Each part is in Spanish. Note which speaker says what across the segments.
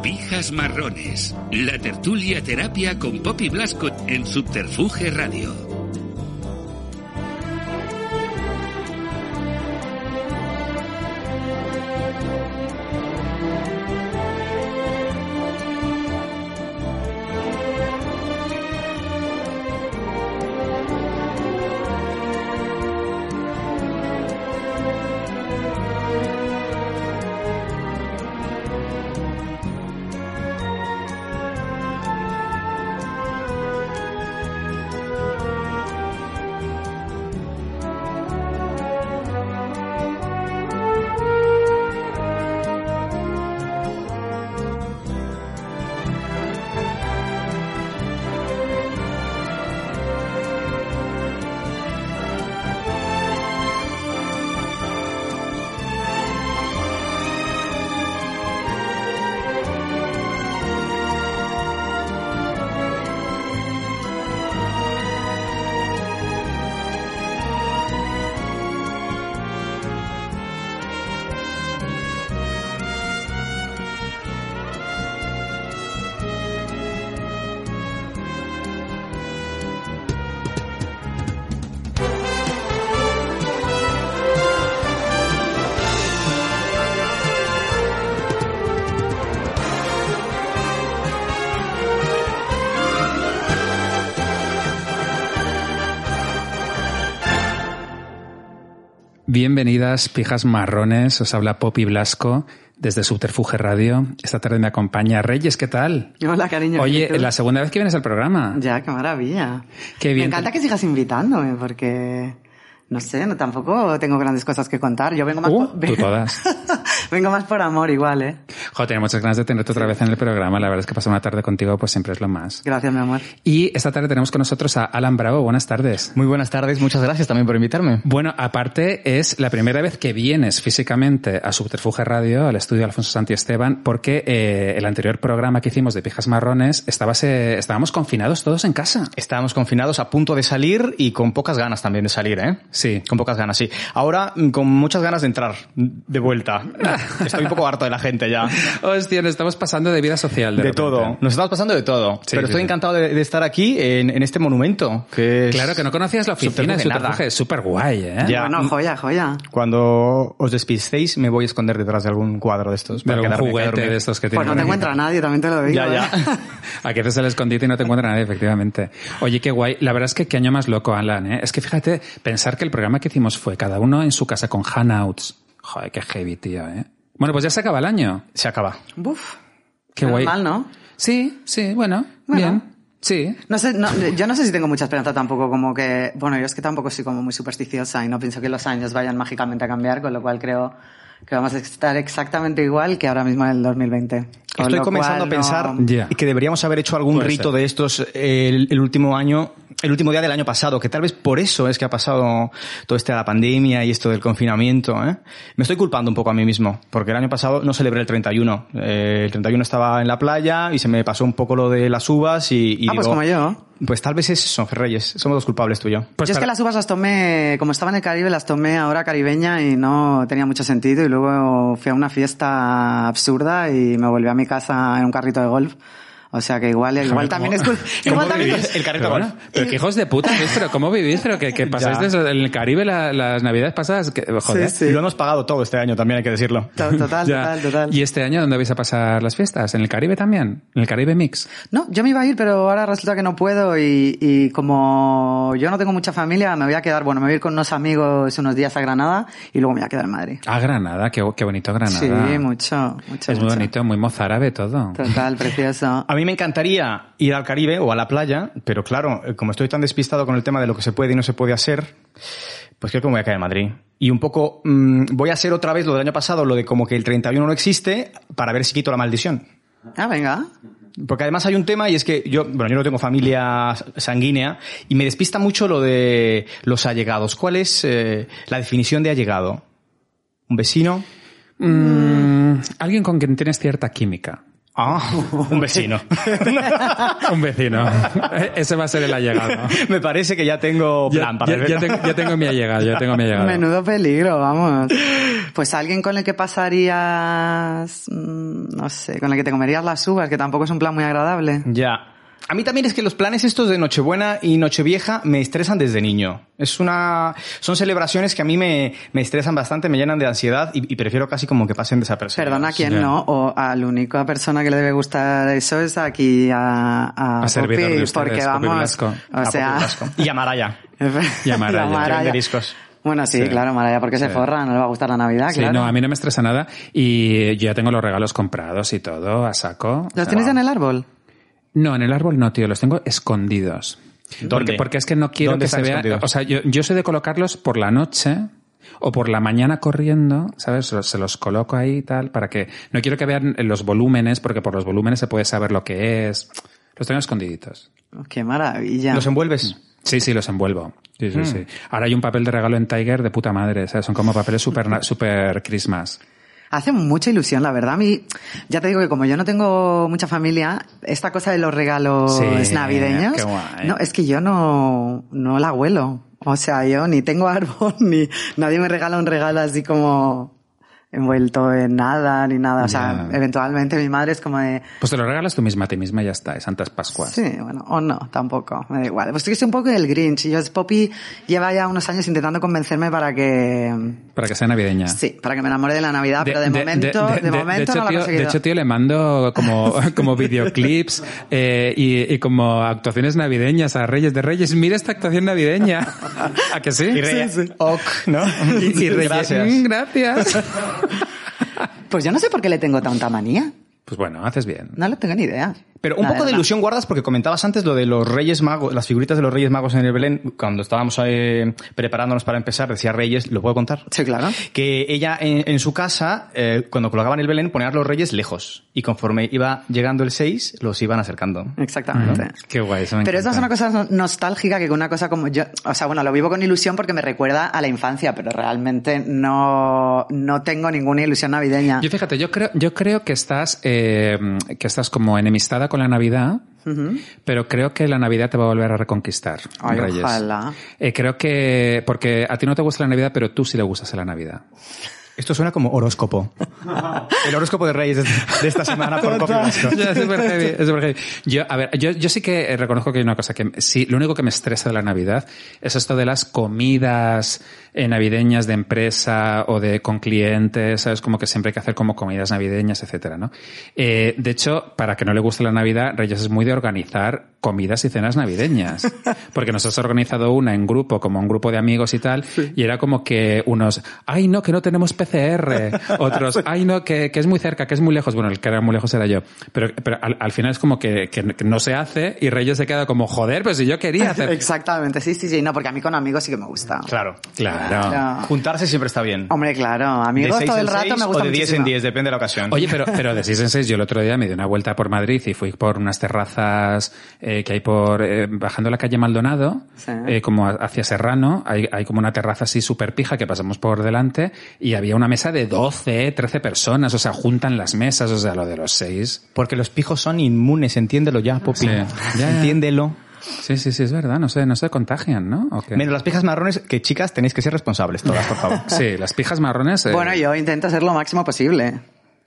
Speaker 1: Orejas Marrones, la tertulia terapia con Poppy Blasco en Subterfuge Radio.
Speaker 2: Bienvenidas, pijas marrones. Os habla Poppy Blasco desde Subterfuge Radio. Esta tarde me acompaña Reyes. ¿Qué tal?
Speaker 3: Hola, cariño.
Speaker 2: Oye,
Speaker 3: ¿y tú?
Speaker 2: la segunda vez que vienes al programa.
Speaker 3: Ya, qué maravilla.
Speaker 2: Qué bien.
Speaker 3: Me encanta que sigas invitándome porque, no sé, no, tampoco tengo grandes cosas que contar. Yo vengo más,
Speaker 2: Uh,
Speaker 3: por...
Speaker 2: tú todas.
Speaker 3: vengo más por amor igual, ¿eh?
Speaker 2: Joder, tenía muchas ganas de tenerte otra vez en el programa. La verdad es que pasar una tarde contigo pues siempre es lo más.
Speaker 3: Gracias, mi amor.
Speaker 2: Y esta tarde tenemos con nosotros a Alan Bravo. Buenas tardes.
Speaker 4: Muy buenas tardes, muchas gracias también por invitarme.
Speaker 2: Bueno, aparte es la primera vez que vienes físicamente a Subterfuge Radio, al estudio de Alfonso Santi Esteban, porque eh, el anterior programa que hicimos de Pijas Marrones estabas, eh, estábamos confinados todos en casa.
Speaker 4: Estábamos confinados a punto de salir y con pocas ganas también de salir, ¿eh?
Speaker 2: Sí.
Speaker 4: Con pocas ganas, sí. Ahora mm, con muchas ganas de entrar mm, de vuelta. Estoy un poco harto de la gente ya.
Speaker 2: Hostia, nos estamos pasando de vida social.
Speaker 4: De,
Speaker 2: De, repente.
Speaker 4: todo. Nos estamos pasando de todo.
Speaker 2: Sí,
Speaker 4: Pero
Speaker 2: sí,
Speaker 4: estoy
Speaker 2: sí.
Speaker 4: encantado de, de estar aquí en, en este monumento. Que es-
Speaker 2: Claro que no conocías la oficina de
Speaker 4: Subterfuge, nada.
Speaker 2: Subterfuge. Es súper guay, ¿eh?
Speaker 4: Ya.
Speaker 3: Bueno, joya, joya.
Speaker 4: Cuando os despistéis me voy a esconder detrás de algún cuadro de estos.
Speaker 2: De
Speaker 4: para
Speaker 2: algún
Speaker 4: quedarme aquí a
Speaker 2: juguete
Speaker 4: dormir.
Speaker 2: de estos que
Speaker 3: Pues
Speaker 2: tienen.
Speaker 3: no te encuentra nadie, también te lo digo.
Speaker 4: Ya,
Speaker 3: ¿eh?
Speaker 4: ya.
Speaker 2: Aquí haces el escondite y no te encuentra nadie, efectivamente. Oye, qué guay. La verdad es que qué año más loco, Alan, ¿eh? Es que fíjate, pensar que el programa que hicimos fue cada uno en su casa con handouts. Joder, qué heavy, tío, ¿eh? Bueno, pues ya se acaba el año.
Speaker 4: Se acaba.
Speaker 3: Buf.
Speaker 2: Qué
Speaker 3: Menos
Speaker 2: guay.
Speaker 3: mal, ¿no?
Speaker 2: Sí, sí, bueno,
Speaker 3: Bueno.
Speaker 2: bien. Sí.
Speaker 3: No sé, no, yo no sé si tengo mucha esperanza tampoco, como que, bueno, yo es que tampoco soy como muy supersticiosa y no pienso que los años vayan mágicamente a cambiar, con lo cual creo que vamos a estar exactamente igual que ahora mismo en el 2020. Con
Speaker 4: Estoy
Speaker 3: lo
Speaker 4: comenzando
Speaker 3: cual
Speaker 4: a pensar
Speaker 3: no-
Speaker 2: Ya.
Speaker 3: Ah,
Speaker 4: que deberíamos haber hecho algún
Speaker 2: Puede
Speaker 4: rito
Speaker 2: ser.
Speaker 4: de estos eh, el, el último año, el último día del año pasado, que tal vez por eso es que ha pasado toda esta pandemia y esto del confinamiento. ¿eh? Me estoy culpando un poco a mí mismo, porque el año pasado no celebré el 31. Eh, el 31 estaba en la playa y se me pasó un poco lo de las uvas y, y
Speaker 3: Ah, pues
Speaker 4: digo,
Speaker 3: como yo.
Speaker 4: Pues tal vez es eso, Ferreyes. Somos los culpables tú y yo.
Speaker 2: Pues
Speaker 3: yo es
Speaker 2: para-
Speaker 3: que las uvas las tomé, como estaba en el Caribe, las tomé ahora caribeña y no tenía mucho sentido. Y luego fui a una fiesta absurda y me volví a mi casa en un carrito de golf. O sea que igual, igual
Speaker 2: Joder,
Speaker 3: también
Speaker 2: ¿cómo-
Speaker 3: es cul-
Speaker 2: cómo
Speaker 3: igual también
Speaker 2: vivís?
Speaker 3: es-
Speaker 4: el carrito
Speaker 2: pero,
Speaker 4: golf.
Speaker 2: bueno, pero qué hijos de puta, ¿ves? pero ¿cómo vivís? Pero que, que pasáis
Speaker 4: Ya.
Speaker 2: desde el Caribe la- las navidades pasadas. que- joder.
Speaker 3: Sí.
Speaker 4: Lo hemos pagado todo este año también, hay que decirlo.
Speaker 3: to- Total,
Speaker 2: Ya.
Speaker 3: total, total.
Speaker 2: ¿Y este año dónde vais a pasar las fiestas? ¿En el Caribe también? ¿En el Caribe Mix?
Speaker 3: No, yo me iba a ir, pero ahora resulta que no puedo y, y como yo no tengo mucha familia, me voy a quedar, bueno, me voy a ir con unos amigos unos días a Granada y luego me voy a quedar en Madrid.
Speaker 2: Ah, Granada, qué, qué bonito Granada.
Speaker 3: Sí, mucho, mucho.
Speaker 2: Es muy
Speaker 3: mucho.
Speaker 2: bonito, muy mozárabe todo.
Speaker 3: Total, precioso.
Speaker 4: A mí me encantaría ir al Caribe o a la playa, pero claro, eh, como estoy tan despistado con el tema de lo que se puede y no se puede hacer, pues creo que me voy a caer en Madrid. Y un poco mm, voy a hacer otra vez lo del año pasado, lo de como que el 31 no existe, para ver si quito la maldición.
Speaker 3: Ah, venga.
Speaker 4: Porque además hay un tema y es que yo, bueno, yo no tengo familia sanguínea y me despista mucho lo de los allegados. ¿Cuál es eh, la definición de allegado? ¿Un vecino?
Speaker 2: Mm, alguien con quien tienes cierta química.
Speaker 4: Ah, un vecino.
Speaker 2: Un vecino. Ese va a ser el allegado.
Speaker 4: Me parece que ya tengo plan
Speaker 2: Ya,
Speaker 4: para el
Speaker 2: ya- ya
Speaker 4: verano.
Speaker 2: tengo, ya tengo mi allegado, ya tengo mi allegado.
Speaker 3: Menudo peligro, vamos. Pues alguien con el que pasarías, mm, no sé, con el que te comerías las uvas, que tampoco es un plan muy agradable.
Speaker 4: Ya. A mí también es que los planes estos de Nochebuena y Nochevieja me estresan desde niño. Es una, son celebraciones que a mí me, me estresan bastante, me llenan de ansiedad y, y prefiero casi como que pasen desapercibidas.
Speaker 3: Perdona, ¿quién
Speaker 2: ya.
Speaker 3: no? O a la única persona que le debe gustar eso es aquí a, a,
Speaker 2: A servidor de ustedes,
Speaker 3: porque
Speaker 2: Poppy
Speaker 3: vamos,
Speaker 2: Blasco.
Speaker 3: o
Speaker 4: A
Speaker 3: sea,
Speaker 4: Poco Vasco. y a Maraya.
Speaker 2: Y a Maraya,
Speaker 3: la
Speaker 4: que
Speaker 3: Maraya.
Speaker 4: vende discos.
Speaker 3: Bueno, sí,
Speaker 2: Sí.
Speaker 3: claro, Maraya, porque se
Speaker 2: Sí.
Speaker 3: forra, no le va a gustar la Navidad,
Speaker 2: Sí,
Speaker 3: claro.
Speaker 2: no, a mí no me estresa nada y yo ya tengo los regalos comprados y todo a saco. O sea,
Speaker 3: ¿Los tienes en el árbol?
Speaker 2: No, en el árbol no, tío, los tengo escondidos.
Speaker 4: ¿Dónde?
Speaker 2: Porque, porque es que no quiero
Speaker 4: ¿Dónde
Speaker 2: que se
Speaker 4: están
Speaker 2: vea.
Speaker 4: escondidos?
Speaker 2: O sea, yo, yo soy de colocarlos por la noche o por la mañana corriendo, ¿sabes? Se los, se los coloco ahí y tal, para que. No quiero que vean los volúmenes, porque por los volúmenes se puede saber lo que es. Los tengo escondiditos.
Speaker 3: Oh, Qué maravilla.
Speaker 4: ¿Los envuelves?
Speaker 2: Sí, sí, los envuelvo. Sí,
Speaker 4: Hmm.
Speaker 2: sí, sí. Ahora hay un papel de regalo en Tiger de puta madre, ¿sabes? Son como papeles super, na- super Christmas.
Speaker 3: Hace mucha ilusión, la verdad. A mí, ya te digo que como yo no tengo mucha familia, esta cosa de los regalos
Speaker 2: Sí,
Speaker 3: navideños,
Speaker 2: qué guay.
Speaker 3: no, es que yo no, no la huelo. O sea, yo ni tengo árbol, ni nadie me regala un regalo así como envuelto en nada, ni nada. O sea,
Speaker 2: Ya.
Speaker 3: eventualmente mi madre es como de,
Speaker 2: Pues te lo regalas tú misma a ti misma y ya está, es Santas Pascuas.
Speaker 3: Sí, bueno, o no, tampoco, me da igual. Pues sí que soy un poco el Grinch. Yo, Poppy lleva ya unos años intentando convencerme para que,
Speaker 2: Para que sea navideña.
Speaker 3: sí, para que me enamore de la Navidad, Ah, pero de, momento, de, momento
Speaker 2: hecho,
Speaker 3: no lo he
Speaker 2: tío,
Speaker 3: conseguido.
Speaker 2: de hecho, tío, le mando como, como videoclips eh, y, y como actuaciones navideñas a Reyes de Reyes. Mira esta actuación navideña. ¿A que sí?
Speaker 4: Y Reyes. Ok, ¿no?
Speaker 2: Y, y Reyes.
Speaker 4: Gracias.
Speaker 2: "Mm, gracias.
Speaker 3: Pues yo no sé por qué le tengo tanta manía.
Speaker 2: Pues bueno, haces bien.
Speaker 3: No lo tengo ni idea.
Speaker 4: Pero un
Speaker 3: La
Speaker 4: poco de
Speaker 3: verdad.
Speaker 4: ilusión guardas porque comentabas antes lo de los Reyes Magos, las figuritas de los Reyes Magos en el Belén. Cuando estábamos eh, preparándonos para empezar, decía Reyes, ¿lo puedo contar?
Speaker 3: Sí, claro.
Speaker 4: que ella en, en su casa, eh, cuando colocaban el Belén, ponían los reyes lejos. Y conforme iba llegando el 6, los iban acercando.
Speaker 3: Exactamente.
Speaker 2: Qué guay. Eso Mm-hmm. me
Speaker 3: Pero eso es una
Speaker 2: encanta.
Speaker 3: cosa no- nostálgica que una cosa como yo, o sea, bueno, lo vivo con ilusión porque me recuerda a la infancia, pero realmente no, no tengo ninguna ilusión navideña.
Speaker 2: Yo fíjate, yo creo, yo creo que estás, eh, que estás como enemistada con la Navidad, pero creo que la Navidad te va a volver a reconquistar.
Speaker 3: Ay,
Speaker 2: Reyes.
Speaker 3: ojalá.
Speaker 2: Eh, creo que, porque a ti no te gusta la Navidad, pero tú sí le gustas a la Navidad.
Speaker 4: Esto suena como horóscopo. el horóscopo de reyes de, de esta semana por Copy Vasco.
Speaker 2: Ya, es súper heavy, es súper heavy. Yo, a ver, yo, yo sí que eh, reconozco que hay una cosa que sí, lo único que me estresa de la Navidad es esto de las comidas eh, navideñas de empresa o de con clientes, sabes, como que siempre hay que hacer como comidas navideñas, etcétera, ¿no? Eh, de hecho, para que no le guste la Navidad, Reyes es muy de organizar comidas y cenas navideñas. Porque nos has organizado una en grupo, como un grupo de amigos y tal, y era como que unos, ay no, que no tenemos PCR, otros, ay no, que, que es muy cerca, que es muy lejos. Bueno, el que era muy lejos era yo. Pero, pero al, al final es como que, que- que no se hace y Reyes se queda como, joder, pero si yo quería hacer.
Speaker 3: Exactamente, sí, sí, sí. No, porque a mí con amigos sí que me gusta.
Speaker 4: Claro.
Speaker 2: Claro.
Speaker 4: Juntarse siempre está bien.
Speaker 3: Hombre, claro, amigos
Speaker 4: de seis
Speaker 3: todo el
Speaker 4: en
Speaker 3: rato
Speaker 4: seis
Speaker 3: me gusta
Speaker 4: O de 10 en
Speaker 3: muchísimo.
Speaker 4: 10, depende de la ocasión.
Speaker 2: Oye, pero, pero de 6 en 6, yo el otro día me di una vuelta por Madrid y fui por unas terrazas eh, que hay por. eh, bajando la calle Maldonado,
Speaker 3: Sí.
Speaker 2: eh, como a- hacia Serrano, hay, hay como una terraza así súper pija que pasamos por delante y había una mesa de 12, 13 personas, o sea, juntan las mesas, o sea, lo de los 6.
Speaker 4: porque los pijos son inmunes, entiéndelo ya, Popi.
Speaker 2: Sí. Ya, ya.
Speaker 4: Entiéndelo.
Speaker 2: Sí, sí, sí, es verdad, no se, no se contagian, ¿no? ¿O qué?
Speaker 4: Menos las pijas marrones, que chicas tenéis que ser responsables todas, por favor.
Speaker 2: Sí, las pijas marrones. eh,
Speaker 3: Bueno, yo intento ser lo máximo posible.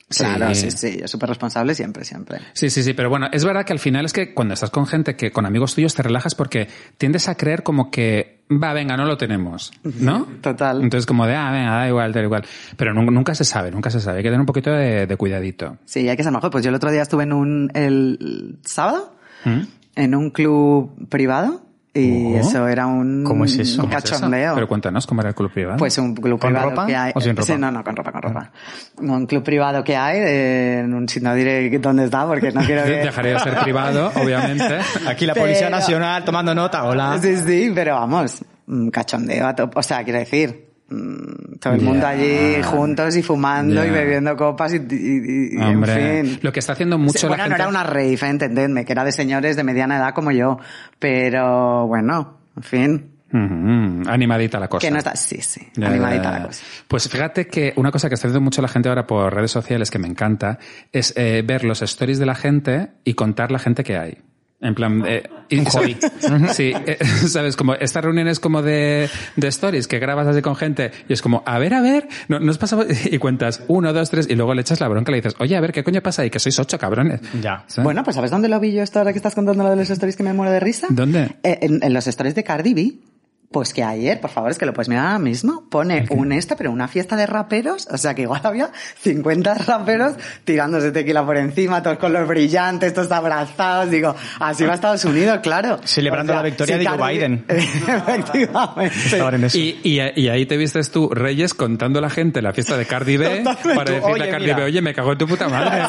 Speaker 2: Sí.
Speaker 3: Claro, sí, sí, yo súper responsable siempre, siempre.
Speaker 2: Sí, sí, sí, pero bueno, es verdad que al final es que cuando estás con gente que con amigos tuyos te relajas porque tiendes a creer como que va, venga, no lo tenemos, ¿no?
Speaker 3: Total.
Speaker 2: Entonces como de, ah, venga, da igual, da igual. Pero nun- nunca se sabe, nunca se sabe. Hay que tener un poquito de, de cuidadito.
Speaker 3: Sí, hay que ser mejor. Pues yo el otro día estuve en un, el sábado,
Speaker 4: Mm.
Speaker 2: ¿Mm?
Speaker 3: en un club privado y
Speaker 2: Ujú.
Speaker 3: eso era un
Speaker 4: ¿Cómo es eso?
Speaker 3: un
Speaker 4: ¿Cómo
Speaker 3: cachondeo.
Speaker 2: Pero cuéntanos cómo era el club privado.
Speaker 3: Pues un club
Speaker 4: ¿Con
Speaker 3: privado
Speaker 4: ropa
Speaker 3: que hay.
Speaker 4: o sin ropa? Ah.
Speaker 3: Sí, no, no, con ropa, con ropa. Un club privado que hay, eh, en un no diré dónde está porque no quiero que...
Speaker 2: dejaré de ser privado, obviamente.
Speaker 4: Aquí la Policía
Speaker 3: Pero-
Speaker 4: Nacional tomando nota,
Speaker 2: Ah,
Speaker 4: hola.
Speaker 3: Sí, sí, pero vamos, un cachondeo a tope. O sea, quiero decir, mm, todo el
Speaker 2: Ya.
Speaker 3: mundo allí juntos y fumando y
Speaker 2: Ya.
Speaker 3: bebiendo copas y, y- y- y,
Speaker 2: Hombre,
Speaker 3: en fin.
Speaker 2: lo que está haciendo mucho
Speaker 3: Sí,
Speaker 2: la
Speaker 3: bueno,
Speaker 2: gente.
Speaker 3: no era una rave, eh, entendedme, que era de señores de mediana edad como yo, pero bueno, en fin.
Speaker 2: Ujú, Animadita la cosa.
Speaker 3: Que no está, sí, sí,
Speaker 2: Ya,
Speaker 3: animadita
Speaker 2: ya, ya.
Speaker 3: la cosa.
Speaker 2: Pues fíjate que una cosa que está haciendo mucho la gente ahora por redes sociales que me encanta es eh, ver los stories de la gente y contar la gente que hay. En plan, eh, y- Sí, eh, sabes, como estas reuniones como de, de stories que grabas así con gente y es como, a ver, a ver, no, nos pasamos y cuentas uno, dos, tres y luego le echas la bronca y le dices, oye, a ver, ¿qué coño pasa ahí? Que sois ocho cabrones.
Speaker 4: Ya.
Speaker 2: ¿Sí?
Speaker 3: Bueno, pues ¿sabes dónde lo vi yo esto ahora que estás contando lo de los stories que me muero de risa?
Speaker 2: ¿Dónde?
Speaker 3: Eh, en, en los stories de Cardi B. Pues que ayer, por favor, es que lo puedes mirar ahora mismo, pone un esto, pero una fiesta de raperos, o sea que igual había 50 raperos tirándose tequila por encima, todos con los brillantes, todos abrazados, digo, así va Estados Unidos, claro.
Speaker 4: Celebrando la victoria de Joe
Speaker 3: Cardi-
Speaker 4: Biden.
Speaker 3: Efectivamente.
Speaker 4: Estaban en eso.
Speaker 2: Y, y, y ahí te vistes tú, Reyes, contando a la gente la fiesta de Cardi B
Speaker 4: Totalmente.
Speaker 2: para decirle
Speaker 4: Oye,
Speaker 2: a Cardi
Speaker 4: mira.
Speaker 2: B, oye, me cago en tu puta madre.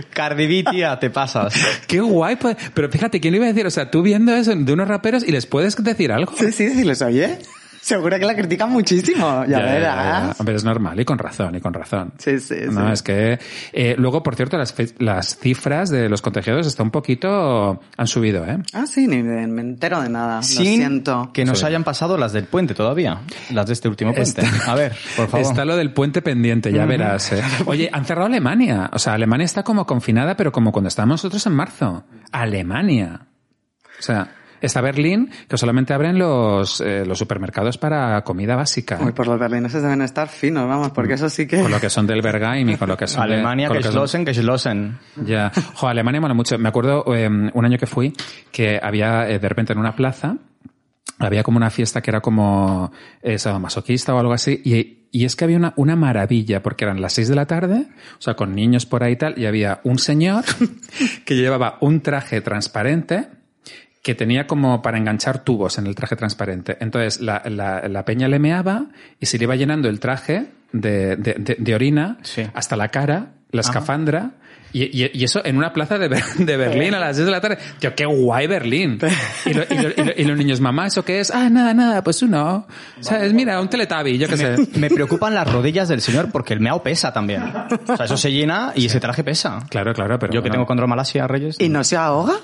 Speaker 4: Cardi B, tía, te pasas.
Speaker 2: Qué guay, pues. Pero fíjate, ¿quién lo iba a decir? O sea, tú viendo eso de unos raperos y les puedes decir algo.
Speaker 3: Sí, sí, sí, los oye. Seguro que la critican muchísimo, ya, verás.
Speaker 2: Pero es normal y con razón, y con razón.
Speaker 3: Sí, sí, sí.
Speaker 2: No, es que. eh, luego, por cierto, las, fe- las cifras de los contagiados está un poquito. han subido, ¿eh?
Speaker 3: Ah, sí, ni me, me entero de nada, lo
Speaker 4: Sin
Speaker 3: siento.
Speaker 4: que nos
Speaker 2: Sí.
Speaker 4: hayan pasado las del puente todavía. Las de este último puente. A ver, por favor.
Speaker 2: Está lo del puente pendiente, ya verás. ¿eh? Oye, han cerrado Alemania. O sea, Alemania está como confinada, pero como cuando estábamos nosotros en marzo. Alemania. O sea, está Berlín, que solamente abren los, eh, los supermercados para comida básica.
Speaker 3: Uy, por los berlineses deben estar finos, vamos, porque eso sí que...
Speaker 2: Con lo que son del Bergheim y con lo que son de-
Speaker 4: Alemania,
Speaker 2: con
Speaker 4: que
Speaker 2: lo que son-
Speaker 4: Schlossen, que Schlossen.
Speaker 2: Ya. Jo, Alemania mola mucho. Me acuerdo eh, un año que fui que había eh, de repente en una plaza había como una fiesta que era como eh, sadomasoquista o algo así y, y es que había una, una maravilla porque eran las seis de la tarde, o sea, con niños por ahí y tal y había un señor que llevaba un traje transparente que tenía como para enganchar tubos en el traje transparente. Entonces la, la- la peña le meaba y se le iba llenando el traje de, de- de- de orina
Speaker 4: Sí.
Speaker 2: hasta la cara, la escafandra. Y, y- y eso en una plaza de, Ber- de Berlín a las 10 de la tarde. Tío, qué guay Berlín. Y, lo- y lo- y lo- y los niños, mamá, ¿eso qué es? Ah, nada, nada, pues uno. ¿Sabes? Mira, un teletubby, yo qué sé.
Speaker 4: Me preocupan las rodillas del señor porque el meao pesa también. O sea, eso se llena y ese traje pesa.
Speaker 2: Claro, claro, pero.
Speaker 4: Yo que
Speaker 2: bueno.
Speaker 4: tengo condromalacia, Reyes.
Speaker 3: ¿Y no se ahoga?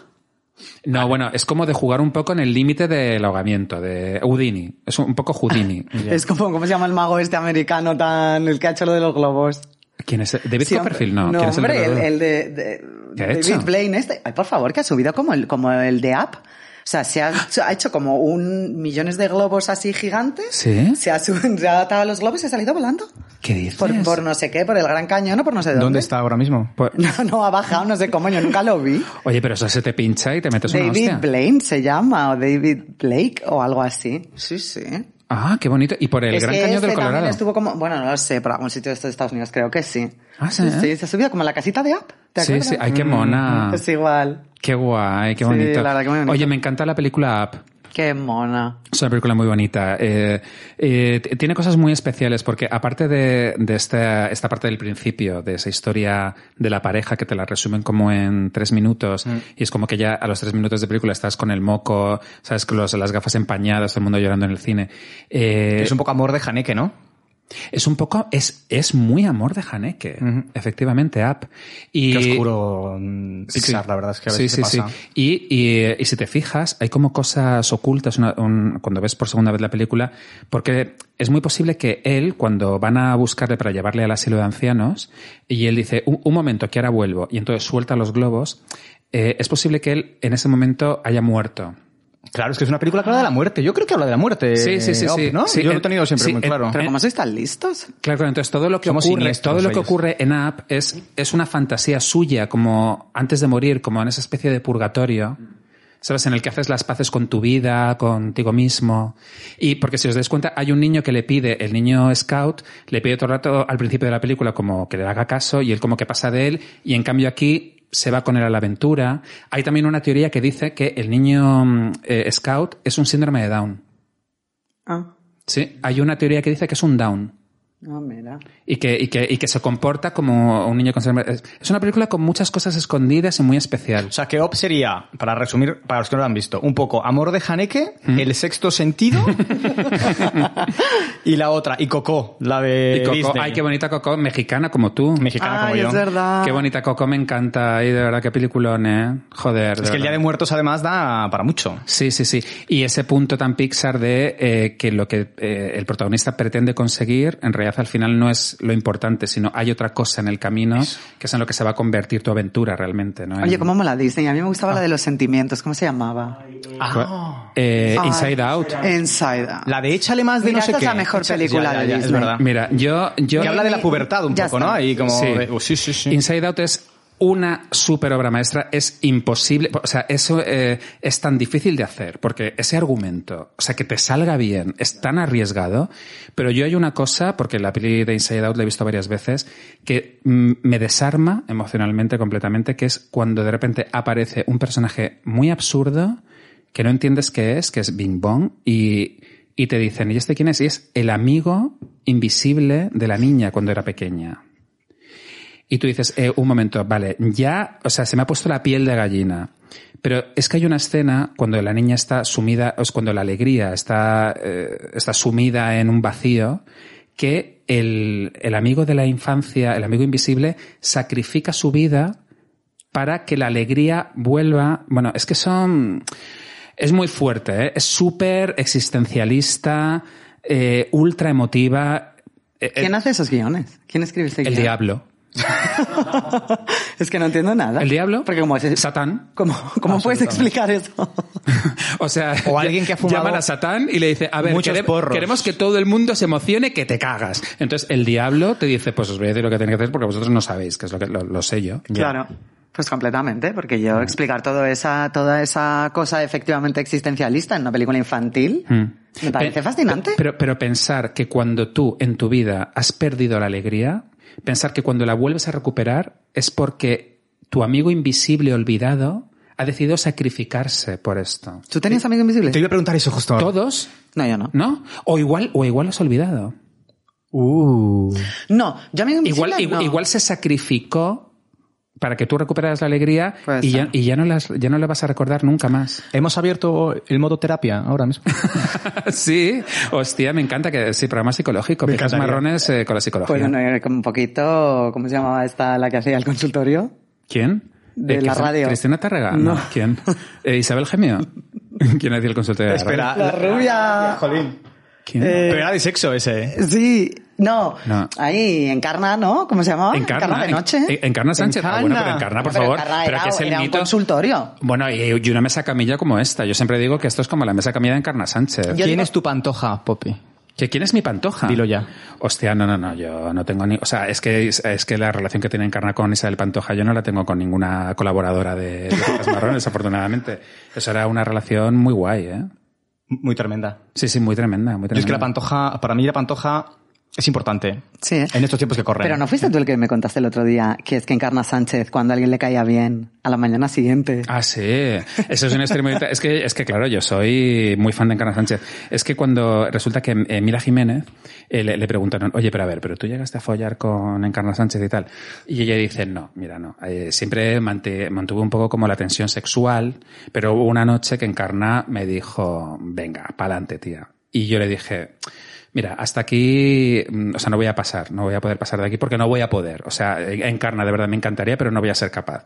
Speaker 2: No, bueno, es como de jugar un poco en el límite del ahogamiento, de Houdini. Es un poco Houdini.
Speaker 3: Es como, ¿cómo se llama el mago este americano tan... el que ha hecho lo de los globos?
Speaker 2: ¿Quién es? ¿David
Speaker 3: Sí,
Speaker 2: Copperfield? No, ¿quién es el
Speaker 3: hombre, el,
Speaker 2: verdadero?
Speaker 3: el de, de-
Speaker 2: ¿Qué ha
Speaker 3: David
Speaker 2: hecho?
Speaker 3: Blaine este. Ay, por favor, que ha subido como el, como el de App. O sea, se ha, se ha hecho como un millones de globos así gigantes.
Speaker 2: ¿Sí?
Speaker 3: Se ha, sub- se ha atado a los globos y se ha salido volando.
Speaker 2: ¿Qué dices?
Speaker 3: Por, por no sé qué, por el Gran Cañón o por no sé dónde.
Speaker 4: ¿Dónde está ahora mismo?
Speaker 2: Por-
Speaker 3: No, no, ha bajado, no sé cómo, yo nunca lo vi.
Speaker 2: Oye, pero eso se te pincha y te metes una
Speaker 3: David
Speaker 2: hostia.
Speaker 3: Blaine se llama, o David Blake, o algo así. Sí, sí.
Speaker 2: Ah, qué bonito. Y por el
Speaker 3: es
Speaker 2: Gran
Speaker 3: que
Speaker 2: Cañón
Speaker 3: este
Speaker 2: del Colorado.
Speaker 3: también estuvo como, bueno, no lo sé, pero algún sitio de estos de Estados Unidos creo que sí.
Speaker 2: Ah, sí, ¿eh?
Speaker 3: Sí, se subió como a la casita de App. ¿te
Speaker 2: Sí,
Speaker 3: acuerdas?
Speaker 2: sí. Ay, qué mona.
Speaker 3: Es igual.
Speaker 2: Qué guay, qué
Speaker 3: Sí,
Speaker 2: bonito.
Speaker 3: la verdad que muy bonito.
Speaker 2: Oye, me encanta la película Up.
Speaker 3: Qué mona.
Speaker 2: Es una película muy bonita. Eh, eh, t- tiene cosas muy especiales porque aparte de, de esta, esta parte del principio, de esa historia de la pareja que te la resumen como en tres minutos
Speaker 3: Mm.
Speaker 2: y es como que ya a los tres minutos de película estás con el moco, sabes, con los- las gafas empañadas, todo el mundo llorando en el cine. Eh,
Speaker 4: Es un poco amor de Janeque, ¿no?
Speaker 2: es un poco, es, es muy amor de Haneke, efectivamente, Up. Y,
Speaker 4: Qué oscuro mm, Pixar,
Speaker 2: Sí.
Speaker 4: la verdad es que a
Speaker 2: Sí,
Speaker 4: veces
Speaker 2: sí,
Speaker 4: pasa.
Speaker 2: sí. Y, y- y si te fijas, hay como cosas ocultas una- un- cuando ves por segunda vez la película, porque es muy posible que él, cuando van a buscarle para llevarle al asilo de ancianos, y él dice, un, un momento, que ahora vuelvo, y entonces suelta los globos, eh, es posible que él en ese momento haya muerto.
Speaker 4: Claro, es que es una película que habla de la muerte. Yo creo que habla de la muerte.
Speaker 2: Sí, sí, sí,
Speaker 4: eh,
Speaker 2: sí.
Speaker 4: Up, ¿no?
Speaker 2: Sí,
Speaker 4: Yo lo
Speaker 2: eh,
Speaker 4: he tenido siempre
Speaker 2: sí,
Speaker 4: muy
Speaker 2: eh,
Speaker 4: claro.
Speaker 3: Pero como sois tan listos.
Speaker 2: Claro, claro, entonces todo lo que
Speaker 4: Somos
Speaker 2: ocurre,
Speaker 4: siniestros,
Speaker 2: todo lo que
Speaker 4: ellos.
Speaker 2: ocurre en App es, es una fantasía suya, como antes de morir, como en esa especie de purgatorio. ¿Sabes? En el que haces las paces con tu vida, contigo mismo. Y porque si os dais cuenta, hay un niño que le pide, el niño scout, le pide todo el rato al principio de la película como que le haga caso y él como que pasa de él y en cambio aquí se va con él a la aventura. Hay también una teoría que dice que el niño mm, eh, scout es un síndrome de Down.
Speaker 3: Ah.
Speaker 2: Sí, hay una teoría que dice que es un down.
Speaker 3: Ah, mira.
Speaker 2: y que, y que, y que se comporta como un niño con síndrome- Es es una película con muchas cosas escondidas y muy especial.
Speaker 4: O sea, que Op sería, para resumir, para los que no lo han visto, un poco Amor de Haneke,
Speaker 2: Mm.
Speaker 4: El Sexto Sentido y la otra, y Coco, la de
Speaker 2: y Coco,
Speaker 4: Disney.
Speaker 2: ay, qué bonita Coco, mexicana como tú.
Speaker 4: Mexicana como
Speaker 3: Ay,
Speaker 4: yo.
Speaker 3: es verdad.
Speaker 2: Qué bonita Coco, me encanta. Y de verdad, qué peliculón, ¿eh? Joder.
Speaker 4: Es que el Día
Speaker 2: verdad.
Speaker 4: de Muertos además da para mucho.
Speaker 2: Sí, sí, sí. Y ese punto tan Pixar de eh, que lo que eh, el protagonista pretende conseguir, en realidad al final no es lo importante, sino hay otra cosa en el camino que es en lo que se va a convertir tu aventura realmente, ¿no?
Speaker 3: Oye,
Speaker 2: En-
Speaker 3: ¿cómo me la Disney? A mí me gustaba
Speaker 2: Ah.
Speaker 3: la de los sentimientos. ¿Cómo se llamaba?
Speaker 4: Ah.
Speaker 2: Eh,
Speaker 3: Ay,
Speaker 2: Inside Out.
Speaker 3: Inside Out.
Speaker 4: La de Échale más de
Speaker 3: Mira,
Speaker 4: no sé
Speaker 3: esta es
Speaker 4: qué.
Speaker 3: la mejor
Speaker 4: Échale-
Speaker 3: película
Speaker 4: ya, ya,
Speaker 3: de
Speaker 4: ya, Es
Speaker 3: Disney.
Speaker 4: verdad.
Speaker 2: Mira, yo, yo.
Speaker 4: Que habla de la pubertad un
Speaker 3: Ya
Speaker 4: poco,
Speaker 3: está.
Speaker 4: ¿no? Ahí como...
Speaker 2: Sí.
Speaker 4: de- oh, sí, sí, sí.
Speaker 2: Inside Out es una super obra maestra, es imposible, o sea, eso eh, es tan difícil de hacer, porque ese argumento, o sea, que te salga bien, es tan arriesgado, pero yo hay una cosa, porque la peli de Inside Out la he visto varias veces, que mm, me desarma emocionalmente completamente, que es cuando de repente aparece un personaje muy absurdo, que no entiendes qué es, que es Bing Bong, y, y te dicen, ¿y este quién es? Y es el amigo invisible de la niña cuando era pequeña. Y tú dices, eh, un momento, vale, ya, o sea, se me ha puesto la piel de gallina. Pero es que hay una escena cuando la niña está sumida, o es cuando la alegría está, eh, está sumida en un vacío, que el, el amigo de la infancia, el amigo invisible, sacrifica su vida para que la alegría vuelva. Bueno, es que son. Es muy fuerte, ¿eh? es súper existencialista, eh, ultra emotiva. Eh, eh,
Speaker 3: ¿Quién hace esos guiones? ¿Quién escribe ese
Speaker 2: el
Speaker 3: guión?
Speaker 2: diablo.
Speaker 3: Es que no entiendo nada.
Speaker 2: ¿El diablo? Ah,
Speaker 3: Porque como es...
Speaker 2: Satán.
Speaker 3: ¿Cómo, cómo puedes explicar eso?
Speaker 2: O sea,
Speaker 4: O alguien que ha fumado
Speaker 2: llaman a Satán y le dice, a ver,
Speaker 4: muchos
Speaker 2: quere-
Speaker 4: porros.
Speaker 2: queremos que todo el mundo se emocione, que te cagas. Entonces el diablo te dice, pues os voy a decir lo que tenéis que hacer porque vosotros no sabéis, que es lo que lo, lo sé yo.
Speaker 3: Claro. Pues completamente, porque yo explicar todo esa, toda esa cosa efectivamente existencialista en una película infantil me parece
Speaker 2: Pe-
Speaker 3: fascinante.
Speaker 2: Mm. Pero, pero pensar que cuando tú en tu vida has perdido la alegría, pensar que cuando la vuelves a recuperar es porque tu amigo invisible olvidado ha decidido sacrificarse por esto.
Speaker 3: ¿Tú tenías amigo invisible?
Speaker 4: Te iba a preguntar eso justo ahora.
Speaker 2: Todos,
Speaker 3: No, yo no.
Speaker 2: ¿no? O igual, o igual lo has olvidado. Uh.
Speaker 3: No, yo amigo invisible
Speaker 2: Mm. Igual, igu-
Speaker 3: no.
Speaker 2: igual, se sacrificó para que tú recuperaras la alegría
Speaker 3: Puede
Speaker 2: y, ya,
Speaker 3: ser.
Speaker 2: y ya no las, ya no la vas a recordar nunca más.
Speaker 4: Hemos abierto el modo terapia ahora mismo.
Speaker 2: sí, hostia, me encanta que sí, programa psicológico,
Speaker 4: Me
Speaker 2: pijas
Speaker 4: encantaría.
Speaker 2: marrones eh, con la psicología.
Speaker 3: Bueno, no, era Pues, como un poquito, ¿cómo se llamaba esta la que hacía el consultorio?
Speaker 2: ¿Quién?
Speaker 3: De la
Speaker 2: Cristina-
Speaker 3: radio.
Speaker 2: Cristina Tárrega. No.
Speaker 3: No.
Speaker 2: ¿Quién? Eh, Isabel Gemio. ¿Quién hacía el consultorio? de la radio?
Speaker 4: Espera. Eh.
Speaker 3: La rubia.
Speaker 4: Jolín.
Speaker 2: ¿Quién?
Speaker 4: Pero era de sexo ese. ¿eh?
Speaker 3: Sí, no.
Speaker 2: No.
Speaker 3: Ahí, Encarna, ¿no? ¿Cómo se llamaba?
Speaker 2: Encarna,
Speaker 3: de noche.
Speaker 2: en- en- Encarna Sánchez. Ah, bueno, pero Encarna, por
Speaker 3: Pero
Speaker 2: favor.
Speaker 3: Encarna
Speaker 2: pero
Speaker 3: era-
Speaker 2: que es el
Speaker 3: era un
Speaker 2: mito.
Speaker 3: consultorio.
Speaker 2: Bueno, y, y una mesa camilla como esta. Yo siempre digo que esto es como la mesa camilla de Encarna Sánchez.
Speaker 3: Yo
Speaker 4: ¿Quién
Speaker 3: digo-
Speaker 4: es tu pantoja, Poppy?
Speaker 2: ¿Que quién es mi pantoja?
Speaker 4: Dilo ya.
Speaker 2: Hostia, no, no, no, yo no tengo ni... O sea, es que, es que la relación que tiene Encarna con Isabel Pantoja yo no la tengo con ninguna colaboradora de, de Las Marrones, afortunadamente. Eso era una relación muy guay, ¿eh?
Speaker 4: Muy tremenda.
Speaker 2: Sí, sí, muy tremenda, muy
Speaker 4: Yo
Speaker 2: tremenda.
Speaker 4: es que la pantoja, para mí la pantoja es importante.
Speaker 3: Sí, ¿eh?
Speaker 4: En estos tiempos que corren.
Speaker 3: Pero no fuiste tú el que me contaste el otro día que es que Encarna Sánchez, cuando a alguien le caía bien, a la mañana siguiente.
Speaker 2: Ah, sí. Eso es un extremo. es, que, es que, claro, yo soy muy fan de Encarna Sánchez. Es que cuando resulta que eh, Mila Jiménez eh, le, le preguntaron, oye, pero a ver, pero tú llegaste a follar con Encarna Sánchez y tal. Y ella dice, no, mira, no. Eh, siempre mante- mantuve un poco como la tensión sexual, pero hubo una noche que Encarna me dijo, venga, pa'lante, tía. Y yo le dije, Mira, hasta aquí, mm, o sea, no voy a pasar, no voy a poder pasar de aquí porque no voy a poder. O sea, eh, encarna, de verdad me encantaría, pero no voy a ser capaz.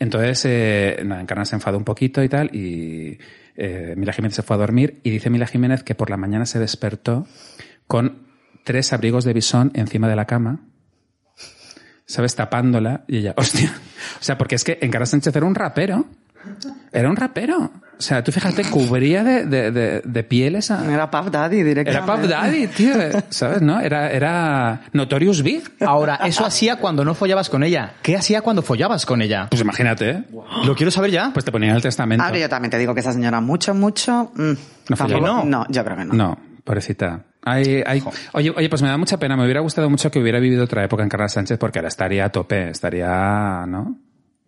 Speaker 2: Entonces, eh, nada, encarna se enfadó un poquito y tal, y eh, Mila Jiménez se fue a dormir y dice Mila Jiménez que por la mañana se despertó con tres abrigos de bisón encima de la cama. ¿Sabes? Tapándola y ella, hostia. O sea, porque es que Encarna Sánchez era un rapero. Era un rapero. O sea, tú fíjate, cubría de, de, de, de pieles a,
Speaker 3: Era Puff Daddy directamente.
Speaker 2: era Puff Daddy, tío. ¿Sabes, no? Era, era Notorious Big.
Speaker 4: Ahora, eso hacía cuando no follabas con ella. ¿Qué hacía cuando follabas con ella?
Speaker 2: Pues imagínate, ¿eh?
Speaker 4: Lo quiero saber ya.
Speaker 2: Pues te ponían el testamento.
Speaker 3: Ahora yo también te digo Ah, que esa señora mucho, mucho... mm,
Speaker 2: No fue
Speaker 3: tampoco-
Speaker 4: yo.
Speaker 3: No, yo creo que no.
Speaker 2: No, pobrecita. Ay, ay. Oye, oye, pues me da mucha pena. Me hubiera gustado mucho que hubiera vivido otra época en Carla Sánchez porque ahora estaría a tope, estaría, ¿no?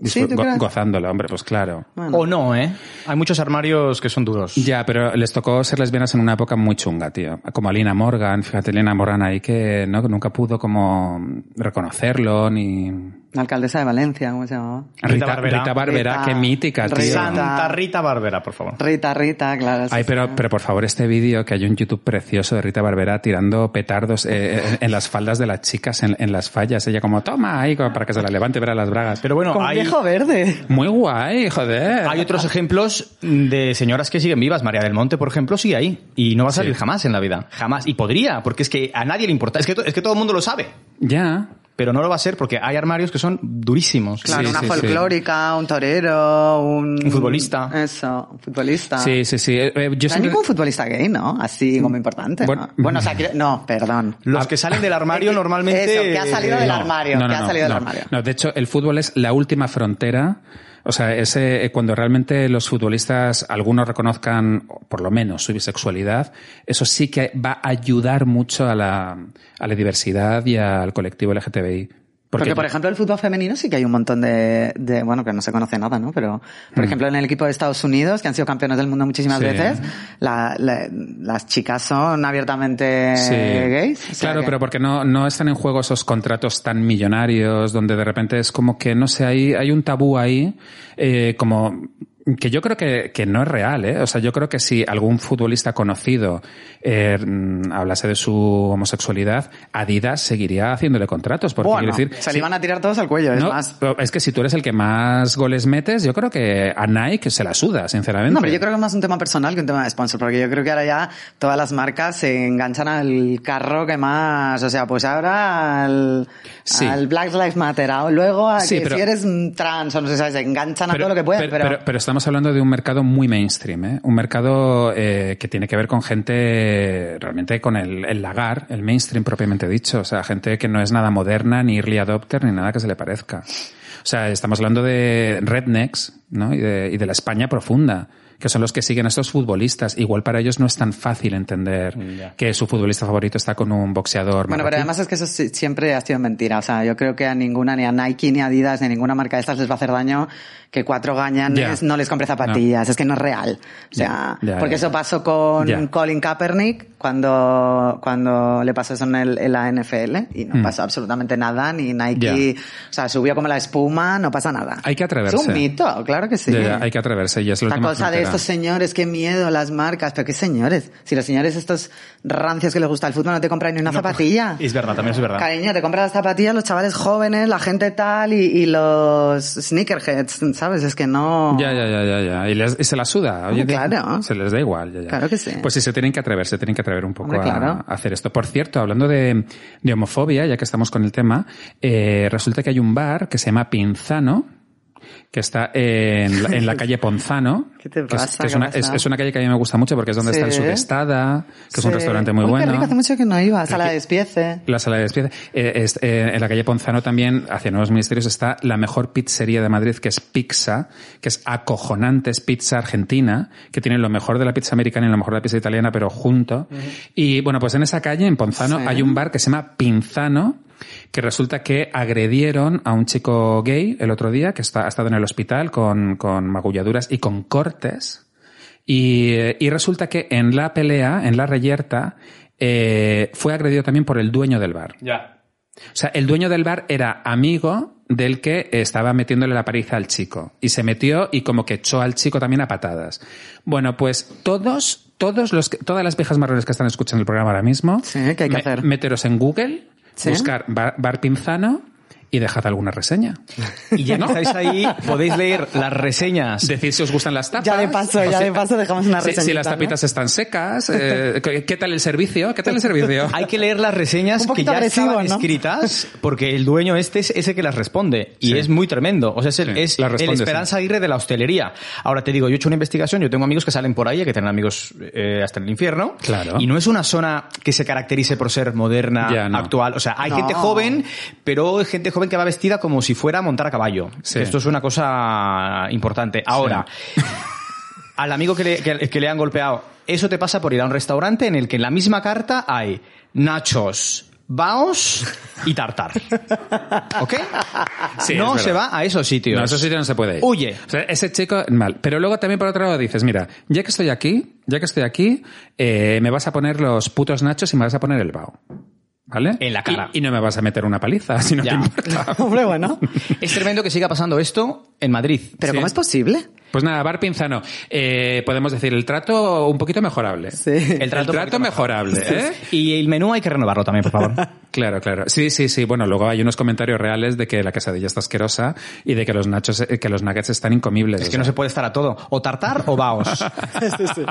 Speaker 3: Sí, ¿tú
Speaker 2: go-
Speaker 3: crees?
Speaker 2: gozándolo, hombre, pues claro.
Speaker 3: Bueno.
Speaker 4: O no, ¿eh? Hay muchos armarios que son duros.
Speaker 2: Ya, pero les tocó ser lesbianas en una época muy chunga, tío. Como a Lina Morgan, fíjate, Lina Morgan ahí que ¿no? que nunca pudo como reconocerlo, ni...
Speaker 3: La alcaldesa de Valencia, ¿cómo se llamaba?
Speaker 4: Rita Barberá.
Speaker 2: Rita Barberá,
Speaker 3: Rita.
Speaker 2: qué mítica, tío.
Speaker 3: Rita.
Speaker 4: Santa Rita Barbera, por favor.
Speaker 3: Rita, Rita, claro. sí,
Speaker 2: Ay,
Speaker 3: sí.
Speaker 2: pero, pero por favor, este vídeo que hay un YouTube precioso de Rita Barberá tirando petardos eh, en, en las faldas de las chicas, en, en las fallas. Ella como, toma ahí, como para que se la levante ver a las bragas. Pero
Speaker 4: Pero bueno, hay,
Speaker 3: Complejo verde.
Speaker 2: muy guay, joder.
Speaker 4: hay otros ejemplos de señoras que siguen vivas. María del Monte, por ejemplo, sigue ahí. Y no va a salir jamás en la vida. Jamás. Y podría, porque es que a nadie le importa. Es que, to- es que todo el mundo lo sabe.
Speaker 2: Ya.
Speaker 4: Pero no lo va a ser porque hay armarios que son durísimos.
Speaker 3: Claro,
Speaker 2: Sí,
Speaker 3: una
Speaker 2: sí, sí.
Speaker 3: folclórica, un torero, un...
Speaker 4: Un futbolista.
Speaker 3: Eso, un futbolista.
Speaker 2: Sí, sí, sí. Eh, eh, yo
Speaker 3: No hay
Speaker 2: siempre-
Speaker 3: ningún futbolista gay, ¿no? Así como importante. ¿no?
Speaker 2: Bueno- mm.
Speaker 3: Bueno, o sea, quiero- no, perdón.
Speaker 4: Los que salen del armario normalmente...
Speaker 3: Eso, que ha salido del
Speaker 4: No.
Speaker 3: armario, que ha salido del armario.
Speaker 2: No, de hecho, el fútbol es la última frontera. O sea, ese, eh, cuando realmente los futbolistas, algunos reconozcan, o por lo menos, su bisexualidad, eso sí que va a ayudar mucho a la, a la diversidad y al colectivo LGTBI.
Speaker 3: Porque, por ejemplo, el fútbol femenino sí que hay un montón de, de- bueno, que no se conoce nada, ¿no? Pero, por ejemplo, en el equipo de Estados Unidos, que han sido campeones del mundo muchísimas
Speaker 2: Mm. Sí.
Speaker 3: veces, la- la- las chicas son abiertamente
Speaker 2: Sí.
Speaker 3: Eh, gays. O sea
Speaker 2: claro,
Speaker 3: que-
Speaker 2: pero porque no, no están en juego esos contratos tan millonarios donde de repente es como que, no sé, hay, hay un tabú ahí, eh, como que yo creo que, que no es real, ¿eh? O sea, yo creo que si algún futbolista conocido eh, mm, hablase de su homosexualidad, Adidas seguiría haciéndole contratos, porque
Speaker 3: Bueno,
Speaker 2: quiero decir...
Speaker 3: se le iban a tirar todos al cuello, es
Speaker 2: no,
Speaker 3: más.
Speaker 2: pero es que si tú eres el que más goles metes, yo creo que a Nike se la suda, sinceramente.
Speaker 3: No, pero yo creo que es más un tema personal que un tema de sponsor, porque yo creo que ahora ya todas las marcas se enganchan al carro que más, o sea, pues ahora al,
Speaker 2: Sí.
Speaker 3: al Black Lives Matter, a- luego a
Speaker 2: Sí,
Speaker 3: que
Speaker 2: pero-
Speaker 3: si eres mm, trans o no sé, ¿sabes? se enganchan a todo lo que pueden, pero,
Speaker 2: pero estamos hablando de un mercado muy mainstream, ¿eh? un mercado eh, que tiene que ver con gente realmente con el, el lagar, el mainstream propiamente dicho, o sea, gente que no es nada moderna, ni early adopter, ni nada que se le parezca. O sea, estamos hablando de rednecks ¿no? y, de, y de la España profunda, que son los que siguen a estos futbolistas. Igual para ellos no es tan fácil entender que su futbolista favorito está con un boxeador. marroquí.
Speaker 3: Bueno, pero además es que eso sí- siempre ha sido mentira. O sea, yo creo que a ninguna, ni a Nike, ni a Adidas, ni a ninguna marca de estas les va a hacer daño que cuatro gañanes
Speaker 2: Ya.
Speaker 3: no les compre zapatillas. Es que no es real. O sea,
Speaker 2: Ya, ya,
Speaker 3: porque
Speaker 2: ya.
Speaker 3: eso pasó con
Speaker 2: Ya.
Speaker 3: Colin Kaepernick cuando, cuando le pasó eso en, el- en la NFL y no
Speaker 2: Hmm.
Speaker 3: pasó absolutamente nada, ni Nike, o sea, subió como la espuma, no pasa nada.
Speaker 2: Hay que atreverse.
Speaker 3: Es un mito, claro que sí.
Speaker 2: Ya, ya, hay que atreverse y es la
Speaker 3: La
Speaker 2: última
Speaker 3: cosa de
Speaker 2: frontera.
Speaker 3: estos señores, qué miedo, las marcas, pero qué señores. Si los señores estos rancios que les gusta el fútbol no te compran ni una
Speaker 2: pues,
Speaker 3: zapatilla.
Speaker 4: Es verdad, también es verdad.
Speaker 3: Cariño, te compras las zapatillas, los chavales jóvenes, la gente tal y, y los sneakerheads, ¿sabes? Es que no.
Speaker 2: Ya, ya, ya, ya, ya. Y, les- y se la suda. Oye,
Speaker 3: Oh, claro.
Speaker 2: Se les da igual. Ya, ya.
Speaker 3: Claro que sí.
Speaker 2: Pues sí, se tienen que atrever, se tienen que atrever un poco
Speaker 3: Hombre,
Speaker 2: a-
Speaker 3: claro.
Speaker 2: a hacer esto. Por cierto, hablando de, de homofobia, ya que estamos con el tema, eh, resulta que hay un bar que se llama Pinzano, que está en la, en la calle Ponzano.
Speaker 3: ¿Qué te
Speaker 2: que es-
Speaker 3: pasa?
Speaker 2: que es,
Speaker 3: ¿Qué
Speaker 2: una,
Speaker 3: pasa?
Speaker 2: es- es una calle que a mí me gusta mucho porque es donde está el
Speaker 3: Sí.
Speaker 2: Subestada, que es un
Speaker 3: Sí.
Speaker 2: restaurante muy
Speaker 3: Uy, qué
Speaker 2: bueno.
Speaker 3: rico, hace mucho que no iba, hasta la despiece.
Speaker 2: La sala de despide. Eh, es- eh, en la calle Ponzano también, hacia Nuevos Ministerios, está la mejor pizzería de Madrid, que es Pizza, que es acojonante, es pizza argentina, que tiene lo mejor de la pizza americana y lo mejor de la pizza italiana, pero junto. Y bueno, pues en esa calle, en Ponzano,
Speaker 3: Sí.
Speaker 2: hay un bar que se llama Pinzano, que resulta que agredieron a un chico gay el otro día, que está, ha estado en el hospital con, con magulladuras y con cortes. Y, eh, y resulta que en la pelea, en la reyerta, eh, fue agredido también por el dueño del bar.
Speaker 4: Ya.
Speaker 2: O sea, el dueño del bar era amigo del que estaba metiéndole la pariza al chico. Y se metió y como que echó al chico también a patadas. Bueno, pues todos, todos los, que- todas las viejas marrones que están escuchando el programa ahora mismo,
Speaker 3: Sí, ¿qué hay que hacer?
Speaker 2: meteros en Google,
Speaker 3: Sí.
Speaker 2: buscar bar, bar Pinzano y dejad alguna reseña.
Speaker 4: Y ya que estáis ahí, podéis leer las reseñas.
Speaker 2: Decir si os gustan las tapas.
Speaker 3: Ya de paso,
Speaker 2: o
Speaker 3: ya
Speaker 2: si-
Speaker 3: de paso dejamos una
Speaker 2: si,
Speaker 3: reseña.
Speaker 2: si las tapitas están secas, eh, ¿qué qué tal el servicio? ¿Qué tal el servicio?
Speaker 4: Hay que leer las reseñas
Speaker 3: Un
Speaker 4: que
Speaker 3: poquito
Speaker 4: ya
Speaker 3: agresivo,
Speaker 4: estaban
Speaker 3: ¿no?
Speaker 4: escritas porque el dueño este es ese que las responde y
Speaker 2: Sí.
Speaker 4: es muy tremendo. O sea, es el,
Speaker 2: Sí,
Speaker 4: es
Speaker 2: las
Speaker 4: el
Speaker 2: responde,
Speaker 4: Esperanza Aguirre de la hostelería. Ahora te digo, yo he hecho una investigación, yo tengo amigos que salen por ahí, que tienen amigos eh, hasta el infierno.
Speaker 2: Claro.
Speaker 4: Y no es una zona que se caracterice por ser moderna,
Speaker 2: Ya, no.
Speaker 4: actual. O sea, hay
Speaker 3: No.
Speaker 4: gente joven, pero hay gente joven que va vestida como si fuera a montar a caballo.
Speaker 2: Sí.
Speaker 4: Esto es una cosa importante. Ahora, al amigo que le, que- que le han golpeado. Eso te pasa por ir a un restaurante en el que en la misma carta hay nachos, Baos y Tartar. ¿Ok?
Speaker 2: Sí, es
Speaker 4: no
Speaker 2: verdad.
Speaker 4: se va a esos sitios.
Speaker 2: No, eso sí no se puede ir.
Speaker 4: Huye.
Speaker 2: O sea, ese chico, mal. Pero luego también por otro lado dices, mira, ya que estoy aquí, ya que estoy aquí, eh, me vas a poner los putos nachos y me vas a poner el bao. ¿Vale?
Speaker 4: En la cara.
Speaker 2: Y, y no me vas a meter una paliza, si no
Speaker 4: Ya.
Speaker 2: te importa.
Speaker 3: Hombre, bueno.
Speaker 4: Es tremendo que siga pasando esto en Madrid.
Speaker 3: Pero
Speaker 2: Sí.
Speaker 3: ¿cómo es posible?
Speaker 2: Pues nada, Bar Pinzano, eh, podemos decir el trato un poquito mejorable.
Speaker 3: Sí.
Speaker 2: El trato,
Speaker 4: un poquito
Speaker 2: mejorable, ¿eh?
Speaker 4: Y el menú hay que renovarlo también, por favor.
Speaker 2: Claro, claro. Sí, sí, sí. Bueno, luego hay unos comentarios reales de que la quesadilla está asquerosa y de que los nachos, eh, que los nuggets están incomibles.
Speaker 4: Es
Speaker 2: o
Speaker 4: que no se
Speaker 2: sea.
Speaker 4: puede estar a todo. O tartar o baos.
Speaker 3: O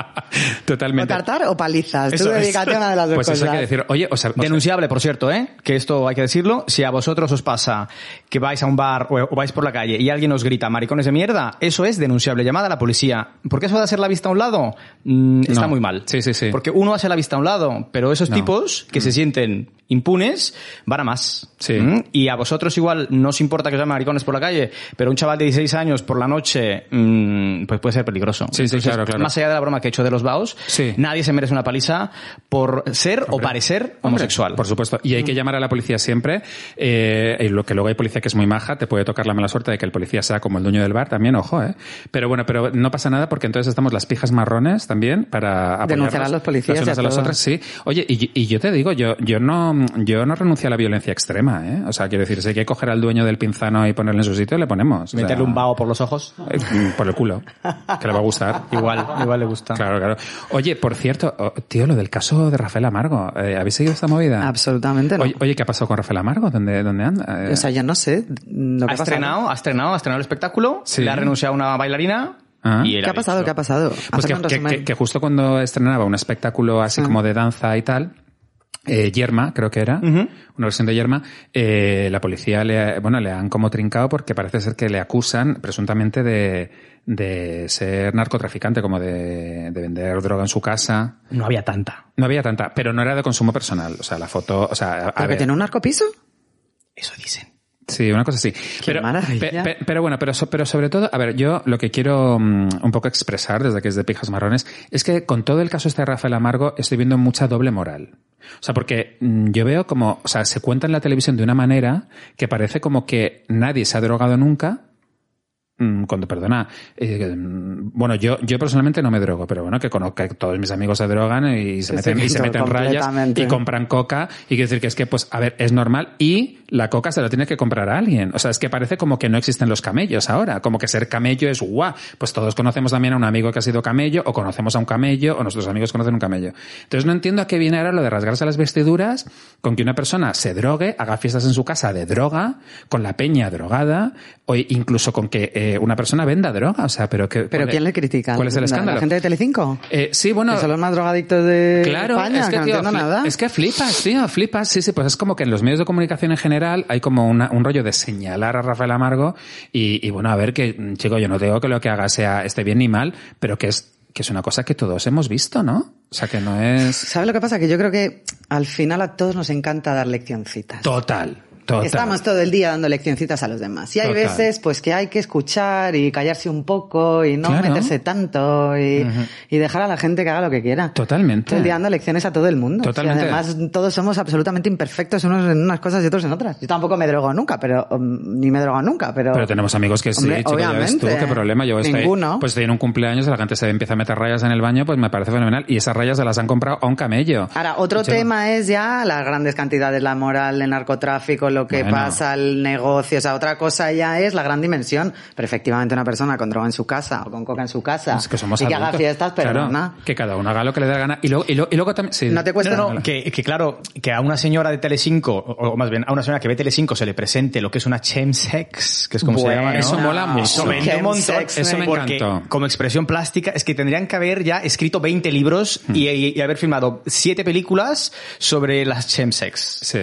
Speaker 2: Totalmente.
Speaker 3: tartar o palizas. Tú
Speaker 2: Eso,
Speaker 3: dedícate a
Speaker 2: eso.
Speaker 3: una de las dos
Speaker 2: Pues
Speaker 3: cosas.
Speaker 2: eso hay que decir. Oye, o sea, o sea,
Speaker 4: Denunciable, por cierto, ¿eh? Que esto hay que decirlo. Si a vosotros os pasa que vais a un bar o o vais por la calle y alguien os grita maricones de mierda, eso es denunciable. Llamada a la policía. Porque eso de hacer la vista a un lado mm, está
Speaker 2: No.
Speaker 4: muy mal.
Speaker 2: Sí, sí, sí.
Speaker 4: Porque uno hace la vista a un lado, pero esos
Speaker 2: No. Mm.
Speaker 4: tipos que se sienten impunes van a más.
Speaker 2: Sí.
Speaker 4: Mm, Y a vosotros igual no os importa que os llamen maricones por la calle, pero un chaval de 16 años por la noche, mm, pues puede ser peligroso.
Speaker 2: Sí, sí, claro, claro.
Speaker 4: Más allá de la broma que he hecho de los baos,
Speaker 2: Sí.
Speaker 4: nadie se merece una paliza por ser o parecer homosexual.
Speaker 2: Por supuesto. Y hay
Speaker 3: Mm.
Speaker 2: que llamar a la policía siempre. Eh, y lo que luego hay policía que es muy maja, te puede tocar la mala suerte de que el policía sea como el dueño del bar también, ojo, ¿eh? Pero bueno, pero no pasa nada porque entonces estamos las pijas marrones también para apoyarnos
Speaker 3: Denunciar a los policías
Speaker 2: las
Speaker 3: y a
Speaker 2: unas a las
Speaker 3: todo.
Speaker 2: otras, sí. Oye, y, y yo te digo, yo, yo no, yo no renuncio a la violencia extrema, ¿eh? O sea, quiero decir, si hay que coger al dueño del pinzano y ponerle en su sitio, le ponemos. O sea,
Speaker 4: Meterle un vaho por los ojos.
Speaker 2: eh, Por el culo. Que le va a gustar.
Speaker 4: Igual, igual le gusta.
Speaker 2: Claro, claro. Oye, por cierto, oh, tío, lo del caso de Rafael Amargo. eh, ¿Habéis seguido esta movida?
Speaker 3: Absolutamente no.
Speaker 2: Oye, oye, ¿qué ha pasado con Rafael Amargo? ¿Dónde, dónde anda? Eh,
Speaker 3: O sea, yo no sé lo
Speaker 4: Ha
Speaker 3: que ha pasado.
Speaker 4: estrenado, ha estrenado, ha estrenado el espectáculo.
Speaker 2: Sí.
Speaker 4: Le ha renunciado una bailarina.
Speaker 2: Ah.
Speaker 4: y él
Speaker 3: ¿Qué ha
Speaker 4: dicho-
Speaker 3: pasado? ¿Qué ha pasado?
Speaker 2: pues
Speaker 3: Hazme
Speaker 2: que,
Speaker 3: un
Speaker 2: que-
Speaker 3: resumen.
Speaker 2: que- que justo cuando estrenaba un espectáculo así
Speaker 3: Ah.
Speaker 2: como de danza y tal, eh, Yerma, creo que era, una versión de Yerma, eh, la policía le, bueno, le han como trincado porque parece ser que le acusan presuntamente de, de ser narcotraficante, como de, de vender droga en su casa.
Speaker 4: No había tanta.
Speaker 2: No había tanta, pero no era de consumo personal. O sea, la foto, o sea, a- a
Speaker 3: ¿Pero que
Speaker 2: ver.
Speaker 3: tiene un narcopiso?
Speaker 4: Eso dicen.
Speaker 2: Sí, una cosa así. pero, pe-
Speaker 3: maravilla.
Speaker 2: pe- pero bueno, pero, so- pero sobre todo, a ver, yo lo que quiero mm, un poco expresar desde que es de Pijas Marrones es que con todo el caso este de Rafael Amargo estoy viendo mucha doble moral. O sea, porque mm, yo veo como, o sea, se cuenta en la televisión de una manera que parece como que nadie se ha drogado nunca. mm, Cuando, perdona, eh, mm, bueno, yo, yo personalmente no me drogo, pero bueno, que conozco que todos mis amigos se drogan y se
Speaker 3: Sí,
Speaker 2: meten,
Speaker 3: sí,
Speaker 2: y se meten rayas
Speaker 3: completamente.
Speaker 2: y compran coca y quiero decir que es que, pues, a ver, es normal y la coca se la tiene que comprar a alguien. O sea, es que parece como que no existen los camellos ahora, como que ser camello es guau. Pues todos conocemos también a un amigo que ha sido camello o conocemos a un camello o nuestros amigos conocen un camello. Entonces no entiendo a qué viene ahora lo de rasgarse las vestiduras con que una persona se drogue, haga fiestas en su casa de droga, con la peña drogada o incluso con que eh, una persona venda droga. O sea, pero que...
Speaker 3: ¿Pero
Speaker 2: ¿cuál-
Speaker 3: quién le critica?
Speaker 2: ¿Cuál es el
Speaker 3: ¿La-
Speaker 2: escándalo?
Speaker 3: ¿La gente de Telecinco?
Speaker 2: Eh, sí, bueno,
Speaker 3: que son los más drogadictos de
Speaker 2: Claro,
Speaker 3: España,
Speaker 2: es que,
Speaker 3: no
Speaker 2: tío,
Speaker 3: entiendo
Speaker 2: fli-
Speaker 3: nada.
Speaker 2: es que flipas, tío, flipas. Sí, sí, pues es como que en los medios de comunicación en general hay como una- un rollo de señalar a Rafael Amargo y, y bueno, a ver que, mm, chico, yo no digo que lo que haga sea esté bien ni mal, pero que es, que es una cosa que todos hemos visto, ¿no? O sea, que no es...
Speaker 3: ¿Sabes lo que pasa? Que yo creo que al final a todos nos encanta dar leccioncitas.
Speaker 2: Total, total.
Speaker 3: Estamos todo el día dando leccioncitas a los demás. Y hay
Speaker 2: Total.
Speaker 3: veces pues que hay que escuchar y callarse un poco y no
Speaker 2: Claro.
Speaker 3: meterse tanto y, y dejar a la gente que haga lo que quiera.
Speaker 2: Totalmente.
Speaker 3: Todo el día dando lecciones a todo el mundo.
Speaker 2: Totalmente.
Speaker 3: Y además todos somos absolutamente imperfectos unos en unas cosas y otros en otras. Yo tampoco me drogo nunca, pero um, ni me drogo nunca, pero
Speaker 2: Pero tenemos amigos que sí,
Speaker 3: Hombre,
Speaker 2: chico, ya ves tú,
Speaker 3: obviamente.
Speaker 2: qué problema. Yo estoy,
Speaker 3: Ninguno.
Speaker 2: pues estoy en un cumpleaños, la gente se empieza a meter rayas en el baño, pues me parece fenomenal. Y esas rayas se las han comprado a un camello.
Speaker 3: Ahora, otro
Speaker 2: Chico.
Speaker 3: tema es ya las grandes cantidades, la moral, el narcotráfico, lo que
Speaker 2: Bueno.
Speaker 3: pasa, el negocio. O sea, otra cosa ya es la gran dimensión. Pero efectivamente una persona con droga en su casa o con coca en su casa
Speaker 2: Es Pues que somos
Speaker 3: y que haga
Speaker 2: adultos.
Speaker 3: fiestas, pero
Speaker 2: Claro,
Speaker 3: nada.
Speaker 2: Que cada uno haga lo que le dé la gana. Y luego, y luego, y luego también. sí.
Speaker 3: Pues No te cuesta.
Speaker 4: No, no, que, que claro, que a una señora de Telecinco, o, o más bien a una señora que ve Telecinco se le presente lo que es una chemsex, que es como se
Speaker 3: Bueno,
Speaker 4: llama, ¿no?
Speaker 2: Eso Ah, mola mucho.
Speaker 4: Eso vende un montón.
Speaker 3: Chemsex,
Speaker 2: Eso me
Speaker 4: porque
Speaker 2: encantó.
Speaker 4: como expresión plástica es que tendrían que haber ya escrito
Speaker 2: Hmm.
Speaker 4: 20 libros y, y- y haber filmado 7 películas sobre las chemsex.
Speaker 2: Sí.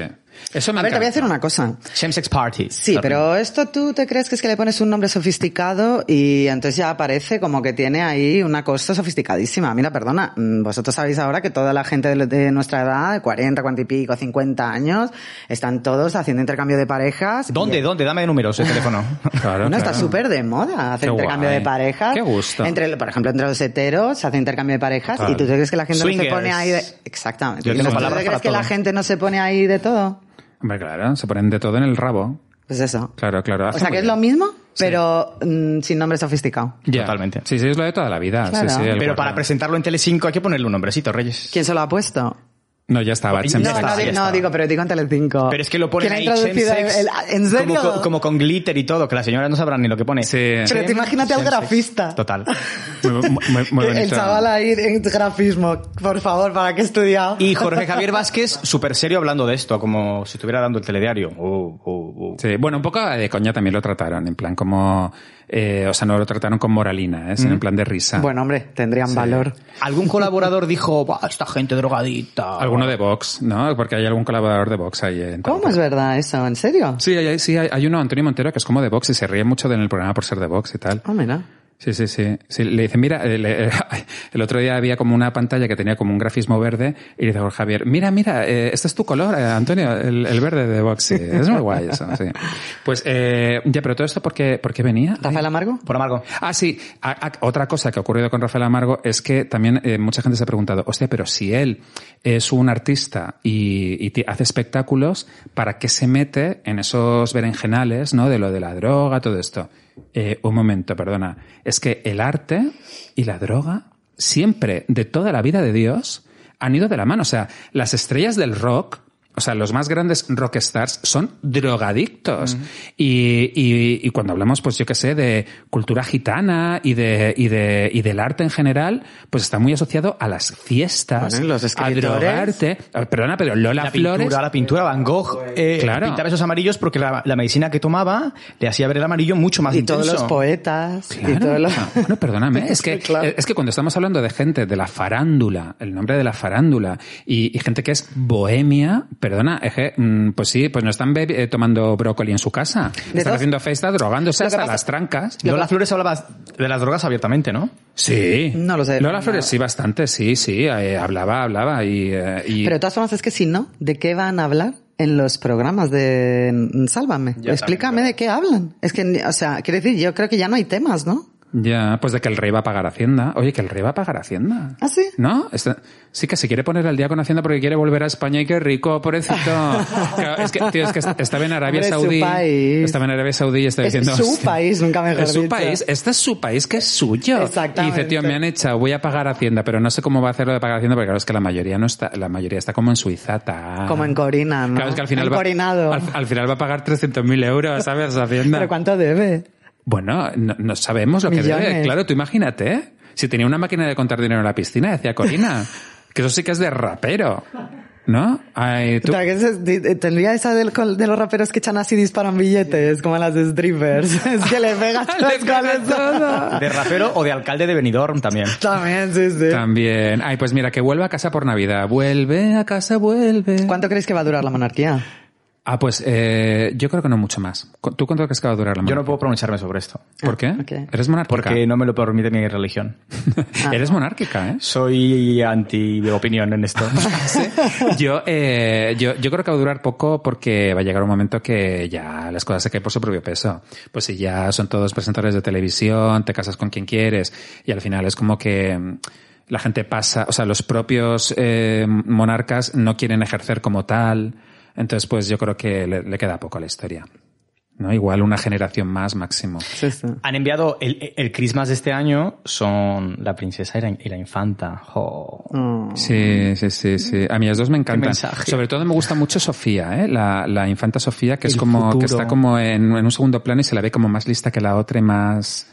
Speaker 2: Eso me
Speaker 3: A ver, te voy a decir
Speaker 2: encanta.
Speaker 3: una cosa.
Speaker 4: Chemsex Party.
Speaker 3: Sí, pero esto tú te crees que es que le pones un nombre sofisticado y entonces ya aparece como que tiene ahí una cosa sofisticadísima. Mira, perdona, mm, vosotros sabéis ahora que toda la gente de lo- de nuestra edad, de 40, 40 y pico, 50 años, están todos haciendo intercambio de parejas. y-
Speaker 4: ¿Dónde? ¿Dónde? Dame números el teléfono.
Speaker 2: Claro,
Speaker 3: Bueno,
Speaker 2: claro.
Speaker 3: está súper de moda hacer
Speaker 2: Qué
Speaker 3: intercambio de
Speaker 2: guay.
Speaker 3: parejas.
Speaker 2: Qué gusto.
Speaker 3: Entre, por ejemplo, entre los heteros se hace intercambio de parejas
Speaker 2: Total.
Speaker 3: y tú te crees que la gente no
Speaker 4: Swingers.
Speaker 3: se pone ahí de... Exactamente.
Speaker 4: Yo
Speaker 3: ¿Y
Speaker 4: tengo
Speaker 3: tú te
Speaker 4: palabras
Speaker 3: crees
Speaker 4: para
Speaker 3: que la
Speaker 4: todo.
Speaker 3: gente no se pone ahí de todo?
Speaker 2: Hombre, claro, se ponen de todo en el rabo.
Speaker 3: Pues eso.
Speaker 2: Claro, claro.
Speaker 3: O sea, que es lo mismo, pero mm, sin nombre sofisticado.
Speaker 2: Ya.
Speaker 4: Totalmente.
Speaker 2: Sí, sí, es lo de toda la vida.
Speaker 3: Claro.
Speaker 2: Sí, sí, el
Speaker 4: Pero
Speaker 2: guarda-
Speaker 4: para presentarlo en Telecinco hay que ponerle un nombrecito, Reyes.
Speaker 3: ¿Quién se lo ha puesto?
Speaker 2: No, ya estaba.
Speaker 4: No,
Speaker 3: No,
Speaker 2: Chemsex.
Speaker 4: está,
Speaker 3: no,
Speaker 4: ya
Speaker 3: di-
Speaker 4: está.
Speaker 3: no, digo, pero digo en Telecinco.
Speaker 4: Pero es que lo ponen
Speaker 3: ¿Quién ha
Speaker 4: ahí
Speaker 3: introducido
Speaker 4: Chemsex,
Speaker 3: el- el- ¿En serio?
Speaker 4: Como, co- como con glitter y todo, que las señoras no sabrán ni lo que pone.
Speaker 2: Sí.
Speaker 3: Pero te imagínate al
Speaker 4: Chemsex.
Speaker 3: grafista. Eh,
Speaker 4: Total.
Speaker 2: Muy, muy- muy
Speaker 3: el
Speaker 2: bonito.
Speaker 3: chaval ahí en grafismo. Por favor, ¿para qué he estudiado?
Speaker 4: Y Jorge Javier Vázquez, súper serio hablando de esto, como si estuviera dando el telediario. Oh, oh, oh.
Speaker 2: Sí, bueno, un poco de coña también lo trataron, en plan como... eh, o sea, no lo trataron con moralina, ¿eh? sino en plan de risa.
Speaker 3: Mm. Bueno, hombre, tendrían valor.
Speaker 4: Algún colaborador dijo, "Buah, esta gente drogadita.
Speaker 2: Alguno de Vox, ¿no? Porque hay algún colaborador de Vox ahí. en
Speaker 3: ¿Cómo
Speaker 2: tal.
Speaker 3: es verdad eso? ¿En serio?
Speaker 2: Sí, hay, hay- sí, hay, hay uno, Antonio Montero, que es como de Vox y se ríe mucho de él en el programa por ser de Vox y tal.
Speaker 3: Ah, mira.
Speaker 2: Sí, sí, sí. Sí, le dicen, mira, eh, le- el otro día había como una pantalla que tenía como un grafismo verde y le dice a Jorge Javier, mira, mira, eh, este es tu color, eh, Antonio, el, el verde de Vox. Sí, es muy guay eso, sí. Pues, eh, ya, pero todo esto, ¿por qué, por qué venía?
Speaker 3: ¿Rafael Amargo?
Speaker 4: Por amargo.
Speaker 2: Ah, sí. A- a- otra cosa que ha ocurrido con Rafael Amargo es que también eh, mucha gente se ha preguntado, hostia, pero si él es un artista y, y ti- hace espectáculos, ¿para qué se mete en esos berenjenales, no? De lo de la droga, todo esto. Eh, un momento, perdona. Es que el arte y la droga siempre, de toda la vida de Dios, han ido de la mano. O sea, las estrellas del rock, o sea, los más grandes rockstars son drogadictos. y, y- y cuando hablamos, pues yo qué sé, de cultura gitana y, de, y, de, y del arte en general, pues está muy asociado a las fiestas,
Speaker 3: Bueno, y los
Speaker 2: a
Speaker 3: escritores.
Speaker 2: drogarte. A ver, Perdona, pero Lola
Speaker 4: La
Speaker 2: Flores...
Speaker 4: pintura, la pintura, Van Gogh. eh,
Speaker 2: Claro.
Speaker 4: Pintaba esos amarillos porque la, la medicina que tomaba le hacía ver el amarillo mucho más
Speaker 3: Y
Speaker 4: intenso. Ah.
Speaker 3: todos los poetas. Y
Speaker 2: Claro.
Speaker 3: todos los...
Speaker 2: Bueno, perdóname, es que,
Speaker 3: Claro.
Speaker 2: es que cuando estamos hablando de gente de la farándula, el nombre de la farándula, y, y gente que es bohemia, perdona, es que, mm, pues sí, pues no están bebi- eh, tomando brócoli en su casa, están
Speaker 3: todas-
Speaker 2: haciendo fiesta, drogándose
Speaker 3: Lo que
Speaker 2: hasta
Speaker 3: pasa-
Speaker 2: las trancas.
Speaker 4: Lola Flores hablaba de las drogas abiertamente, ¿no?
Speaker 2: Sí.
Speaker 3: No lo sé.
Speaker 2: Lola
Speaker 3: No.
Speaker 2: Flores sí, bastante, sí, sí, eh, hablaba, hablaba y... eh, y-
Speaker 3: Pero de todas formas es que si no, ¿de qué van a hablar? En los programas de mm, Sálvame.
Speaker 4: Ya
Speaker 3: Explícame
Speaker 4: también,
Speaker 3: de qué hablan. Es que, ni- o sea, quiero decir, yo creo que ya no hay temas, ¿no?
Speaker 2: Ya, pues de que el rey va a pagar Hacienda. Oye, que el rey va a pagar Hacienda.
Speaker 3: ¿Ah, sí?
Speaker 2: ¿No? Está- Sí que se quiere poner al día con Hacienda porque quiere volver a España y qué rico, pobrecito. Claro, es que, tío, es que estaba en Arabia
Speaker 3: Hombre, es su
Speaker 2: Saudí.
Speaker 3: país.
Speaker 2: Estaba en Arabia Saudí y está
Speaker 3: Es
Speaker 2: diciendo...
Speaker 3: su
Speaker 2: "Hostia,
Speaker 3: país, nunca mejor
Speaker 2: Es su
Speaker 3: dicho".
Speaker 2: país, este es su país que es suyo.
Speaker 3: Exactamente.
Speaker 2: Y dice, tío, me han echado, voy a pagar Hacienda, pero no sé cómo va a hacer lo de pagar Hacienda porque claro, es que la mayoría no está, la mayoría está como en Suizata.
Speaker 3: Como en Corina, ¿no?
Speaker 2: Claro, es que al final, va,
Speaker 3: Encorinado.
Speaker 2: al, al final va a pagar 300.000 euros, ¿sabes? Hacienda.
Speaker 3: Pero ¿cuánto debe?
Speaker 2: Bueno, no, no sabemos lo que
Speaker 3: Millones.
Speaker 2: debe. Claro, tú imagínate. ¿eh? Si tenía una máquina de contar dinero en la piscina, decía Corina. que eso sí que es de rapero. ¿No? Ay, tú-
Speaker 3: O sea, que ese es- di- eh, Tendría esa del col- de los raperos que echan así y disparan billetes, como las de strippers. Es que le pegas
Speaker 2: Le
Speaker 3: las
Speaker 2: pega
Speaker 3: goles Ah.
Speaker 2: todo.
Speaker 4: De rapero o de alcalde de Benidorm también.
Speaker 3: También, sí, sí.
Speaker 2: También. Ay, pues mira, que vuelva a casa por Navidad. Vuelve a casa, vuelve.
Speaker 3: ¿Cuánto crees que va a durar la monarquía?
Speaker 2: Ah, pues eh, yo creo que no mucho más. Cu- ¿Tú cuánto crees que va a durar la
Speaker 4: Yo
Speaker 2: monarquía?
Speaker 4: no puedo pronunciarme sobre esto.
Speaker 2: ¿Por qué?
Speaker 3: ok.
Speaker 2: Eres monárquica.
Speaker 4: Porque no me lo permite mi religión.
Speaker 2: Eres
Speaker 3: Ah.
Speaker 2: monárquica, ¿eh?
Speaker 4: Soy anti-opinión en esto.
Speaker 2: Yo, eh, yo, yo creo que va a durar poco porque va a llegar un momento que ya las cosas se caen por su propio peso. Pues si ya son todos presentadores de televisión, te casas con quien quieres y al final es como que mm, la gente pasa, o sea, los propios eh, monarcas no quieren ejercer como tal. Entonces, pues yo creo que le, le queda poco a la historia. ¿No? Igual una generación más máximo.
Speaker 3: Sí, sí.
Speaker 4: Han enviado el, el Christmas de este año, son la princesa y la, y la infanta. Jo.
Speaker 2: Ah.
Speaker 3: Mm.
Speaker 2: Sí, sí, sí, sí. A mí las dos me encantan.
Speaker 4: mensaje.
Speaker 2: Sobre todo me gusta mucho Sofía, ¿eh? la, la infanta Sofía, que es
Speaker 4: El
Speaker 2: como
Speaker 4: futuro.
Speaker 2: que está como en, en un segundo plano y se la ve como más lista que la otra y más.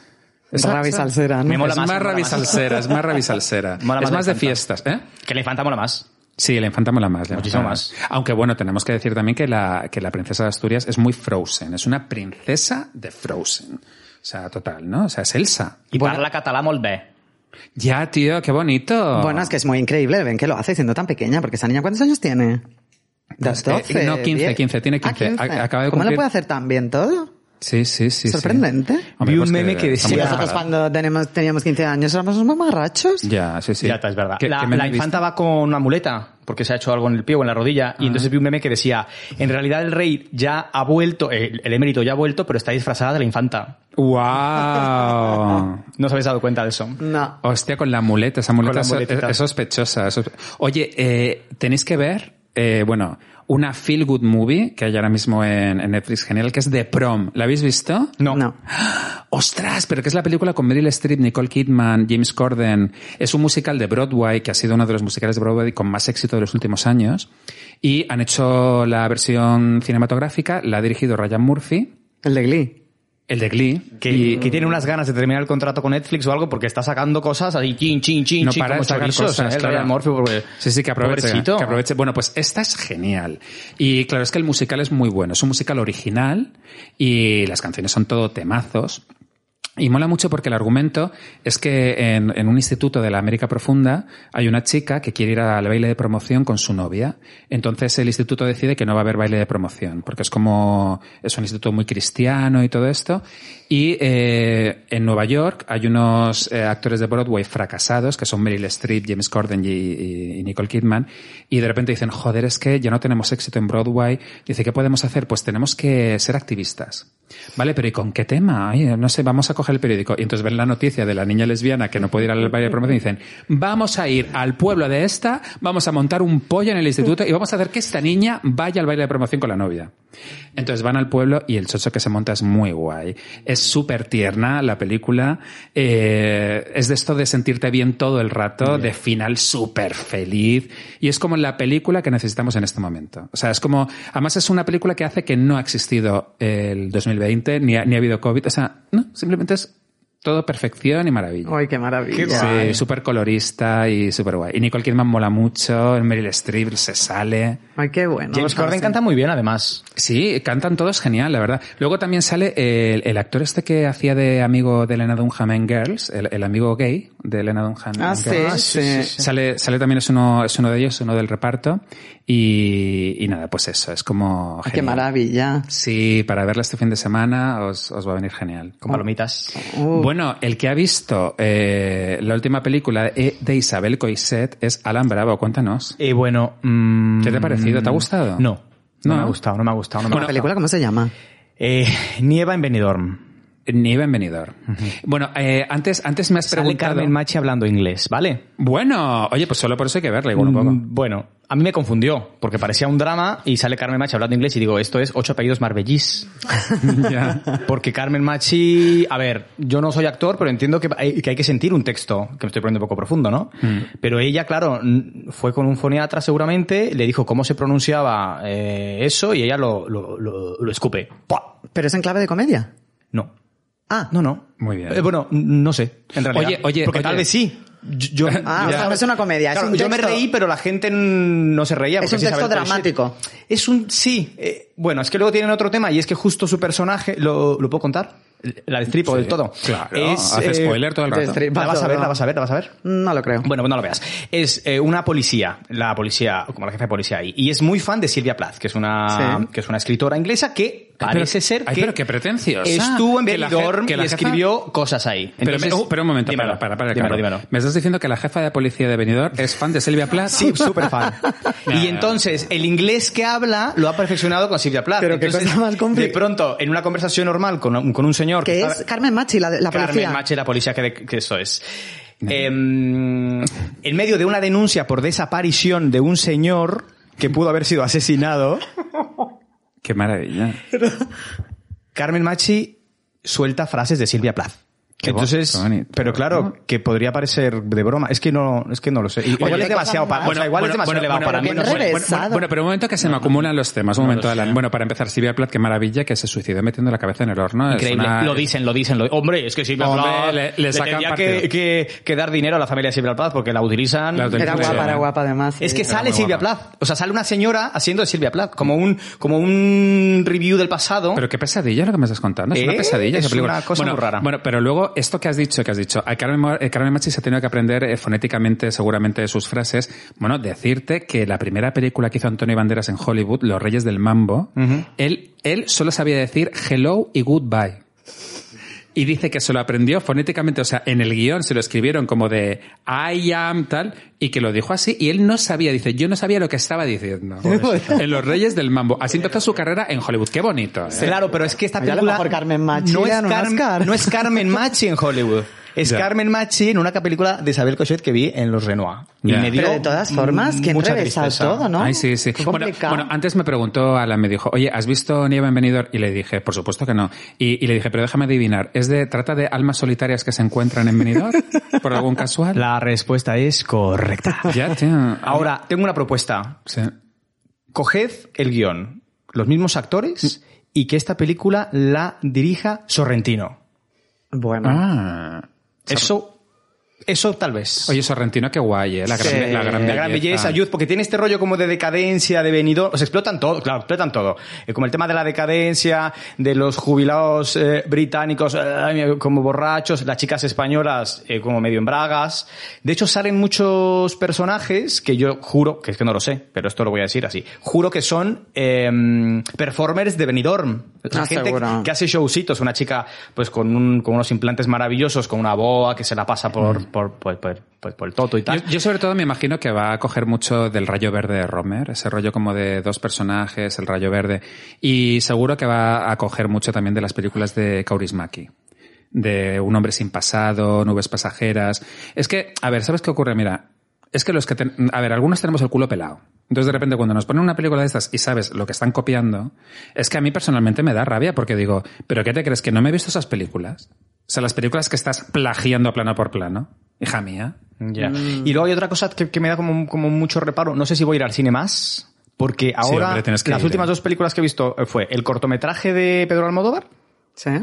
Speaker 3: Es
Speaker 2: Esa-
Speaker 3: Ravi
Speaker 2: esa-
Speaker 3: Salsera, ¿no?
Speaker 4: Me mola
Speaker 2: es
Speaker 4: más,
Speaker 2: más
Speaker 4: me mola más.
Speaker 2: rabisalsera, es más rabisalsera.
Speaker 4: Mola más
Speaker 2: es
Speaker 4: la
Speaker 2: más de
Speaker 4: infanta.
Speaker 2: fiestas, ¿eh?
Speaker 4: Que la infanta mola más.
Speaker 2: Sí, la infanta mola más. la
Speaker 4: Muchísimo
Speaker 2: infanta
Speaker 4: más.
Speaker 2: mola Aunque bueno, tenemos que decir también que la, que la princesa de Asturias es muy Frozen. Es una princesa de Frozen. O sea, total, ¿no? O sea, es Elsa.
Speaker 4: Y parla catalá molt bé.
Speaker 2: Ya, tío, qué bonito.
Speaker 3: Bueno, es que es muy increíble. Ven que lo hace siendo tan pequeña, porque esa niña, ¿cuántos años tiene? Las 12.
Speaker 2: Eh, no, 15,
Speaker 3: 10.
Speaker 2: 15, tiene
Speaker 3: Ah,
Speaker 2: 15. A- acaba de
Speaker 3: ¿Cómo lo
Speaker 2: cumplir-
Speaker 3: puede hacer tan bien todo?
Speaker 2: Sí, sí, sí. sí.
Speaker 3: Sorprendente.
Speaker 2: Hombre,
Speaker 4: Vi
Speaker 2: pues
Speaker 4: un meme que
Speaker 2: estamos
Speaker 3: Si
Speaker 4: decía- Ya.
Speaker 2: preparados.
Speaker 3: nosotros cuando tenemos, teníamos 15 años éramos unos mamarrachos.
Speaker 2: Ya, sí, sí.
Speaker 4: Ya está, es verdad.
Speaker 2: ¿Qué-
Speaker 4: la
Speaker 2: qué meme
Speaker 4: la
Speaker 2: viste?
Speaker 4: infanta va con una muleta porque se ha hecho algo en el pie o en la rodilla. Y entonces vi un meme que decía, en realidad el rey ya ha vuelto, el, el emérito ya ha vuelto, pero está disfrazada de la infanta.
Speaker 2: ¡Wow!
Speaker 4: No os habéis dado cuenta de eso.
Speaker 3: No.
Speaker 2: Hostia, con la muleta, esa muleta
Speaker 4: la
Speaker 2: es-
Speaker 4: muletita.
Speaker 2: es, sospechosa. es sospe- Oye, eh, tenéis que ver, eh, bueno, una feel good movie que hay ahora mismo en, en Netflix genial, que es The Prom. ¿La habéis visto?
Speaker 4: No.
Speaker 3: No.
Speaker 2: ¡Ostras! Pero que es la película con Meryl Streep, Nicole Kidman, James Corden. Es un musical de Broadway que ha sido uno de los musicales de Broadway con más éxito de los últimos años. Y han hecho la versión cinematográfica, la ha dirigido Ryan Murphy,
Speaker 3: El de Glee.
Speaker 2: el de Glee.
Speaker 4: Que,
Speaker 2: y-
Speaker 4: que tiene unas ganas de terminar el contrato con Netflix o algo porque está sacando cosas así, chin, chin, chin,
Speaker 2: no
Speaker 4: chin,
Speaker 2: para de
Speaker 4: como
Speaker 2: sacar
Speaker 4: chorizos,
Speaker 2: cosas,
Speaker 4: ¿eh? El
Speaker 2: claro.
Speaker 4: Ryan Murphy, porque-
Speaker 2: sí, sí, que aproveche,
Speaker 4: Pobrecito.
Speaker 2: que aproveche. Bueno, pues esta es genial. Y claro, es que el musical es muy bueno. Es un musical original y las canciones son todo temazos. Y mola mucho porque el argumento es que en, en un instituto de la América Profunda hay una chica que quiere ir al baile de promoción con su novia. Entonces el instituto decide que no va a haber baile de promoción porque es como, es un instituto muy cristiano y todo esto. Y eh, en Nueva York hay unos eh, actores de Broadway fracasados que son Meryl Streep, James Corden y, y- y Nicole Kidman. Y de repente dicen, joder, es que ya no tenemos éxito en Broadway. Dice, ¿qué podemos hacer? Pues tenemos que ser activistas. Vale, pero ¿y con qué tema? Ay, no sé, vamos a coger el periódico. Y entonces ven la noticia de la niña lesbiana que no puede ir al baile de promoción y dicen, vamos a ir al pueblo de esta, vamos a montar un pollo en el instituto y vamos a hacer que esta niña vaya al baile de promoción con la novia. Entonces van al pueblo y el chocho que se monta es muy guay. Es súper tierna la película. eh, es de esto de sentirte bien todo el rato, de final súper feliz. Y es como la película que necesitamos en este momento. O sea, es como, además es una película que hace que no ha existido el 2020, ni ha, ni ha habido COVID. O sea, no, simplemente es todo perfección y maravilla.
Speaker 3: Ay, qué maravilla.
Speaker 2: Sí, súper colorista y súper guay. Y Nicole Kidman mola mucho, Meryl Streep se sale.
Speaker 3: Ay, qué bueno.
Speaker 4: James
Speaker 3: Ah,
Speaker 4: Corden
Speaker 3: sí.
Speaker 4: canta muy bien, además.
Speaker 2: Sí, cantan todos genial, la verdad. Luego también sale el, el actor este que hacía de amigo de Elena Dunham en Girls, el, el amigo gay de Elena Dunham. en
Speaker 3: Ah, sí,
Speaker 2: Girls.
Speaker 3: sí.
Speaker 2: Sale, sale también, es uno, es uno de ellos, uno del reparto. Y, y nada, pues eso, es como...
Speaker 3: Ay, qué
Speaker 2: genial.
Speaker 3: maravilla.
Speaker 2: Sí, para verla este fin de semana os, os va a venir genial.
Speaker 4: Con palomitas.
Speaker 3: Uh.
Speaker 2: Bueno, el que ha visto eh, la última película de, de Isabel Coixet es Alan Bravo, cuéntanos.
Speaker 4: Eh, bueno. mm,
Speaker 2: ¿Qué te ha parecido? ¿Te ha gustado?
Speaker 4: No. No,
Speaker 2: No.
Speaker 4: me ha gustado, no me ha gustado. No me
Speaker 3: ¿La
Speaker 4: ha gustado.
Speaker 3: película cómo se llama?
Speaker 4: Eh, Nieva en Benidorm.
Speaker 2: Nieve en Benidorm. Bueno, eh, antes, antes me has
Speaker 4: Sale
Speaker 2: preguntado...
Speaker 4: Carmen Machi hablando inglés, ¿vale?
Speaker 2: Bueno, oye, pues solo por eso hay que verla igual un poco.
Speaker 4: Mm, Bueno, a mí me confundió, porque parecía un drama y sale Carmen Machi hablando inglés y digo, esto es ocho apellidos marbellís. Porque Carmen Machi, a ver, yo no soy actor, pero entiendo que hay que, hay que sentir un texto, que me estoy poniendo un poco profundo, ¿no? Pero ella, claro, n- fue con un foniatra seguramente, le dijo cómo se pronunciaba eh, eso y ella lo, lo- lo- lo escupe. ¡Pua!
Speaker 3: ¿Pero es en clave de comedia?
Speaker 4: No.
Speaker 3: Ah,
Speaker 4: No, no.
Speaker 2: Muy bien.
Speaker 4: Eh, bueno, n- no sé, en realidad.
Speaker 2: Oye, oye,
Speaker 4: Porque
Speaker 2: oye.
Speaker 4: tal vez sí. Yo, yo-
Speaker 3: Ah, o sea, no es una comedia, es
Speaker 4: Claro,
Speaker 3: un
Speaker 4: yo me
Speaker 3: texto.
Speaker 4: reí, pero la gente n- no se reía.
Speaker 3: Es
Speaker 4: porque
Speaker 3: un
Speaker 4: sí
Speaker 3: texto
Speaker 4: sabe el cliché.
Speaker 3: dramático.
Speaker 4: Es un sí. eh, bueno, es que luego tienen otro tema y es que justo su personaje, ¿lo, lo puedo contar? La de strip o del todo.
Speaker 2: Claro,
Speaker 4: Es,
Speaker 2: hace
Speaker 4: eh,
Speaker 2: spoiler todo el
Speaker 3: de
Speaker 2: rato.
Speaker 3: strip.
Speaker 4: La vas a ver,
Speaker 3: Todo.
Speaker 4: la vas a ver, la vas a ver.
Speaker 3: No lo creo.
Speaker 4: Bueno, pues no lo veas. Es eh, una policía, la policía, como la jefa de policía ahí, y es muy fan de Silvia Plath, que es una,
Speaker 3: Sí.
Speaker 4: que es una escritora inglesa que
Speaker 2: Ay,
Speaker 4: parece
Speaker 2: pero-
Speaker 4: ser
Speaker 2: ay,
Speaker 4: que
Speaker 2: pero qué pretenciosa.
Speaker 4: estuvo en
Speaker 2: Que la je-
Speaker 4: Benidorm
Speaker 2: que la
Speaker 4: y
Speaker 2: jefa-
Speaker 4: escribió cosas ahí.
Speaker 2: Pero,
Speaker 4: Entonces-
Speaker 2: me- uh, pero un momento,
Speaker 4: Dímelo,
Speaker 2: para, para, para,
Speaker 4: dímelo,
Speaker 2: Carlos.
Speaker 4: dímelo.
Speaker 2: Me estás diciendo que la jefa de policía de Benidorm es fan de Silvia Plath.
Speaker 4: Sí, súper fan.
Speaker 2: Ya,
Speaker 4: y
Speaker 2: ya.
Speaker 4: entonces, el inglés que habla lo ha perfeccionado con Silvia Plath.
Speaker 3: Pero qué
Speaker 4: entonces,
Speaker 3: cosa más compli-
Speaker 4: De pronto, en una conversación normal con un, con un señor
Speaker 3: que
Speaker 4: sabe-
Speaker 3: es Carmen Machi, la, la policía.
Speaker 4: pues, Carmen Mache, la policía que, de- que eso es. Eh, en medio de una denuncia por desaparición de un señor que pudo haber sido asesinado,
Speaker 2: Qué maravilla.
Speaker 4: Carmen Machi suelta frases de Silvia Plath.
Speaker 2: Qué bo-
Speaker 4: Entonces,
Speaker 2: qué bonito.
Speaker 4: pero claro, que podría parecer de broma. Es que no, es que no lo sé. Igual
Speaker 3: Oye,
Speaker 4: es demasiado
Speaker 3: qué cosa
Speaker 4: para, o sea, igual es demasiado elevado para mí.
Speaker 3: bueno,
Speaker 4: Ah, no sé.
Speaker 3: bueno,
Speaker 2: bueno, bueno, pero un momento que se me acumulan los temas. Un momento, Alan. Bueno, para empezar, Silvia Plath, qué maravilla que se suicidó metiendo la cabeza en el horno. Es
Speaker 4: Increíble.
Speaker 2: una-
Speaker 4: Lo dicen, lo dicen. Lo... Hombre, es que Silvia
Speaker 2: Hombre,
Speaker 4: Plath
Speaker 2: le- le sacan
Speaker 4: tendría
Speaker 2: partido.
Speaker 4: que, que, que dar dinero a la familia de Silvia Plath porque la utilizan.
Speaker 2: La utilizan.
Speaker 3: Era guapa,
Speaker 2: Sí.
Speaker 3: era guapa además. eh,
Speaker 4: Es
Speaker 3: sí.
Speaker 4: que sale Silvia Plath. O sea, sale una señora haciendo de Silvia Plath. Como un, como un review del pasado.
Speaker 2: Pero qué pesadilla lo que me estás contando. Es una
Speaker 4: ¿Eh?
Speaker 2: pesadilla
Speaker 4: Es
Speaker 2: esa película.
Speaker 4: una cosa
Speaker 2: bueno,
Speaker 4: muy rara.
Speaker 2: Bueno, pero luego luego, esto que has dicho, que has dicho, a Carmen, Mo- eh, Carmen Machi se ha tenido que aprender eh, fonéticamente, seguramente, sus frases. Bueno, decirte que la primera película que hizo Antonio Banderas en Hollywood, Los Reyes del Mambo, él, él solo sabía decir hello y goodbye. Y dice que se lo aprendió fonéticamente, o sea, en el guión se lo escribieron como de I am tal, y que lo dijo así, y él no sabía, dice, yo no sabía lo que estaba diciendo. en Los Reyes del Mambo. Así empezó su carrera en Hollywood. Qué bonito. ¿eh?
Speaker 4: Claro, pero es que esta
Speaker 3: Oye, a lo
Speaker 4: película
Speaker 3: mejor Carmen Machi
Speaker 4: no, es
Speaker 3: gana un
Speaker 4: Carm-
Speaker 3: Oscar.
Speaker 4: no es Carmen Machi en Hollywood. Es
Speaker 2: Ya.
Speaker 4: Carmen Machi en una película de Isabel Cochet que vi en Los Renoir. Y
Speaker 2: Ya.
Speaker 4: me dio
Speaker 3: Pero de todas formas, que
Speaker 4: mucha
Speaker 3: enrevesado
Speaker 4: tristeza.
Speaker 3: todo, ¿no?
Speaker 2: Ay, sí, sí.
Speaker 3: Qué
Speaker 2: Bueno,
Speaker 3: complicado.
Speaker 2: bueno, antes me preguntó Alan, me dijo, oye, ¿has visto Nieve en Benidorm? Y le dije, por supuesto que no. Y, y le dije, pero déjame adivinar, ¿es de, trata de almas solitarias que se encuentran en Benidorm? ¿Por algún casual?
Speaker 4: La respuesta es correcta.
Speaker 2: Ya, tío.
Speaker 4: Ahora, tengo una propuesta.
Speaker 2: Sí.
Speaker 4: Coged el guión, los mismos actores y que esta película la dirija Sorrentino.
Speaker 3: Bueno.
Speaker 2: Ah.
Speaker 4: Eso, eso tal vez.
Speaker 2: Oye, Sorrentino, qué guay, ¿eh? La gran,
Speaker 3: Sí.
Speaker 2: la gran
Speaker 4: La gran belleza, Youth, porque tiene este rollo como de decadencia, de venido. O sea, explotan todo, claro, explotan todo. Eh, como el tema de la decadencia, de los jubilados eh, británicos eh, como borrachos, las chicas españolas eh, como medio en bragas. De hecho, salen muchos personajes que yo juro, que es que no lo sé, pero esto lo voy a decir así, juro que son eh, performers de Benidorm. La
Speaker 3: Ah,
Speaker 4: gente
Speaker 3: seguro.
Speaker 4: que hace showcitos, una chica pues con, un- con unos implantes maravillosos, con una boa que se la pasa
Speaker 3: Mm.
Speaker 4: por, por, por, por- por- por el toto y
Speaker 2: Yo,
Speaker 4: tal.
Speaker 2: yo sobre todo me imagino que va a coger mucho del rayo verde de Romer, ese rollo como de dos personajes, el rayo verde, y seguro que va a coger mucho también de las películas de Kaurismäki, de Un hombre sin pasado, Nubes pasajeras. Es que, a ver, ¿sabes qué ocurre? Mira, es que los que, ten- a ver, algunos tenemos el culo pelado. Entonces de repente cuando nos ponen una película de estas y sabes lo que están copiando, es que a mí personalmente me da rabia porque digo, ¿pero qué te crees? ¿Que no me he visto esas películas? O sea, las películas que estás plagiando plano por plano. Hija mía.
Speaker 4: Ya.
Speaker 2: Mm.
Speaker 4: Y luego hay otra cosa que, que me da como, como mucho reparo. No sé si voy a ir al cine más, porque ahora
Speaker 2: hombre, tienes que
Speaker 4: las
Speaker 2: ir,
Speaker 4: últimas
Speaker 2: ¿eh?
Speaker 4: dos películas que he visto eh, fue el cortometraje de Pedro Almodóvar
Speaker 3: Sí.
Speaker 2: ¿Eh?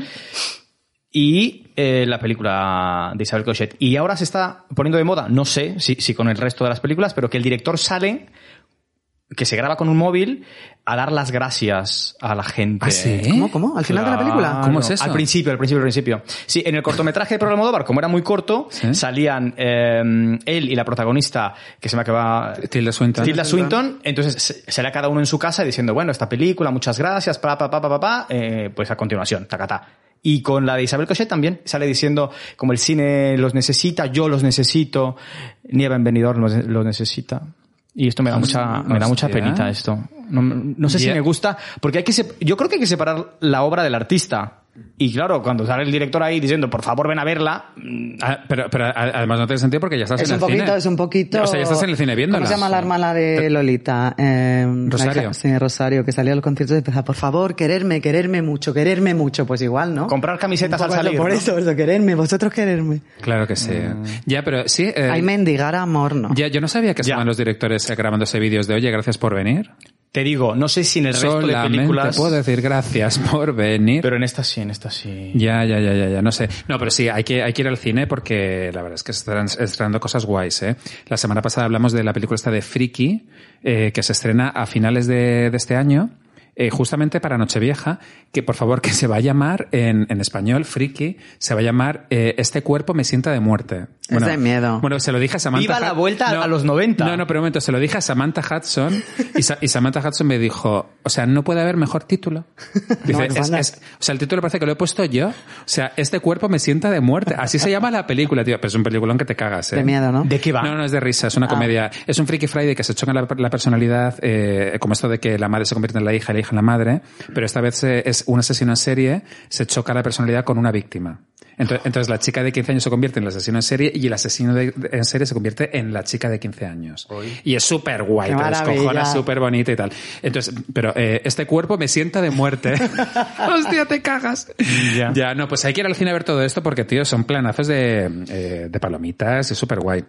Speaker 4: y eh, la película de Isabel Cochet. Y ahora se está poniendo de moda, no sé si, si con el resto de las películas, pero que el director sale que se graba con un móvil a dar las gracias a la gente.
Speaker 2: ¿Ah, sí?
Speaker 3: ¿Cómo, cómo? ¿Al final de la película?
Speaker 2: Ah, ¿Cómo es eso?
Speaker 4: Al principio, al principio, al principio. Sí, en el cortometraje de Pedro Almodóvar, como era muy corto,
Speaker 2: Sí.
Speaker 4: salían eh, él y la protagonista, que se me acaba...
Speaker 2: Tilda Swinton.
Speaker 4: Tilda Swinton, entonces se- será cada uno en su casa diciendo, bueno, esta película, muchas gracias, pa, pa, pa, pa, pa, pa, eh, pues a continuación, tacatá. Y con la de Isabel Cochet también sale diciendo, como el cine los necesita, yo los necesito, Nieva en Benidorm los, los necesita. Y esto me da mucha, me da mucha
Speaker 2: Hostia.
Speaker 4: penita esto. No, no sé si
Speaker 2: Ya.
Speaker 4: me gusta, porque hay que sep- yo creo que hay que separar la obra del artista. Y claro, cuando sale el director ahí diciendo, por favor, ven a verla,
Speaker 2: Ah, pero, pero a- además no tiene sentido porque ya estás
Speaker 3: Es
Speaker 2: en
Speaker 3: un
Speaker 2: el
Speaker 3: poquito,
Speaker 2: cine.
Speaker 3: es un poquito.
Speaker 2: O sea, ya estás en el cine viéndola.
Speaker 3: ¿Cómo se llama la hermana de Lolita? Eh,
Speaker 2: Rosario.
Speaker 3: la hija- sí, Rosario, que salía al concierto y empezaba, por favor, quererme, quererme mucho, quererme mucho. Pues igual, ¿no?
Speaker 4: comprar camisetas
Speaker 3: Un
Speaker 4: al
Speaker 3: poco
Speaker 4: salir.
Speaker 3: Por
Speaker 4: ¿no?
Speaker 3: eso, eso, quererme, vosotros quererme.
Speaker 2: Claro que sí. Ya, pero sí. eh,
Speaker 3: Hay mendigar amor, ¿no?
Speaker 2: ya, yo no sabía que
Speaker 4: Ya.
Speaker 2: estaban los directores eh, grabándose vídeos de oye, gracias por venir.
Speaker 4: Te digo, no sé si en el resto de
Speaker 2: Solamente
Speaker 4: películas...
Speaker 2: puedo decir gracias por venir.
Speaker 4: Pero en esta sí, en esta sí.
Speaker 2: Ya, ya, ya, ya, ya, no sé. No, pero sí, hay que, hay que ir al cine porque la verdad es que se están estrenando cosas guays, ¿eh? La semana pasada hablamos de la película esta de Friki, eh, que se estrena a finales de, de este año, eh, justamente para Nochevieja, que por favor que se va a llamar en, en español, Friki, se va a llamar eh, Este cuerpo me sienta de muerte.
Speaker 3: Es de miedo.
Speaker 2: Bueno, se lo dije a Samantha.
Speaker 4: Viva la
Speaker 2: Hud-
Speaker 4: vuelta a los 90.
Speaker 2: No, no, pero un momento, se lo dije a Samantha Hudson y, Sa- y Samantha Hudson me dijo, o sea, no puede haber mejor título. Dice,
Speaker 3: No, no,
Speaker 2: "Es-
Speaker 3: no.
Speaker 2: es- o sea, el título parece que lo he puesto yo. O sea, este cuerpo me sienta de muerte. Así se llama la película, tío. Pero es un peliculón que te cagas, ¿eh?
Speaker 3: De miedo, ¿no?
Speaker 4: ¿De qué va? Ah.
Speaker 2: No, no es de risa, es una comedia. Es un Freaky Friday que se choca la, la personalidad, eh, como esto de que la madre se convierte en la hija y la hija en la madre, pero esta vez eh, es un asesino en serie, se choca la personalidad con una víctima. Entonces, entonces la chica de 15 años se convierte en el asesino en serie y el asesino de- de- en serie se convierte en la chica de 15 años. Y es súper guay,
Speaker 3: Qué
Speaker 2: te descojona,
Speaker 3: maravilla.
Speaker 2: súper bonita y tal. Entonces, pero eh, este cuerpo me sienta de muerte. Hostia, te cagas.
Speaker 4: Ya.
Speaker 2: Ya, no, pues hay que ir al cine a ver todo esto porque, tío, son planazos de, eh, de palomitas, es súper guay.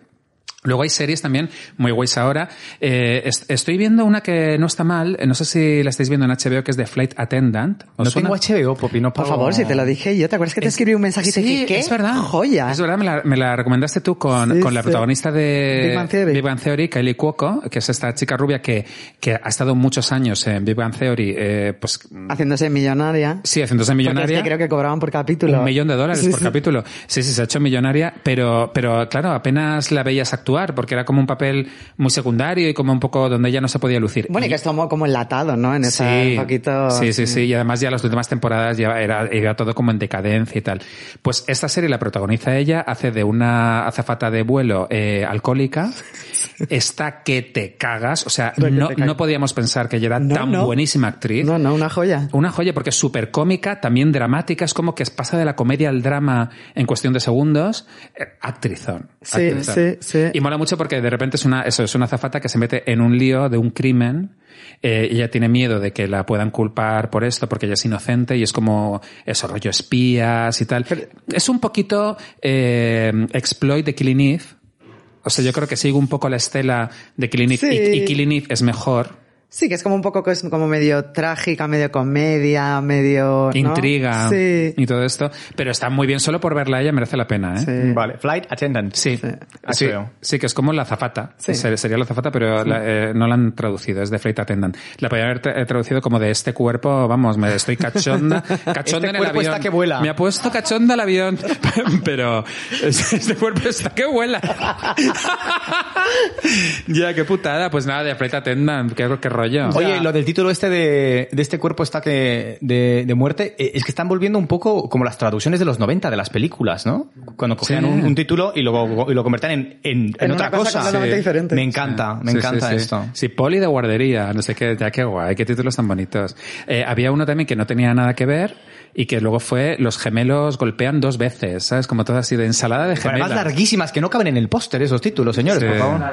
Speaker 2: Luego hay series también muy guays ahora. Eh, est- estoy viendo una que no está mal, eh, no sé si la estáis viendo en HBO, que es de Flight Attendant. ¿Os
Speaker 4: No
Speaker 2: suena?
Speaker 4: tengo HBO, Popi, no
Speaker 3: Por
Speaker 4: pago-
Speaker 3: favor, si te lo dije yo, ¿te acuerdas que te escribí un mensaje y te
Speaker 2: Sí,
Speaker 3: dije, ¿qué?
Speaker 2: es verdad.
Speaker 3: Joya.
Speaker 2: Es verdad, me la, me la recomendaste tú con,
Speaker 3: Sí,
Speaker 2: con la
Speaker 3: sí.
Speaker 2: protagonista de
Speaker 3: Big Bang Theory.
Speaker 2: Theory, Kylie Cuoco, que es esta chica rubia que, que ha estado muchos años en Big Bang Theory, eh, pues
Speaker 3: Haciéndose millonaria.
Speaker 2: sí, haciéndose
Speaker 3: Porque
Speaker 2: millonaria.
Speaker 3: es que creo que cobraban por capítulo.
Speaker 2: Un millón de dólares
Speaker 3: Sí,
Speaker 2: por
Speaker 3: sí.
Speaker 2: capítulo. Sí, sí, se ha hecho millonaria, pero, pero claro, apenas la veías actuar, porque era como un papel muy secundario y como un poco donde ella no se podía lucir.
Speaker 3: Bueno, y que es como, como enlatado, ¿no? En esa mm.
Speaker 2: Sí,
Speaker 3: poquito...
Speaker 2: sí, sí, sí. Y además ya las últimas temporadas ya era, era todo como en decadencia y tal. Pues esta serie la protagoniza ella, hace de una azafata de vuelo eh, alcohólica. Está que te cagas. O sea,
Speaker 3: que
Speaker 2: no,
Speaker 3: te cagas.
Speaker 2: no podíamos pensar que ella era
Speaker 3: No,
Speaker 2: tan
Speaker 3: no.
Speaker 2: buenísima actriz.
Speaker 3: No, no, una joya.
Speaker 2: Una joya porque es súper cómica, también dramática, es como que pasa de la comedia al drama en cuestión de segundos. Eh, Actrizón.
Speaker 3: Sí,
Speaker 2: actrizón.
Speaker 3: sí, sí.
Speaker 2: Y mola mucho porque de repente es una, eso, es una zafata que se mete en un lío de un crimen. eh, y ella tiene miedo de que la puedan culpar por esto porque ella es inocente y es como eso, rollo espías y tal. es un poquito eh, exploit de Killing Eve. O sea, yo creo que sigue un poco la estela de Killing Eve y,
Speaker 3: Sí.
Speaker 2: y Killing Eve es mejor.
Speaker 3: Sí, que es como un poco, es como medio trágica, medio comedia, medio... ¿no?
Speaker 2: intriga
Speaker 3: Sí.
Speaker 2: y todo esto. Pero está muy bien, solo por verla a ella merece la pena, ¿eh?
Speaker 3: Sí.
Speaker 4: Mm, Vale, Flight Attendant.
Speaker 2: Sí. Sí. Sí,
Speaker 4: HBO.
Speaker 2: que es como la zafata.
Speaker 3: Sí.
Speaker 2: Ser- Sería la zafata, pero la- eh, no la han traducido, es de Freight Attendant. La podrían haber tra- eh, traducido como de este cuerpo, vamos, me estoy cachonda, cachonda
Speaker 4: Este
Speaker 2: en el
Speaker 4: cuerpo
Speaker 2: avión.
Speaker 4: está que vuela.
Speaker 2: Me ha puesto cachonda el avión, pero este cuerpo está que vuela. ya, qué putada. Pues nada, de Freight Attendant, qué, qué rollo.
Speaker 4: Oye, lo del título este de, de este cuerpo está que de, de muerte, eh, es que están volviendo un poco como las traducciones de los 90 de las películas, ¿no? Cuando cogían
Speaker 2: Sí.
Speaker 4: un, un título y lo, y lo convertían en, en, en
Speaker 3: En
Speaker 4: otra
Speaker 3: una cosa
Speaker 4: cosa.
Speaker 3: completamente Sí. diferente.
Speaker 4: Me encanta, me
Speaker 2: Sí, sí,
Speaker 4: encanta
Speaker 2: sí.
Speaker 4: esto.
Speaker 2: Sí, poli de guardería, no sé qué, ya qué guay, qué títulos tan bonitos. Eh, había uno también que no tenía nada que ver y que luego fue Los gemelos golpean dos veces, ¿sabes? Como todo así de ensalada de
Speaker 4: Pero
Speaker 2: gemelas.
Speaker 4: Además, larguísimas, que no caben en el póster esos títulos, señores,
Speaker 2: Sí.
Speaker 4: por favor.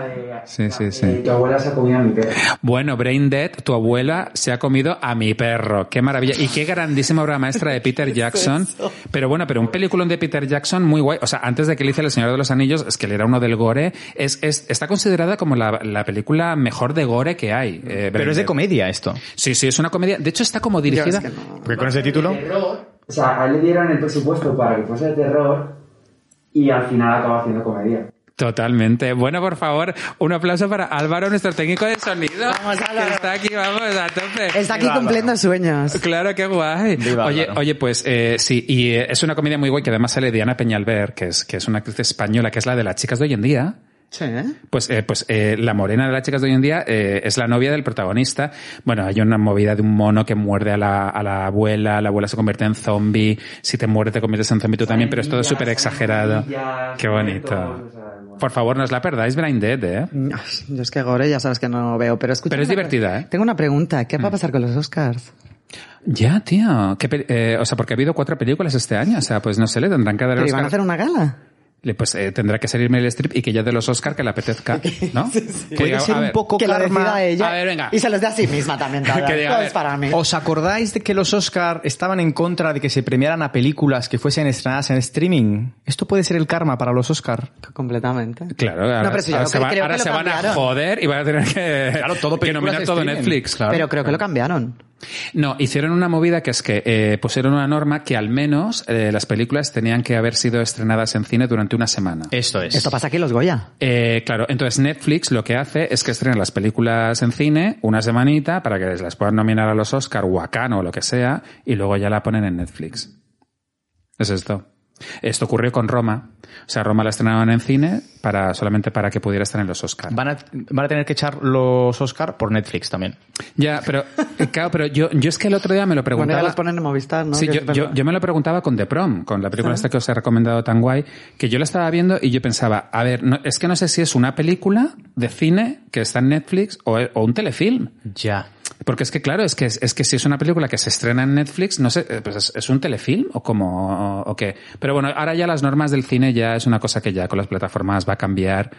Speaker 2: Sí, sí, sí.
Speaker 5: Tu abuela se ha comido a mi perro.
Speaker 2: Bueno, Brain Dead, tu abuela se ha comido a mi perro. Qué maravilla. Y qué grandísima obra maestra de Peter Jackson. Pero bueno, pero un peliculón de Peter Jackson muy guay. O sea, antes de que le hice El Señor de los Anillos, es que le era uno del gore. Es, es- está considerada como la, la película mejor de gore que hay. eh, Brain
Speaker 4: Pero es de
Speaker 2: Dead.
Speaker 4: comedia esto.
Speaker 2: Sí, sí, es una comedia. De hecho, está como
Speaker 3: Yo
Speaker 2: dirigida.
Speaker 3: es que no.
Speaker 4: Porque con ese título.
Speaker 5: O sea, a él le dieron el presupuesto para que fuese de terror y al final acaba haciendo comedia.
Speaker 2: Totalmente. Bueno, por favor, un aplauso para Álvaro, nuestro técnico de sonido.
Speaker 3: Vamos, Álvaro.
Speaker 2: que está aquí, vamos, a tope.
Speaker 3: Está aquí cumpliendo sueños.
Speaker 2: Claro, qué guay.
Speaker 4: Viva
Speaker 2: oye,
Speaker 4: Álvaro.
Speaker 2: oye, pues eh, sí, y eh, es una comedia muy guay que además sale Diana Peñalver, que es, que es una actriz española, que es la de las chicas de hoy en día.
Speaker 3: Sí, ¿eh?
Speaker 2: Pues, eh, pues eh, la morena de las chicas de hoy en día eh, es la novia del protagonista. Bueno, hay una movida de un mono que muerde a la, a la abuela, la abuela se convierte en zombie, si te muerde te conviertes en zombie tú también, pero es todo súper exagerado. Qué bonito. Por favor, no os la perdáis, Brain Dead, ¿eh?
Speaker 3: Yo es que gore ya sabes que no veo, pero escucha.
Speaker 2: Pero es
Speaker 3: una-
Speaker 2: divertida, ¿eh?
Speaker 3: Tengo una pregunta. ¿Qué va a pasar con los Oscars?
Speaker 2: Ya, tío. ¿Qué pe- eh, o sea, porque ha habido cuatro películas este año. O sea, pues no sé, le tendrán que dar
Speaker 3: ¿Pero
Speaker 2: el
Speaker 3: iban a
Speaker 2: Oscar.
Speaker 3: hacer una gala?
Speaker 2: Le- Pues eh, tendrá que salir Meryl Streep y que ya de los Oscar que le apetezca, ¿no? Que
Speaker 4: Puede
Speaker 2: diga,
Speaker 4: ser
Speaker 2: a
Speaker 4: un
Speaker 2: ver,
Speaker 4: poco
Speaker 3: Que la
Speaker 4: karma.
Speaker 3: decida ella.
Speaker 2: A ver, venga.
Speaker 3: Y se los dé a sí misma también. Todo,
Speaker 2: Que diga,
Speaker 3: Todo
Speaker 2: a ver,
Speaker 3: es para mí.
Speaker 4: ¿Os acordáis de que los Oscar estaban en contra de que se premiaran a películas que fuesen estrenadas en streaming? Esto puede ser el karma para los Oscar.
Speaker 3: Completamente.
Speaker 2: Claro, ahora,
Speaker 3: pero sí, yo
Speaker 2: ahora
Speaker 3: creo
Speaker 2: se,
Speaker 3: que-
Speaker 2: va-
Speaker 3: creo
Speaker 2: ahora
Speaker 3: que lo
Speaker 2: se van a
Speaker 3: cambiaron.
Speaker 2: joder y van a tener que,
Speaker 4: Claro, todo
Speaker 2: que
Speaker 4: películas
Speaker 2: nominar
Speaker 4: de
Speaker 2: todo
Speaker 4: streaming.
Speaker 2: Netflix. Claro.
Speaker 3: Pero creo que lo cambiaron.
Speaker 2: No, hicieron una movida que es que eh, pusieron una norma que al menos eh, las películas tenían que haber sido estrenadas en cine durante una semana.
Speaker 4: Esto es.
Speaker 3: Esto pasa aquí en los Goya.
Speaker 2: Eh, claro, entonces Netflix lo que hace es que estrena las películas en cine una semanita para que las puedan nominar a los Oscar o a Cannes o lo que sea y luego ya la ponen en Netflix. Es esto. Esto ocurrió con Roma. O sea, Roma la estrenaron en cine para solamente para que pudiera estar en los Oscar.
Speaker 4: Van a, van a tener que echar los Oscar por Netflix también.
Speaker 2: Ya, pero eh, claro, pero yo, yo es que el otro día me lo
Speaker 3: Bueno, ya
Speaker 2: preguntaba.
Speaker 3: los ponen en Movistar, ¿no?
Speaker 2: Sí,
Speaker 3: Que
Speaker 2: yo,
Speaker 3: es verdad. Ah.
Speaker 2: yo- yo me lo preguntaba con The Prom, con la película esta que os he recomendado tan guay, que yo la estaba viendo y yo pensaba, a ver, no- es que no sé si es una película de cine que está en Netflix o, o un telefilm.
Speaker 4: Ya.
Speaker 2: Porque es que, claro, es que, es que si es una película que se estrena en Netflix, no sé, eh, pues es, es un telefilm o como, o, o qué. Pero bueno, ahora ya las normas del cine ya es una cosa que ya con las plataformas va a cambiar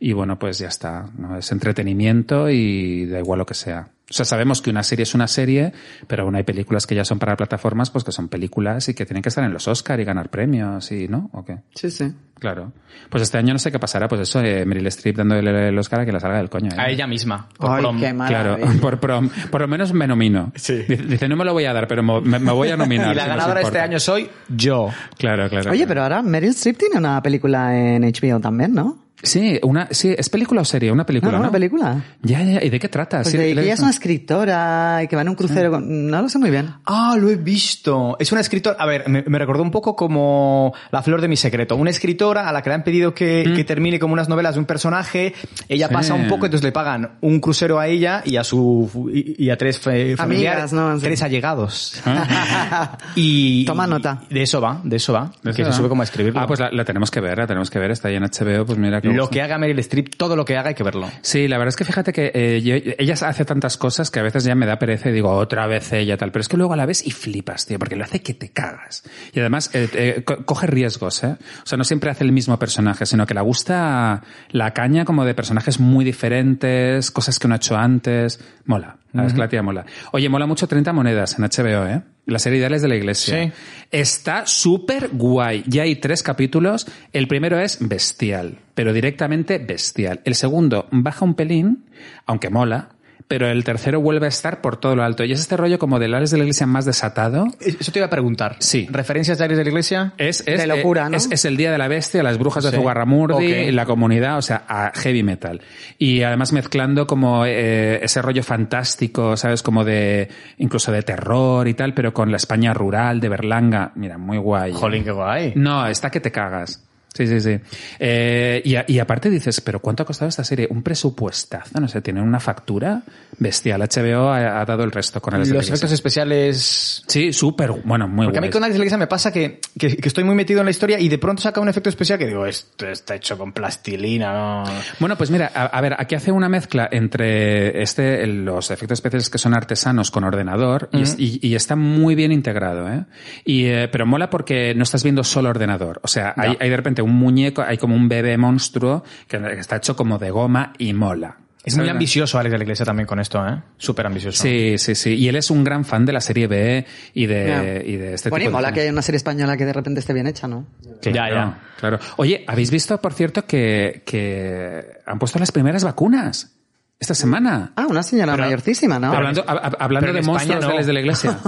Speaker 2: y bueno, pues ya está. ¿no? Es entretenimiento y da igual lo que sea. O sea, sabemos que una serie es una serie, pero aún hay películas que ya son para plataformas, pues que son películas y que tienen que estar en los Oscar y ganar premios y, ¿no? ¿O qué?
Speaker 3: Sí, sí.
Speaker 2: claro. Pues este año no sé qué pasará, pues eso, eh, Meryl Streep dándole el Oscar a que la salga del coño. ¿eh?
Speaker 6: A ella misma. por
Speaker 3: Ay,
Speaker 6: prom.
Speaker 3: qué
Speaker 2: Claro,
Speaker 3: maravilla.
Speaker 2: por prom. Por lo menos me nomino.
Speaker 6: Sí.
Speaker 2: Dice- Dice, no me lo voy a dar, pero mo- me, me voy a nominar.
Speaker 6: Y la
Speaker 2: si no os
Speaker 6: ganadora este
Speaker 2: importa.
Speaker 6: año soy
Speaker 4: Yo.
Speaker 2: Claro, claro.
Speaker 3: Oye, pero ahora Meryl Streep tiene una película en HBO también, ¿no?
Speaker 2: Sí, una, sí, ¿es película o serie? Una
Speaker 3: No,
Speaker 2: película,
Speaker 3: no,
Speaker 2: ¿no?
Speaker 3: una película.
Speaker 2: Ya, ya, ¿y de qué trata?
Speaker 3: Pues
Speaker 2: Sí, le-
Speaker 3: de que ella es una escritora y que va en un crucero con... No lo sé muy bien.
Speaker 4: Ah, lo he visto. Es una escritora. A ver, me, me recordó un poco como La Flor de mi Secreto. Una escritora a la que le han pedido que, que termine como unas novelas de un personaje. Ella
Speaker 2: Mm. Sí.
Speaker 4: pasa un poco, entonces le pagan un crucero a ella y a su y, y a tres fe- familiares,
Speaker 3: Amigas, ¿no? Sí.
Speaker 4: tres allegados.
Speaker 2: Ah,
Speaker 4: Y
Speaker 3: Toma nota.
Speaker 4: De eso va, de eso va.
Speaker 2: ¿de
Speaker 4: que
Speaker 2: eso,
Speaker 4: se
Speaker 2: no?
Speaker 4: sube como a escribirlo.
Speaker 2: Ah, pues la, la tenemos que ver, la tenemos que ver. Está ahí en HBO, pues mira qué
Speaker 4: lo
Speaker 2: gusto.
Speaker 4: que haga Meryl Streep, todo lo que haga hay que verlo.
Speaker 2: Sí, la verdad es que fíjate que eh, yo- ella hace tantas cosas que a veces ya me da pereza y digo otra vez ella tal, pero es que luego a la vez y flipas, tío, porque lo hace que te cagas. Y además eh, eh, co- coge riesgos, ¿eh? O sea, no siempre hace el mismo personaje, sino que le gusta la caña como de personajes muy diferentes, cosas que no ha hecho antes. Mola, la verdad es que la tía mola. Oye, mola mucho 30 monedas en HBO, ¿eh? La serie Ideales de la Iglesia.
Speaker 4: Sí.
Speaker 2: Está súper guay. Ya hay tres capítulos. El primero es bestial, pero directamente bestial. El segundo baja un pelín, aunque mola, pero el tercero vuelve a estar por todo lo alto. Y es este rollo como de Lares de la Iglesia más desatado.
Speaker 4: Eso te iba a preguntar.
Speaker 2: Sí.
Speaker 4: ¿Referencias de Aries de la Iglesia?
Speaker 2: Es, es-
Speaker 3: De locura,
Speaker 2: eh,
Speaker 3: ¿no?
Speaker 2: es, es el día de la bestia, las brujas de
Speaker 4: Sí.
Speaker 2: Zugarramurdi,
Speaker 4: Ok.
Speaker 2: la comunidad, o sea, a heavy metal. Y además mezclando como eh, ese rollo fantástico, ¿sabes? Como de, incluso de terror y tal, pero con la España rural de Berlanga. Mira, muy guay. ¿eh?
Speaker 4: Jolín, qué guay.
Speaker 2: No, está que te cagas. Sí, sí, sí. Eh, y, a- y aparte dices, ¿pero cuánto ha costado esta serie? Un presupuestazo, no sé, tiene una factura bestial. HBO ha, ha dado el resto con el
Speaker 4: Los efectos especiales
Speaker 2: Sí, súper, bueno, muy
Speaker 4: Porque a mí
Speaker 2: guays.
Speaker 4: con Alex Leguiza me pasa que, que, que estoy muy metido en la historia y de pronto saca un efecto especial que digo, esto está hecho con plastilina, ¿no?
Speaker 2: Bueno, pues mira, a, a ver, aquí hace una mezcla entre este, el- los efectos especiales que son artesanos con ordenador y, es- y- y está muy bien integrado, ¿eh? Y, eh, pero mola porque no estás viendo solo ordenador. O sea, hay, hay de repente un muñeco, hay como un bebé monstruo que está hecho como de goma y mola.
Speaker 4: Es muy
Speaker 2: ¿Sabes?
Speaker 4: ambicioso Alex de la Iglesia también con esto, ¿eh? Súper ambicioso.
Speaker 2: Sí, sí, sí. Y él es un gran fan de la serie B y de,
Speaker 3: Ya.
Speaker 2: y de este
Speaker 3: bueno, y
Speaker 2: tipo de
Speaker 3: mola que
Speaker 2: cine.
Speaker 3: haya una serie española que de repente esté bien hecha, ¿no?
Speaker 2: Claro,
Speaker 4: Ya, ya.
Speaker 2: Claro. Oye, ¿habéis visto, por cierto, que, que han puesto las primeras vacunas esta semana?
Speaker 3: Ah, una señora mayorcísima, ¿no?
Speaker 2: hablando hab- hab- hablando
Speaker 4: pero en
Speaker 2: de
Speaker 4: España
Speaker 2: monstruos
Speaker 4: no.
Speaker 2: reales de la iglesia.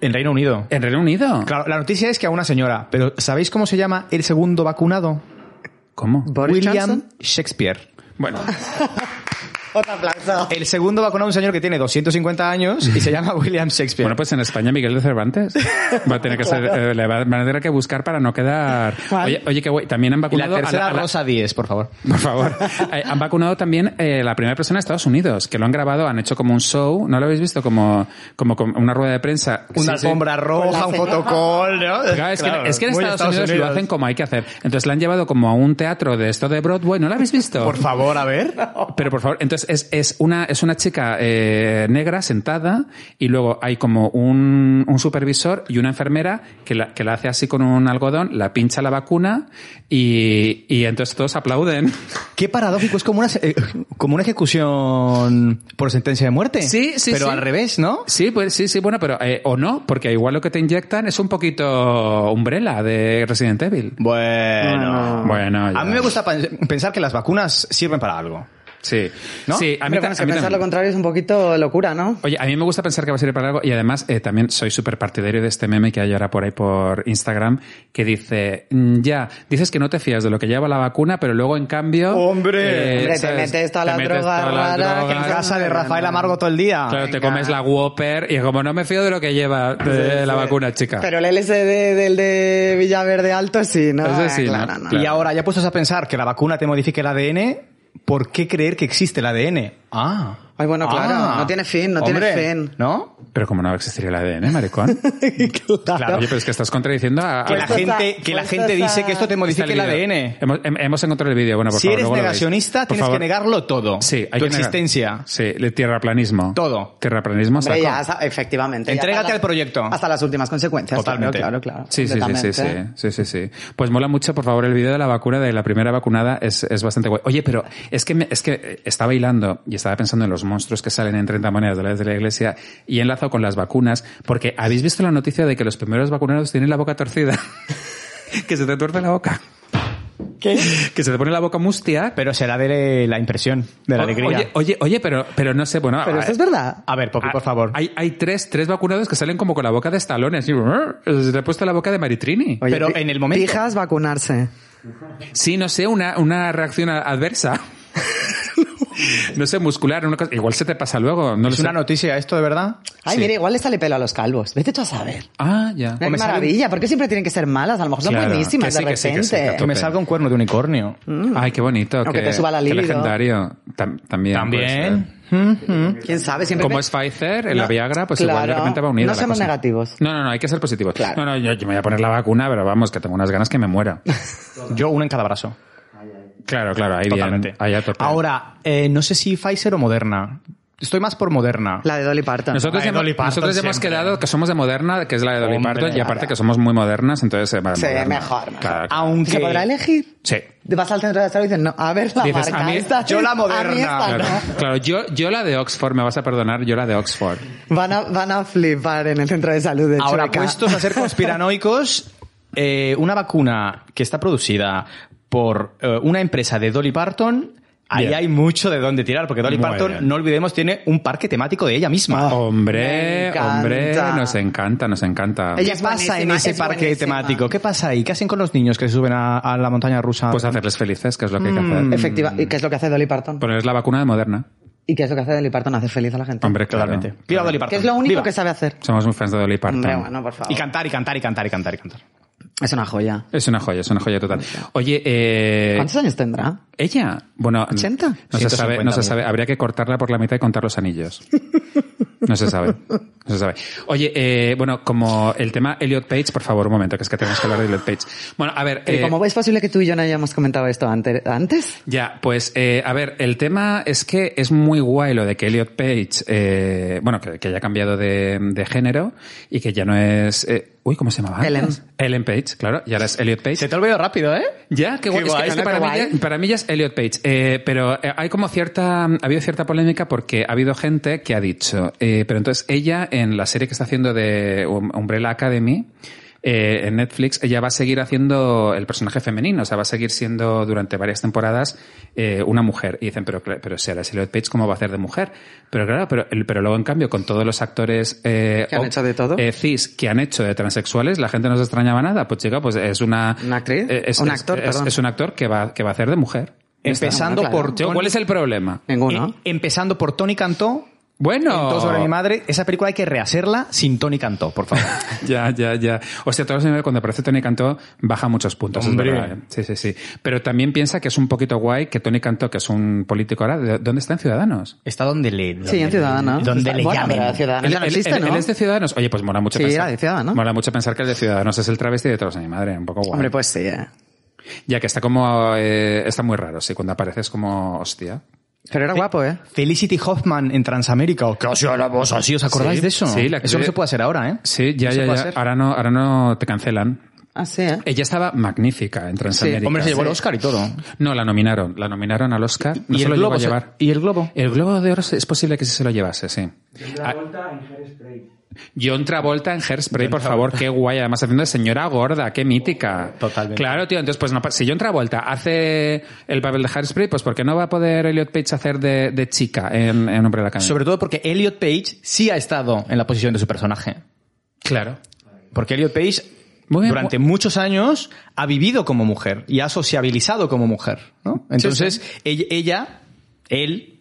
Speaker 4: En Reino Unido.
Speaker 2: ¿En Reino Unido?
Speaker 4: Eh, Claro, la noticia es que a una señora, pero ¿sabéis cómo se llama el segundo vacunado?
Speaker 2: ¿Cómo?
Speaker 3: ¿Boris
Speaker 4: William
Speaker 3: Johnson?
Speaker 4: Shakespeare.
Speaker 2: Bueno,
Speaker 3: Otro aplauso.
Speaker 4: El segundo vacunado es un señor que tiene 250 años y se llama William Shakespeare.
Speaker 2: bueno, pues en España Miguel de Cervantes va a tener que ser, eh, le va- van a tener que buscar para no quedar.
Speaker 3: ¿Cuál?
Speaker 2: Oye, oye, que guay, también han
Speaker 4: y la
Speaker 2: vacunado pues, a la-
Speaker 4: tercera
Speaker 2: a la-
Speaker 4: Rosa 10, por favor.
Speaker 2: Por favor. Eh, han vacunado también eh, la primera persona de Estados Unidos, que lo han grabado, han hecho como un show, ¿no lo habéis visto? Como, como con una rueda de prensa.
Speaker 4: Una
Speaker 2: Sí, sí.
Speaker 4: alfombra
Speaker 3: Pues
Speaker 4: roja, un fotocall, ¿no?
Speaker 2: Claro, es,
Speaker 4: Claro,
Speaker 2: que, es que en
Speaker 4: muy
Speaker 2: Estados, Unidos, lo hacen como hay que hacer. Entonces la han llevado como a un teatro de esto de Broadway, ¿no lo habéis visto?
Speaker 4: Por favor, a ver.
Speaker 2: Pero por favor, entonces es, es una, es una chica eh, negra sentada y luego hay como un, un supervisor y una enfermera que la, que la hace así con un algodón, la pincha la vacuna y, y entonces todos aplauden.
Speaker 4: Qué paradójico, es como una, eh, como una ejecución por sentencia de muerte.
Speaker 2: Sí, sí,
Speaker 4: Pero
Speaker 2: sí.
Speaker 4: al revés, ¿no?
Speaker 2: Sí, pues sí, sí, bueno, pero eh, o no, porque igual lo que te inyectan es un poquito umbrella de Resident Evil.
Speaker 4: Bueno.
Speaker 2: Bueno, ya.
Speaker 4: A mí me gusta pan- pensar que las vacunas sirven para algo.
Speaker 2: Sí.
Speaker 4: ¿No?
Speaker 2: Sí, a mí, ta-
Speaker 3: Hombre, bueno, es
Speaker 2: a
Speaker 3: que
Speaker 2: mí
Speaker 3: pensar
Speaker 2: también.
Speaker 3: lo contrario es un poquito locura, ¿no?
Speaker 2: Oye, a mí me gusta pensar que va a servir para algo y además eh, también soy súper partidario de este meme que hay ahora por ahí por Instagram que dice, mm, ya, dices que no te fías de lo que lleva la vacuna, pero luego en cambio...
Speaker 4: ¡Hombre!
Speaker 3: Hombre, te
Speaker 2: ¿sabes?
Speaker 3: metes toda la
Speaker 2: metes
Speaker 3: droga
Speaker 2: toda la
Speaker 3: rara
Speaker 2: droga.
Speaker 3: Ah, que
Speaker 4: En
Speaker 3: no
Speaker 4: casa de
Speaker 3: no, no,
Speaker 4: Rafael
Speaker 3: no.
Speaker 4: Amargo todo el día.
Speaker 2: Claro, te
Speaker 3: venga.
Speaker 2: comes la Whopper y como no me fío de lo que lleva eh, la vacuna, chica.
Speaker 3: Pero el LSD del de Villaverde Alto sí, ¿no?
Speaker 2: Ese
Speaker 3: Ah,
Speaker 2: sí, ¿no?
Speaker 3: claro, no.
Speaker 2: Claro.
Speaker 4: Y ahora ya puestos a pensar que la vacuna te modifique el ADN, ¿por qué creer que existe el ADN? Ah.
Speaker 3: Ay, bueno, claro,
Speaker 4: Ah.
Speaker 3: no tiene fin, no tiene
Speaker 4: Hombre,
Speaker 3: fin.
Speaker 4: ¿No?
Speaker 2: Pero como no va a existir el ADN, maricón.
Speaker 3: claro.
Speaker 2: Oye, pero es que estás contradiciendo a... a
Speaker 4: Que la
Speaker 2: la-
Speaker 3: Puestos
Speaker 4: gente,
Speaker 3: a-
Speaker 4: que la
Speaker 3: puestos
Speaker 4: gente dice
Speaker 3: a-
Speaker 4: que esto te
Speaker 2: Está
Speaker 4: modifique el
Speaker 2: el vídeo.
Speaker 4: ADN.
Speaker 2: Hemos, hem- hemos encontrado el vídeo, bueno, Eh, por
Speaker 4: si
Speaker 2: favor.
Speaker 4: eres
Speaker 2: luego lo veis.
Speaker 4: negacionista,
Speaker 2: Por
Speaker 4: tienes
Speaker 2: favor.
Speaker 4: que negarlo todo.
Speaker 2: Sí, hay
Speaker 4: tu
Speaker 2: que negar.
Speaker 4: existencia.
Speaker 2: Sí, el tierraplanismo.
Speaker 4: Todo.
Speaker 2: Tierraplanismo
Speaker 3: Hombre,
Speaker 2: saco.
Speaker 3: ya, hasta- efectivamente. ya
Speaker 4: Entrégate
Speaker 3: hasta las-
Speaker 4: al proyecto.
Speaker 3: Hasta las últimas consecuencias.
Speaker 4: Totalmente.
Speaker 3: Claro, Ah, claro, claro.
Speaker 2: Sí, sí, sí, sí, sí,
Speaker 3: completamente.
Speaker 2: sí, sí, sí. Pues mola mucho, por favor, el vídeo de la vacuna, de la primera vacunada, es, es bastante guay. Oye, pero es que, me- es que eh, estaba hilando y estaba pensando en los monstruos que salen en 30 monedas de la, de la iglesia y enlazo con las vacunas, porque habéis visto la noticia de que los primeros vacunados tienen la boca torcida, que se te tuerce la boca.
Speaker 4: ¿Qué?
Speaker 2: que se te pone la boca mustia.
Speaker 4: Pero será de la impresión, de la
Speaker 2: O-
Speaker 4: alegría.
Speaker 2: Oye, oye, oye, pero, pero no sé, bueno.
Speaker 6: Pero
Speaker 2: a-
Speaker 6: esto es verdad.
Speaker 4: a ver, Poppy, por favor.
Speaker 2: Hay, hay tres, tres vacunados que salen como con la boca de estalones. Y, se le ha puesto la boca de Maritrini.
Speaker 6: Oye,
Speaker 4: Pero
Speaker 6: pi-
Speaker 4: en el momento-
Speaker 6: Pijas vacunarse.
Speaker 2: Sí, no sé, una, una reacción a- adversa. no sé, muscular, una cosa- Igual se te pasa luego. No lo
Speaker 4: ¿Es
Speaker 2: sé.
Speaker 4: una noticia esto, de verdad?
Speaker 6: Ay, mira, igual le sale pelo a los calvos. Vete tú a saber.
Speaker 2: Ah, ya.
Speaker 6: Qué
Speaker 4: me sale-
Speaker 6: maravilla. ¿Por qué siempre tienen que ser malas? A lo mejor son
Speaker 2: Claro,
Speaker 6: buenísimas
Speaker 2: que sí,
Speaker 6: de
Speaker 2: que sí, que sí, que
Speaker 6: repente.
Speaker 2: tú-
Speaker 4: Que me salga un cuerno de unicornio.
Speaker 2: Ay, qué bonito.
Speaker 6: O que te suba la
Speaker 2: qué
Speaker 6: libido.
Speaker 2: legendario. Tam- también. puede ser.
Speaker 4: También. Mm, mm.
Speaker 6: ¿Quién sabe? Siempre
Speaker 2: Como
Speaker 6: me-
Speaker 2: es Pfizer, en la
Speaker 6: No,
Speaker 2: Viagra, pues igual de
Speaker 6: claro.
Speaker 2: repente va unida.
Speaker 6: No
Speaker 2: la
Speaker 6: somos
Speaker 2: cosa.
Speaker 6: negativos.
Speaker 2: No, no, no, hay que ser positivos.
Speaker 6: Claro.
Speaker 2: No, no, yo, yo me voy a poner la vacuna, pero vamos, que tengo unas ganas que me muera.
Speaker 4: Yo una en cada brazo.
Speaker 2: claro, claro, ahí
Speaker 4: Totalmente.
Speaker 2: bien. Ahí a tope.
Speaker 4: Ahora, eh, no sé si Pfizer o Moderna. Estoy más por Moderna.
Speaker 6: La de Dolly Parton.
Speaker 2: Nosotros,
Speaker 4: La de
Speaker 2: hemos,
Speaker 4: Dolly Parton
Speaker 2: nosotros hemos
Speaker 4: siempre.
Speaker 2: quedado que somos de Moderna, que es la de Dolly
Speaker 4: Hombre,
Speaker 2: Parton, y aparte
Speaker 6: ahora.
Speaker 2: que somos muy modernas, entonces... eh, va de
Speaker 6: Sí,
Speaker 2: Moderna.
Speaker 6: mejor, mejor.
Speaker 2: Claro.
Speaker 4: Aunque...
Speaker 6: ¿Se podrá elegir?
Speaker 2: Sí.
Speaker 6: Vas al centro de salud y dices, no, a ver la
Speaker 2: Dices,
Speaker 6: marca.
Speaker 2: a mí-
Speaker 6: esta-
Speaker 4: yo la
Speaker 6: a mí
Speaker 4: moderna.
Speaker 6: esta no.
Speaker 2: Claro, claro, yo, yo la de Oxford, me vas a perdonar, yo la de Oxford.
Speaker 6: Van, a, van a flipar en el centro de salud de
Speaker 4: Ahora,
Speaker 6: Chueca.
Speaker 4: puestos a ser conspiranoicos, eh, una vacuna que está producida por eh, una empresa de Dolly Parton, ahí
Speaker 2: Bien.
Speaker 4: hay mucho de dónde tirar, porque Dolly
Speaker 2: Muy
Speaker 4: Parton,
Speaker 2: bien.
Speaker 4: no olvidemos, tiene un parque temático de ella misma.
Speaker 6: me
Speaker 2: hombre,
Speaker 6: encanta.
Speaker 2: hombre, nos encanta, nos encanta.
Speaker 6: Ella
Speaker 4: ¿Qué
Speaker 6: es
Speaker 4: pasa en
Speaker 6: buenísima,
Speaker 4: ese
Speaker 6: es
Speaker 4: parque
Speaker 6: buenísima.
Speaker 4: temático? ¿Qué pasa ahí? ¿Qué hacen con los niños que se suben a, a la montaña rusa?
Speaker 2: Pues hacerles felices, que es lo que hay que hacer.
Speaker 6: Efectiva. ¿Y qué es lo que hace Dolly Parton?
Speaker 2: Ponerles la vacuna de Moderna.
Speaker 6: ¿Y qué es lo que hace Dolly Parton? Hace feliz a la gente.
Speaker 2: Hombre, claro.
Speaker 4: Totalmente. Viva Dolly Parton.
Speaker 6: que es lo único
Speaker 4: Viva.
Speaker 6: que sabe hacer.
Speaker 2: Somos muy fans de Dolly Parton.
Speaker 6: Hombre, bueno, por favor.
Speaker 4: Y cantar, y cantar, y cantar, y cantar, y cantar.
Speaker 6: Es una joya.
Speaker 2: Es una joya, es una joya total. Oye, eh,
Speaker 6: ¿Cuántos años tendrá?
Speaker 2: ella, bueno,
Speaker 6: 80?
Speaker 2: no se sabe, no se
Speaker 4: 150.000.
Speaker 2: sabe, habría que cortarla por la mitad y contar los anillos. No se sabe, no se sabe. Oye, eh, bueno, como el tema Elliot Page, por favor, un momento, que es que tenemos que hablar de Elliot Page. Bueno, a ver,
Speaker 6: Pero
Speaker 2: eh,
Speaker 6: como es posible que tú y yo no hayamos comentado esto ante- antes,
Speaker 2: Ya, pues eh, a ver, el tema es que es muy guay lo de que Elliot Page, eh, bueno, que, que haya cambiado de, de género y que ya no es... eh, uy, ¿cómo se llamaba?
Speaker 6: Ellen.
Speaker 2: antes? Ellen Page, claro, y ahora es Elliot Page.
Speaker 4: Se te ha olvidado rápido, ¿eh?
Speaker 2: Ya, qué guay.
Speaker 4: Qué
Speaker 2: Es que
Speaker 4: guay,
Speaker 2: este
Speaker 4: ¿no?
Speaker 2: para,
Speaker 4: Qué
Speaker 2: mí
Speaker 4: guay.
Speaker 2: ya, para mí ya es Elliot Page. Eh, pero eh, hay como cierta. Ha habido cierta polémica porque ha habido gente que ha dicho. eh, pero entonces ella, en la serie que está haciendo de Um- Umbrella Academy. eh, en Netflix, ella va a seguir haciendo el personaje femenino, o sea, va a seguir siendo durante varias temporadas eh, una mujer. Y dicen, pero, cla- pero si ahora es Elliot Page, ¿cómo va a hacer de mujer? Pero claro, pero, el- pero luego en cambio, con todos los actores eh,
Speaker 6: Que han
Speaker 2: o-
Speaker 6: hecho de todo.
Speaker 2: eh, cis que han hecho de transexuales, la gente no se extrañaba nada. Pues chica, pues es una.
Speaker 6: ¿Una actriz?
Speaker 2: eh, Es,
Speaker 6: Un
Speaker 2: es-
Speaker 6: actor,
Speaker 2: es-
Speaker 6: perdón.
Speaker 2: es un actor que va, que va a hacer de mujer.
Speaker 4: Empezando
Speaker 6: Bueno, claro.
Speaker 4: por...
Speaker 2: Chico, ¿Cuál es el problema?
Speaker 6: ninguno.
Speaker 4: Eh, Empezando por Tony Cantó.
Speaker 2: Bueno.
Speaker 4: En Todo sobre mi madre. Esa película hay que rehacerla sin Tony Cantó, por favor.
Speaker 2: Ya, ya, ya. O sea, todos los niveles, cuando aparece Tony Cantó, baja muchos puntos. es
Speaker 4: Hombre.
Speaker 2: verdad, ¿eh? Sí, sí, sí. Pero también piensa que es un poquito guay que Tony Cantó, que es un político ahora, ¿de ¿dónde está en Ciudadanos?
Speaker 4: Está donde le...
Speaker 6: Sí, en Ciudadanos.
Speaker 4: Donde le
Speaker 6: bueno,
Speaker 4: llamen.
Speaker 6: pero Ciudadanos
Speaker 2: Él-
Speaker 6: ya no
Speaker 2: él-
Speaker 6: existe,
Speaker 2: él-
Speaker 6: ¿no?
Speaker 2: él es de Ciudadanos. Oye, pues mola mucho
Speaker 6: Sí,
Speaker 2: pensar.
Speaker 6: era de Ciudadanos.
Speaker 2: Mola mucho pensar que el de Ciudadanos es el travesti de todos los animales. Un poco guay.
Speaker 6: Hombre, pues sí, eh.
Speaker 2: Ya que está como. eh, está muy raro, sí, cuando apareces como. Hostia.
Speaker 6: Pero era guapo, ¿eh?
Speaker 4: Felicity Hoffman en Transamérica. o oh, Casi a la voz así. ¿Os acordáis
Speaker 2: Sí,
Speaker 4: de eso?
Speaker 2: sí, la que
Speaker 4: eso no
Speaker 2: se-
Speaker 4: se puede hacer ahora, ¿eh?
Speaker 2: Sí, ya,
Speaker 4: No se
Speaker 2: ya,
Speaker 4: puede
Speaker 2: ya.
Speaker 4: hacer.
Speaker 2: Ahora no, ahora no te cancelan.
Speaker 6: Ah, sí, ¿eh?
Speaker 2: Ella estaba magnífica en Transamérica.
Speaker 4: Hombre, se llevó el
Speaker 2: Sí.
Speaker 4: Oscar y todo.
Speaker 2: No, la nominaron. La nominaron al Oscar. No
Speaker 4: y,
Speaker 2: se
Speaker 4: el
Speaker 2: lo llegó
Speaker 4: globo
Speaker 2: a
Speaker 4: se-
Speaker 2: llevar.
Speaker 4: y el globo.
Speaker 2: El Globo de Oro se- es posible que sí se lo llevase, sí.
Speaker 5: La vuelta en Hairspray.
Speaker 2: John Travolta en Hairspray, por favor, qué guay. Además, haciendo de señora gorda, qué mítica.
Speaker 4: Oh, Totalmente.
Speaker 2: Claro, tío. Entonces, pues no, pa- si John Travolta hace el papel de Hairspray, pues ¿por qué no va a poder Elliot Page hacer de, de chica en, en Hombre de la Academia?
Speaker 4: Sobre todo porque Elliot Page sí ha estado en la posición de su personaje.
Speaker 2: Claro.
Speaker 4: Porque Elliot Page
Speaker 2: Muy bien.
Speaker 4: durante muchos años ha vivido como mujer y ha sociabilizado como mujer. ¿no? Entonces, Ella, ella, él,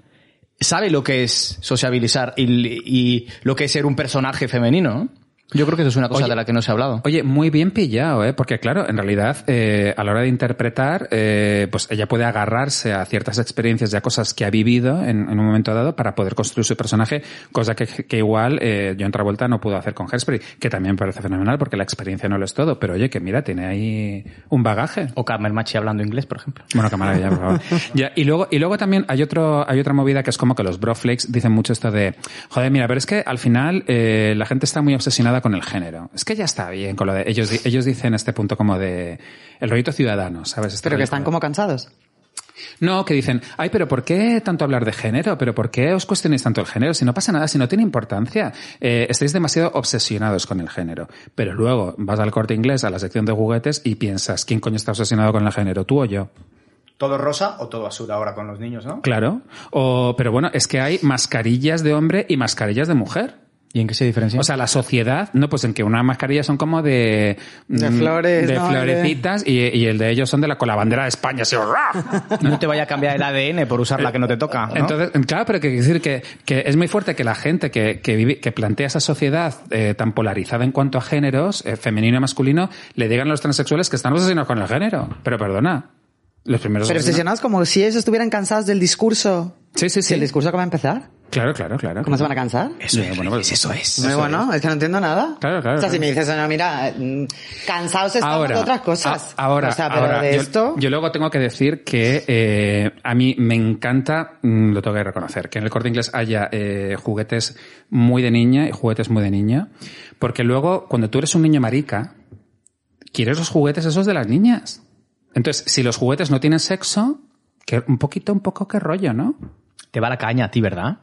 Speaker 4: sabe lo que es sociabilizar y, y lo que es ser un personaje femenino. ¿no? Yo creo que eso es una cosa
Speaker 2: Oye.
Speaker 4: de la que no se ha hablado.
Speaker 2: Oye, muy bien pillado, ¿eh? Porque claro, en realidad, eh, a la hora de interpretar, eh, pues ella puede agarrarse a ciertas experiencias y a cosas que ha vivido en, en un momento dado para poder construir su personaje, cosa que, que igual eh, John Travolta no pudo hacer con Hairspray, que también me parece fenomenal porque la experiencia no lo es todo, pero oye, que mira, tiene ahí un bagaje.
Speaker 4: O Carmen Machi hablando inglés, por ejemplo.
Speaker 2: Bueno, qué maravilla, por favor. Ya, y luego, y luego también hay otro, hay otra movida que es como que los broflakes dicen mucho esto de, joder, mira, pero es que al final, eh, la gente está muy obsesionada con el género. Es que ya está bien con lo de, ellos, di- ellos dicen este punto como de, el rollito ciudadano, ¿sabes? Este
Speaker 6: Pero que
Speaker 2: rollo
Speaker 6: están como
Speaker 2: como-
Speaker 6: cansados.
Speaker 2: No, que dicen, ay, pero ¿por qué tanto hablar de género? ¿Pero por qué os cuestionáis tanto el género? Si no pasa nada, si no tiene importancia. Eh, estáis demasiado obsesionados con el género. Pero luego vas al corte inglés, a la sección de juguetes y piensas, ¿quién coño está obsesionado con el género? ¿Tú o yo?
Speaker 4: Todo rosa o todo azul ahora con los niños, ¿no?
Speaker 2: Claro. O, pero bueno, es que hay mascarillas de hombre y mascarillas de mujer.
Speaker 4: ¿Y en qué se diferencia?
Speaker 2: O sea, la sociedad, no, pues en que unas mascarillas son como de...
Speaker 3: De
Speaker 2: mm,
Speaker 3: flores,
Speaker 2: De
Speaker 3: ¿no?
Speaker 2: florecitas y, y el de ellos son de la, con la bandera de España, así, ¡ra!
Speaker 4: no te vaya a cambiar el ADN por usar la que no te toca. ¿no?
Speaker 2: Entonces, claro, pero que quiero decir que, que es muy fuerte que la gente que, que, vive- que plantea esa sociedad eh, tan polarizada en cuanto a géneros, eh, femenino y masculino, le digan a los transexuales que están obsesionados con el género. Pero perdona, los primeros...
Speaker 3: Pero
Speaker 2: obsesionados-
Speaker 3: obsesionados como si ellos estuvieran cansados del discurso.
Speaker 2: Sí, sí,
Speaker 3: Si el
Speaker 2: sí.
Speaker 3: discurso acaba de empezar,
Speaker 2: Claro, claro, claro.
Speaker 3: ¿cómo se van a cansar?
Speaker 4: Eso es,
Speaker 2: Bueno,
Speaker 4: Reyes,
Speaker 2: pues-
Speaker 4: eso es.
Speaker 3: Muy bueno, es que no entiendo nada.
Speaker 2: Claro, claro,
Speaker 3: O sea,
Speaker 2: claro.
Speaker 3: si me dices, no, mira, mm, cansados estamos de otras cosas.
Speaker 2: a- ahora,
Speaker 3: O sea, pero
Speaker 2: ahora,
Speaker 3: de
Speaker 2: yo,
Speaker 3: esto.
Speaker 2: yo luego tengo que decir que eh, a mí me encanta, mm, lo tengo que reconocer, que en el corte inglés haya eh, juguetes muy de niña y juguetes muy de niña, porque luego cuando tú eres un niño marica, quieres los juguetes esos de las niñas. Entonces, si los juguetes no tienen sexo, que un poquito, un poco que rollo, ¿no?
Speaker 4: Te va la caña a ti, ¿verdad?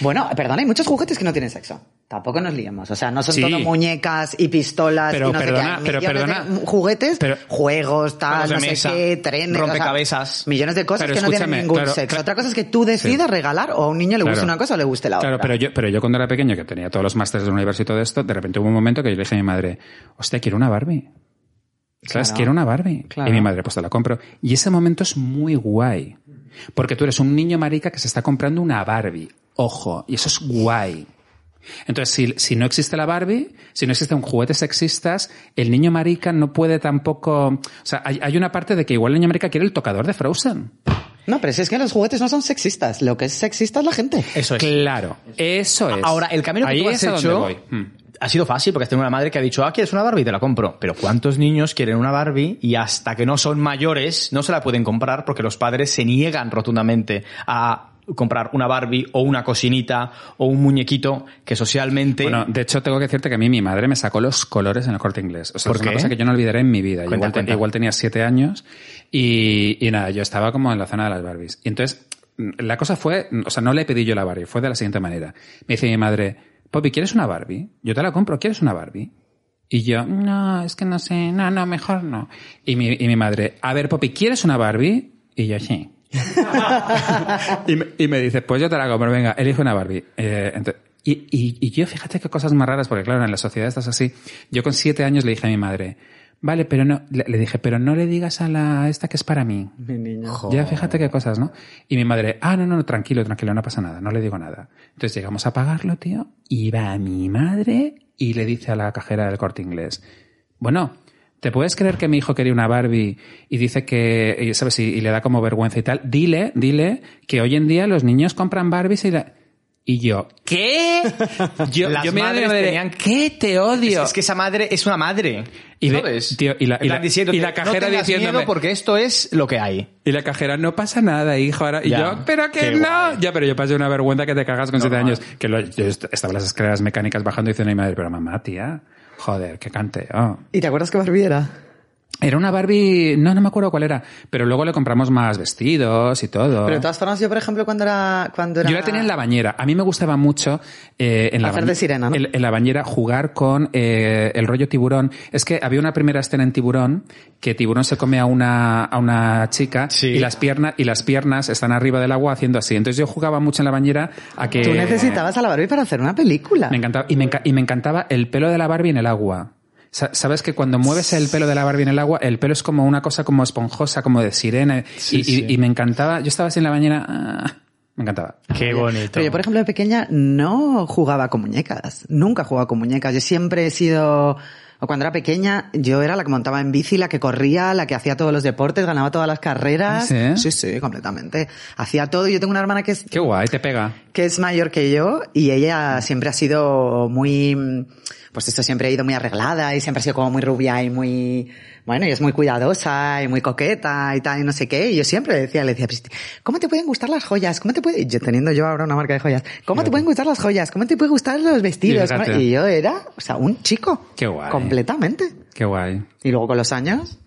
Speaker 3: Bueno, perdón, hay muchos juguetes que no tienen sexo. Tampoco nos liemos. O sea, no son
Speaker 2: Sí.
Speaker 3: todo muñecas y pistolas
Speaker 2: Pero
Speaker 3: y no sé qué.
Speaker 2: perdona,
Speaker 3: Hay
Speaker 2: pero
Speaker 3: millones de
Speaker 2: perdona.
Speaker 3: juguetes,
Speaker 2: Pero-
Speaker 3: juegos, tal,
Speaker 4: Juegos de
Speaker 3: no sé
Speaker 4: mesa,
Speaker 3: qué, trenes. o sea,
Speaker 4: rompecabezas.
Speaker 3: millones de cosas
Speaker 2: Pero
Speaker 3: que no tienen
Speaker 2: escúchame,
Speaker 3: ningún
Speaker 2: claro,
Speaker 3: sexo.
Speaker 2: cla-
Speaker 3: Otra cosa es que tú decidas regalar o a un niño le guste
Speaker 2: Claro.
Speaker 3: una cosa o le guste la
Speaker 2: Claro,
Speaker 3: otra.
Speaker 2: pero yo, pero yo cuando era pequeño, que tenía todos los másteres del universo y todo esto, de repente hubo un momento que yo le dije a mi madre, hostia, quiero una Barbie. ¿Sabes?
Speaker 3: Claro.
Speaker 2: Quiero una Barbie.
Speaker 3: Claro.
Speaker 2: Y mi madre, pues te la compro. Y ese momento es muy guay. Porque tú eres un niño marica que se está comprando una Barbie. Ojo. Y eso es guay. Entonces, si, si no existe la Barbie, si no existen juguetes sexistas, el niño marica no puede tampoco... O sea, hay, hay una parte de que igual el niño marica quiere el tocador de Frozen.
Speaker 3: No, pero si es que los juguetes no son sexistas. Lo que es sexista es la gente.
Speaker 4: Eso es.
Speaker 2: Claro. Eso es.
Speaker 4: Ahora, el camino que
Speaker 2: Ahí
Speaker 4: tú has
Speaker 2: es a donde
Speaker 4: hecho-
Speaker 2: voy. Mm.
Speaker 4: Ha sido fácil porque has tenido una madre que ha dicho, ah, ¿quieres una Barbie? Te la compro. Pero ¿cuántos niños quieren una Barbie y hasta que no son mayores no se la pueden comprar porque los padres se niegan rotundamente a comprar una Barbie o una cosinita o un muñequito que socialmente...
Speaker 2: Bueno, de hecho, tengo que decirte que a mí mi madre me sacó los colores en el corte inglés. O sea,
Speaker 4: ¿Por
Speaker 2: es una
Speaker 4: qué?
Speaker 2: cosa que yo no olvidaré en mi vida. Yo
Speaker 4: Cuenta,
Speaker 2: igual, te-
Speaker 4: cuenta.
Speaker 2: igual tenía siete años y, y nada, yo estaba como en la zona de las Barbies. Y entonces, mm, la cosa fue, o sea, no le pedí yo la Barbie, fue de la siguiente manera. Me dice mi madre, Poppy, ¿quieres una Barbie? Yo te la compro, ¿quieres una Barbie? Y yo, no, es que no sé, no, no, mejor no. Y mi, y mi madre, a ver, Poppy, ¿quieres una Barbie? Y yo, sí. Y me, y me dice, pues yo te la compro, venga, elige una Barbie. Eh, ento- y, y- y yo, fíjate qué cosas más raras, porque claro, en la sociedad estás así. Yo con siete años le dije a mi madre, vale, pero no, le, le dije, pero no le digas a la a esta que es para mí.
Speaker 3: Mi niño.
Speaker 2: Ya fíjate qué cosas, ¿no? Y mi madre, ah, no, no, no, tranquilo, tranquilo, no pasa nada, no le digo nada. Entonces llegamos a pagarlo, tío, y va mi madre y le dice a la cajera del corte inglés, bueno, ¿te puedes creer que mi hijo quería una Barbie y dice que, y, ¿sabes? Y, y le da como vergüenza y tal. Dile, dile que hoy en día los niños compran Barbies y la... Y yo, ¿qué? Yo,
Speaker 4: Las
Speaker 2: yo miraba a mi
Speaker 4: madres
Speaker 2: madre,
Speaker 4: tenían-
Speaker 2: ¿qué te odio?
Speaker 4: Es que esa madre es una madre.
Speaker 2: Y de-
Speaker 4: ¿sabes?
Speaker 2: tío, y la- y
Speaker 4: En plan
Speaker 2: la-
Speaker 4: diciéndote,
Speaker 2: y la
Speaker 4: no
Speaker 2: cajera
Speaker 4: tengas
Speaker 2: diciéndome-
Speaker 4: miedo porque esto es lo que hay.
Speaker 2: Y la cajera, no pasa nada, hijo. Ahora, y
Speaker 4: Ya,
Speaker 2: yo, pero que
Speaker 4: qué
Speaker 2: no.
Speaker 4: guay.
Speaker 2: Ya, pero yo pasé una vergüenza que te cagas con siete
Speaker 4: Normal.
Speaker 2: años. Que lo- yo est- estaba en las escaleras mecánicas bajando y diciendo a mi madre, pero mamá, tía, joder, que cante. oh".
Speaker 3: ¿Y te acuerdas que Barbie era?
Speaker 2: Era una Barbie, no, no me acuerdo cuál era, pero luego le compramos más vestidos y todo.
Speaker 3: Pero de todas formas, yo, por ejemplo, cuando era. Cuando era
Speaker 2: Yo la tenía en la bañera. A mí me gustaba mucho eh, en, la
Speaker 3: Hacer de sirena, ¿no?
Speaker 2: en, en la bañera jugar con eh, el rollo tiburón. Es que había una primera escena en tiburón que tiburón se come a una, a una chica
Speaker 4: Sí.
Speaker 2: y las piernas y las piernas están arriba del agua haciendo así. Entonces yo jugaba mucho en la bañera a que
Speaker 3: Tú necesitabas a la Barbie para hacer una película.
Speaker 2: me encantaba y me, enca- y me encantaba el pelo de la Barbie en el agua. Sa- Sabes que cuando mueves el pelo de la Barbie en el agua, el pelo es como una cosa como esponjosa, como de sirena. y, y-
Speaker 4: sí.
Speaker 2: y me encantaba. Yo estaba así en la bañera. ah, me encantaba.
Speaker 4: Qué bonito.
Speaker 3: Pero yo, por ejemplo, de pequeña no jugaba con muñecas. Nunca jugaba con muñecas. Yo siempre he sido, o cuando era pequeña, yo era la que montaba en bici, la que corría, la que hacía todos los deportes, ganaba todas las carreras.
Speaker 2: ¿Ah, sí?
Speaker 3: sí, sí, completamente. Hacía todo. Yo tengo una hermana que es
Speaker 2: Qué guay, te pega.
Speaker 3: que es mayor que yo y ella siempre ha sido muy, pues esto siempre ha ido muy arreglada y siempre ha sido como muy rubia y muy, bueno, y es muy cuidadosa y muy coqueta y tal y no sé qué. Y yo siempre le decía, le decía, "Pero, ¿cómo te pueden gustar las joyas? ¿Cómo te puede, yo teniendo yo ahora una marca de joyas, ¿cómo te pueden gustar las joyas? ¿Cómo te pueden gustar los vestidos?
Speaker 2: fíjate.
Speaker 3: ¿Cómo-?" Y yo era, o sea, un chico.
Speaker 2: Qué guay.
Speaker 3: Completamente.
Speaker 2: Qué guay.
Speaker 3: Y luego con los años,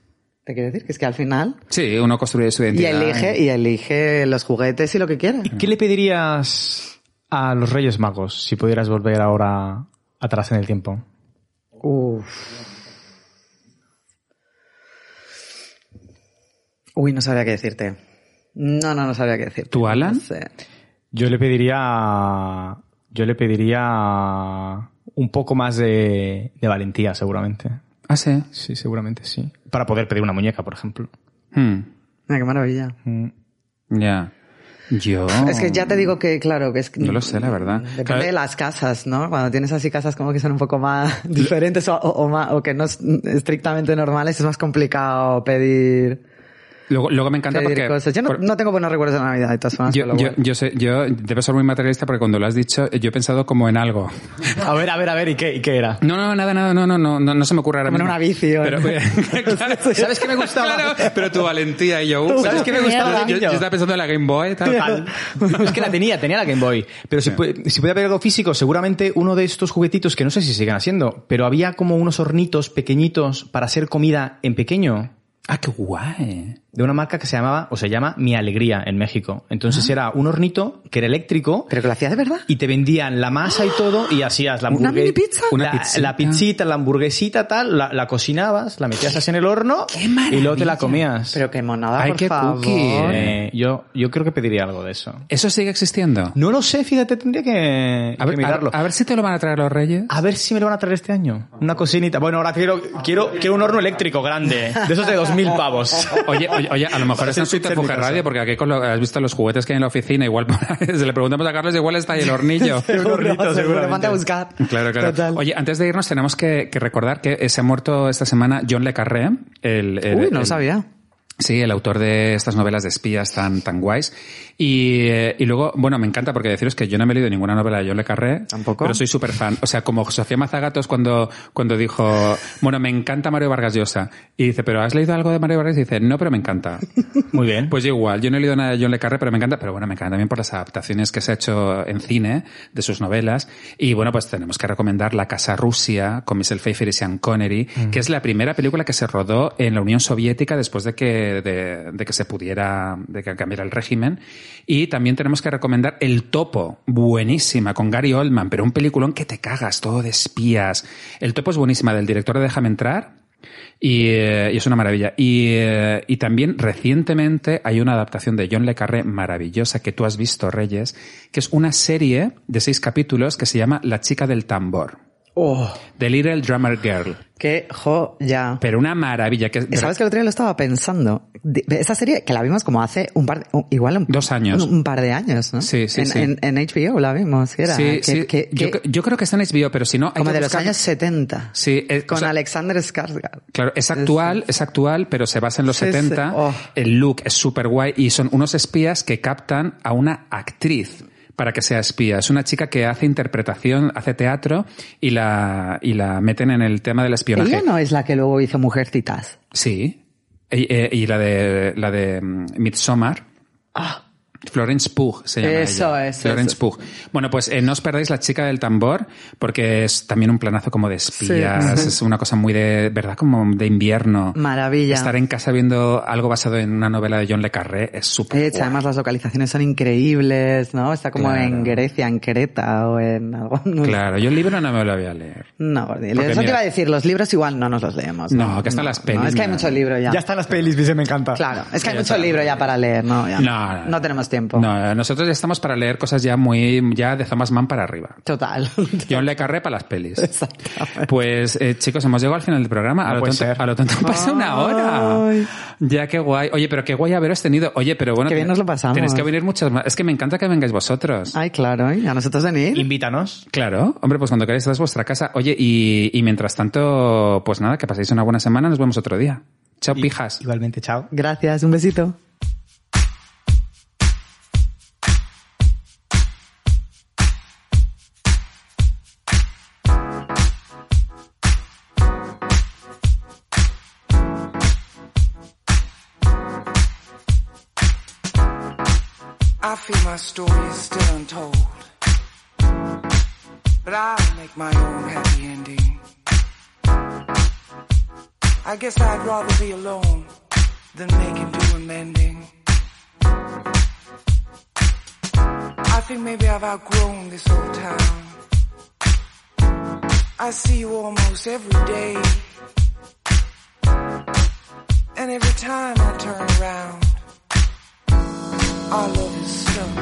Speaker 3: Te quiero decir que es que al final...
Speaker 2: Sí, uno construye su
Speaker 3: Y
Speaker 2: identidad.
Speaker 3: elige, y elige los juguetes y lo que quiera.
Speaker 4: ¿Qué le pedirías a los Reyes Magos si pudieras volver ahora atrás en el tiempo?
Speaker 3: Uf. Uy, no sabría qué decirte. No, no, no sabría qué decirte.
Speaker 2: ¿Tú, Alan?
Speaker 3: No sé.
Speaker 4: Yo le pediría. Yo le pediría un poco más de, de valentía, seguramente.
Speaker 2: Ah, sí.
Speaker 4: Sí, seguramente sí. Para poder pedir una muñeca, por ejemplo.
Speaker 2: Hmm,
Speaker 3: Mira, qué maravilla.
Speaker 4: Mm.
Speaker 2: Ya. Yo.
Speaker 3: Es que ya te digo que, claro, que es que...
Speaker 2: No lo sé, la verdad.
Speaker 3: Depende
Speaker 2: Claro.
Speaker 3: de las casas, ¿no? Cuando tienes así casas como que son un poco más diferentes o, o- o más- o que no es estrictamente normales, es más complicado pedir,
Speaker 2: Luego, luego me encanta
Speaker 3: pedir
Speaker 2: porque.
Speaker 3: cosas. Yo no,
Speaker 2: por-
Speaker 3: no tengo buenos recuerdos de Navidad, de todas formas.
Speaker 2: yo,
Speaker 3: pero
Speaker 2: yo,
Speaker 3: bueno.
Speaker 2: yo sé, yo debo ser muy materialista porque cuando lo has dicho, eh, yo he pensado como en algo.
Speaker 4: A ver, a ver, a ver, ¿y qué, y qué era?
Speaker 2: No, no, nada, nada, no, no, no, no, no se me ocurre ahora
Speaker 3: Como en
Speaker 2: mismo.
Speaker 3: una bici o-
Speaker 2: Pero, pues, claro,
Speaker 4: ¿Sabes qué me gustaba?
Speaker 2: Claro, pero tu valentía y yo. uh,
Speaker 3: Tú,
Speaker 2: pues
Speaker 3: ¿sabes
Speaker 2: yo-
Speaker 3: qué me gustaba,
Speaker 2: Yo, yo-
Speaker 4: niño?
Speaker 2: yo estaba pensando en la Game Boy, tal,
Speaker 4: Total. es que la tenía, tenía la Game Boy. Pero si, pu- si pudiera haber algo físico, seguramente uno de estos juguetitos, que no sé si siguen haciendo, pero había como unos hornitos pequeñitos para hacer comida en pequeño.
Speaker 2: Ah, qué guay.
Speaker 4: de una marca que se llamaba o se llama Mi Alegría en México. Entonces
Speaker 3: Ah.
Speaker 4: era un hornito que era eléctrico
Speaker 3: Pero que lo hacía de verdad.
Speaker 4: y te vendían la masa y todo y hacías la
Speaker 3: ¿Una
Speaker 4: hamburguesa.
Speaker 3: mini pizza?
Speaker 2: Una
Speaker 4: la,
Speaker 2: pizzita.
Speaker 4: la pizzita, la hamburguesita, tal, la, la cocinabas, la metías así en el horno y luego te la comías.
Speaker 3: Pero qué monada,
Speaker 2: Ay,
Speaker 3: por
Speaker 2: qué
Speaker 3: favor.
Speaker 2: cookie.
Speaker 4: Eh, yo, yo creo que pediría algo de eso.
Speaker 2: ¿Eso sigue existiendo?
Speaker 4: No lo sé, fíjate, tendría que,
Speaker 2: A
Speaker 4: que
Speaker 2: ver, a,
Speaker 4: mirarlo.
Speaker 2: a ver si te lo van a traer los reyes.
Speaker 4: A ver si me lo van a traer este año. Una cocinita. Bueno, ahora quiero, quiero, quiero un horno eléctrico grande. De esos de 2.000 pavos.
Speaker 2: Oye, oye, oye, a lo mejor está en
Speaker 4: Parece un
Speaker 2: Subterfuge
Speaker 4: térmico,
Speaker 2: Radio,
Speaker 4: sí.
Speaker 2: porque aquí con lo- has visto los juguetes que hay en la oficina, igual se le preguntamos a Carlos, igual está ahí el hornillo.
Speaker 4: Un hornito,
Speaker 3: Seguro,
Speaker 4: seguramente.
Speaker 3: manda a buscar.
Speaker 2: Claro, claro.
Speaker 3: Total.
Speaker 2: Oye, antes de irnos tenemos que, que recordar que eh, se ha muerto esta semana John Le Carré, el, el-
Speaker 3: Uy, no lo
Speaker 2: el-
Speaker 3: sabía.
Speaker 2: Sí, el autor de estas novelas de espías tan, tan guays. Y, eh, y luego, bueno, me encanta porque deciros que yo no me he leído ninguna novela de John Le Carré.
Speaker 3: Tampoco.
Speaker 2: Pero soy súper fan. O sea, como Sofía Mazagatos cuando, cuando dijo, bueno, me encanta Mario Vargas Llosa. Y dice, pero ¿has leído algo de Mario Vargas? Y dice, no, pero me encanta.
Speaker 4: Muy bien.
Speaker 2: Pues yo igual, yo no he leído nada de John Le Carré, pero me encanta, pero bueno, me encanta también por las adaptaciones que se ha hecho en cine de sus novelas. Y bueno, pues tenemos que recomendar La Casa Rusia con Michelle Pfeiffer y Sean Connery, que es la primera película que se rodó en la Unión Soviética después de que, de, de que se pudiera, de que cambiara el régimen. Y también tenemos que recomendar El Topo, buenísima, con Gary Oldman, pero un peliculón que te cagas, todo de espías. El Topo es buenísima, del director de Déjame Entrar, y, eh, y es una maravilla. Y, eh, y también recientemente hay una adaptación de John Le Carré maravillosa que tú has visto, Reyes, que es una serie de seis capítulos que se llama La chica del tambor,
Speaker 3: Oh,
Speaker 2: The Little Drummer Girl.
Speaker 3: qué joya.
Speaker 2: Pero una maravilla que...
Speaker 3: ¿Sabes que el otro día lo estaba pensando? De- Esa serie que la vimos como hace un par, de- un- igual un,
Speaker 2: Dos años.
Speaker 3: Un, un par de años, ¿no?
Speaker 2: Sí, sí,
Speaker 3: en,
Speaker 2: sí.
Speaker 3: En, en HBO la vimos, que era.
Speaker 2: Sí,
Speaker 3: que-
Speaker 2: sí.
Speaker 3: que-
Speaker 2: yo,
Speaker 3: que-
Speaker 2: cre- yo creo que está en HBO, pero si no... hay
Speaker 3: como
Speaker 2: que
Speaker 3: de los
Speaker 2: buscar-
Speaker 3: años 70.
Speaker 2: Sí, eh,
Speaker 3: Con
Speaker 2: o sea,
Speaker 3: Alexander Skarsgård.
Speaker 2: Claro, es actual, es actual, pero se basa en los
Speaker 3: Sí, sí.
Speaker 2: 70.
Speaker 3: Oh.
Speaker 2: El look es súper guay y son unos espías que captan a una actriz para que sea espía. Es una chica que hace interpretación, hace teatro y la, y la meten en el tema del espionaje.
Speaker 3: Ella no es la que luego hizo Mujercitas.
Speaker 2: Sí. Y, eh, y la de, la de mm, Midsommar.
Speaker 3: Ah.
Speaker 2: Florence Pugh se llama.
Speaker 3: Eso
Speaker 2: ella.
Speaker 3: es,
Speaker 2: Florence
Speaker 3: eso es.
Speaker 2: Pugh. Bueno, pues eh, no os perdáis La chica del tambor, porque es también un planazo como de espías.
Speaker 3: Sí. Mm.
Speaker 2: Es una cosa muy de, ¿verdad? Como de invierno.
Speaker 3: Maravilla.
Speaker 2: Estar en casa viendo algo basado en una novela de John Le Carré es súper.
Speaker 3: Hecha, además las localizaciones son increíbles, ¿no? Está como
Speaker 2: Claro.
Speaker 3: en Grecia, en Creta o en algún...
Speaker 2: guay. Claro, yo el libro no me lo voy a leer.
Speaker 3: No, por Dios. eso te
Speaker 2: mira-
Speaker 3: iba a decir, los libros igual no nos los leemos.
Speaker 2: No, que están las pelis,
Speaker 3: es que hay
Speaker 2: mira.
Speaker 3: mucho libro ya.
Speaker 4: Ya están las pelis, dice, me encanta.
Speaker 3: Claro, es que hay mucho libro ya para leer, ¿no? ya.
Speaker 2: No, no, no.
Speaker 3: tenemos tiempo.
Speaker 2: No, eh, nosotros ya estamos para leer cosas ya muy, ya de Thomas Mann para arriba.
Speaker 3: Total.
Speaker 2: John Le Carré para las pelis. Pues eh, chicos, hemos llegado al final del programa. A,
Speaker 4: No
Speaker 2: lo,
Speaker 4: puede
Speaker 2: tonto,
Speaker 4: ser.
Speaker 2: a lo tonto pasa una hora. Ya qué guay. Oye, pero qué guay haberos tenido. Oye, pero bueno,
Speaker 3: Qué bien nos lo pasamos.
Speaker 2: Tenéis que venir muchas más. Es que me encanta que vengáis vosotros.
Speaker 3: Ay, claro, ¿eh? A nosotros venir.
Speaker 4: Invítanos.
Speaker 2: Claro, hombre, pues cuando queráis esta es vuestra casa. Oye, y, y mientras tanto, pues nada, que paséis una buena semana, nos vemos otro día. Chao, pijas.
Speaker 4: Igualmente, chao.
Speaker 3: Gracias, un besito.
Speaker 7: I feel my story is still untold. But I'll make my own happy ending. I guess I'd rather be alone. than making do and mending. I think maybe I've outgrown this old town. I see you almost every day. And every time I turn around, our love is stuck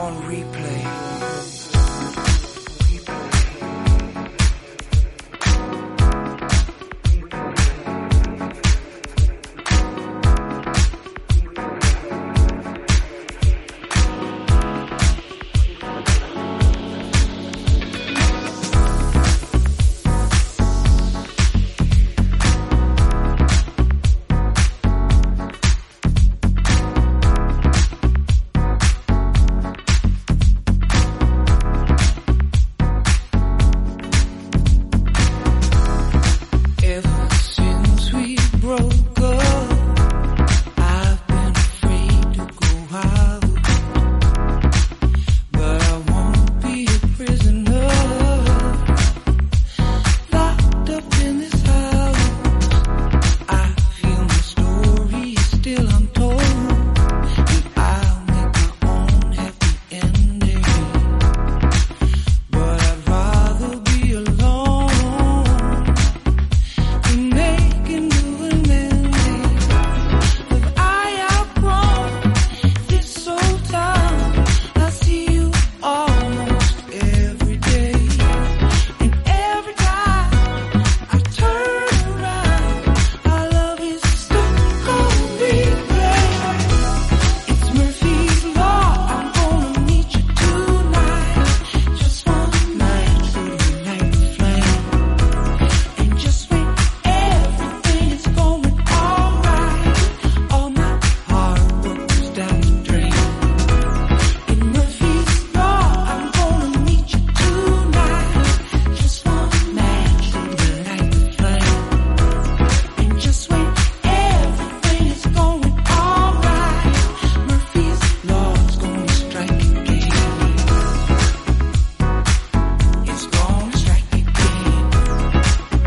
Speaker 7: on replay. Replay. Ever since we broke up, I've been afraid to go out. But I won't be a prisoner, locked up in this house. I feel my story is still untold, and I'll make my own happy ending. But I'd rather be alone. Making new and mending, but I outgrown this old town. I see you almost every day, and every time I turn around, our love is stuck on replay. It's Murphy's law. I'm gonna meet you tonight, just one night to ignite the flame. And just when everything is going alright, all my hard work goes down the drain. In Murphy's Law, I'm gonna meet you tonight. Just one match to light the flame. And just when everything is going alright, Murphy's Law's gonna strike again. It's gonna strike again.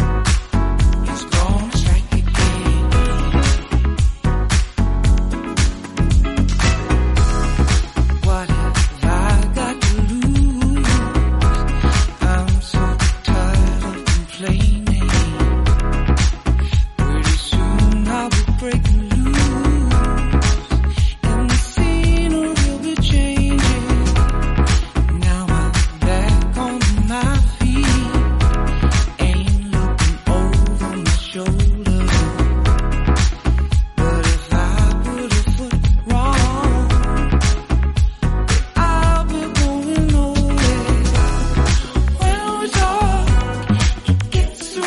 Speaker 7: It's gonna strike again. What have I got to lose? I'm so tired of complaining. Pretty soon I'll be breaking loose, and the scenery will be changing. Now I'm back on my feet. Ain't looking over my shoulder. But if I put a foot wrong, I'll be going nowhere. When we talk, it gets so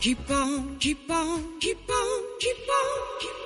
Speaker 8: Keep on, keep on, keep on, keep on, keep on.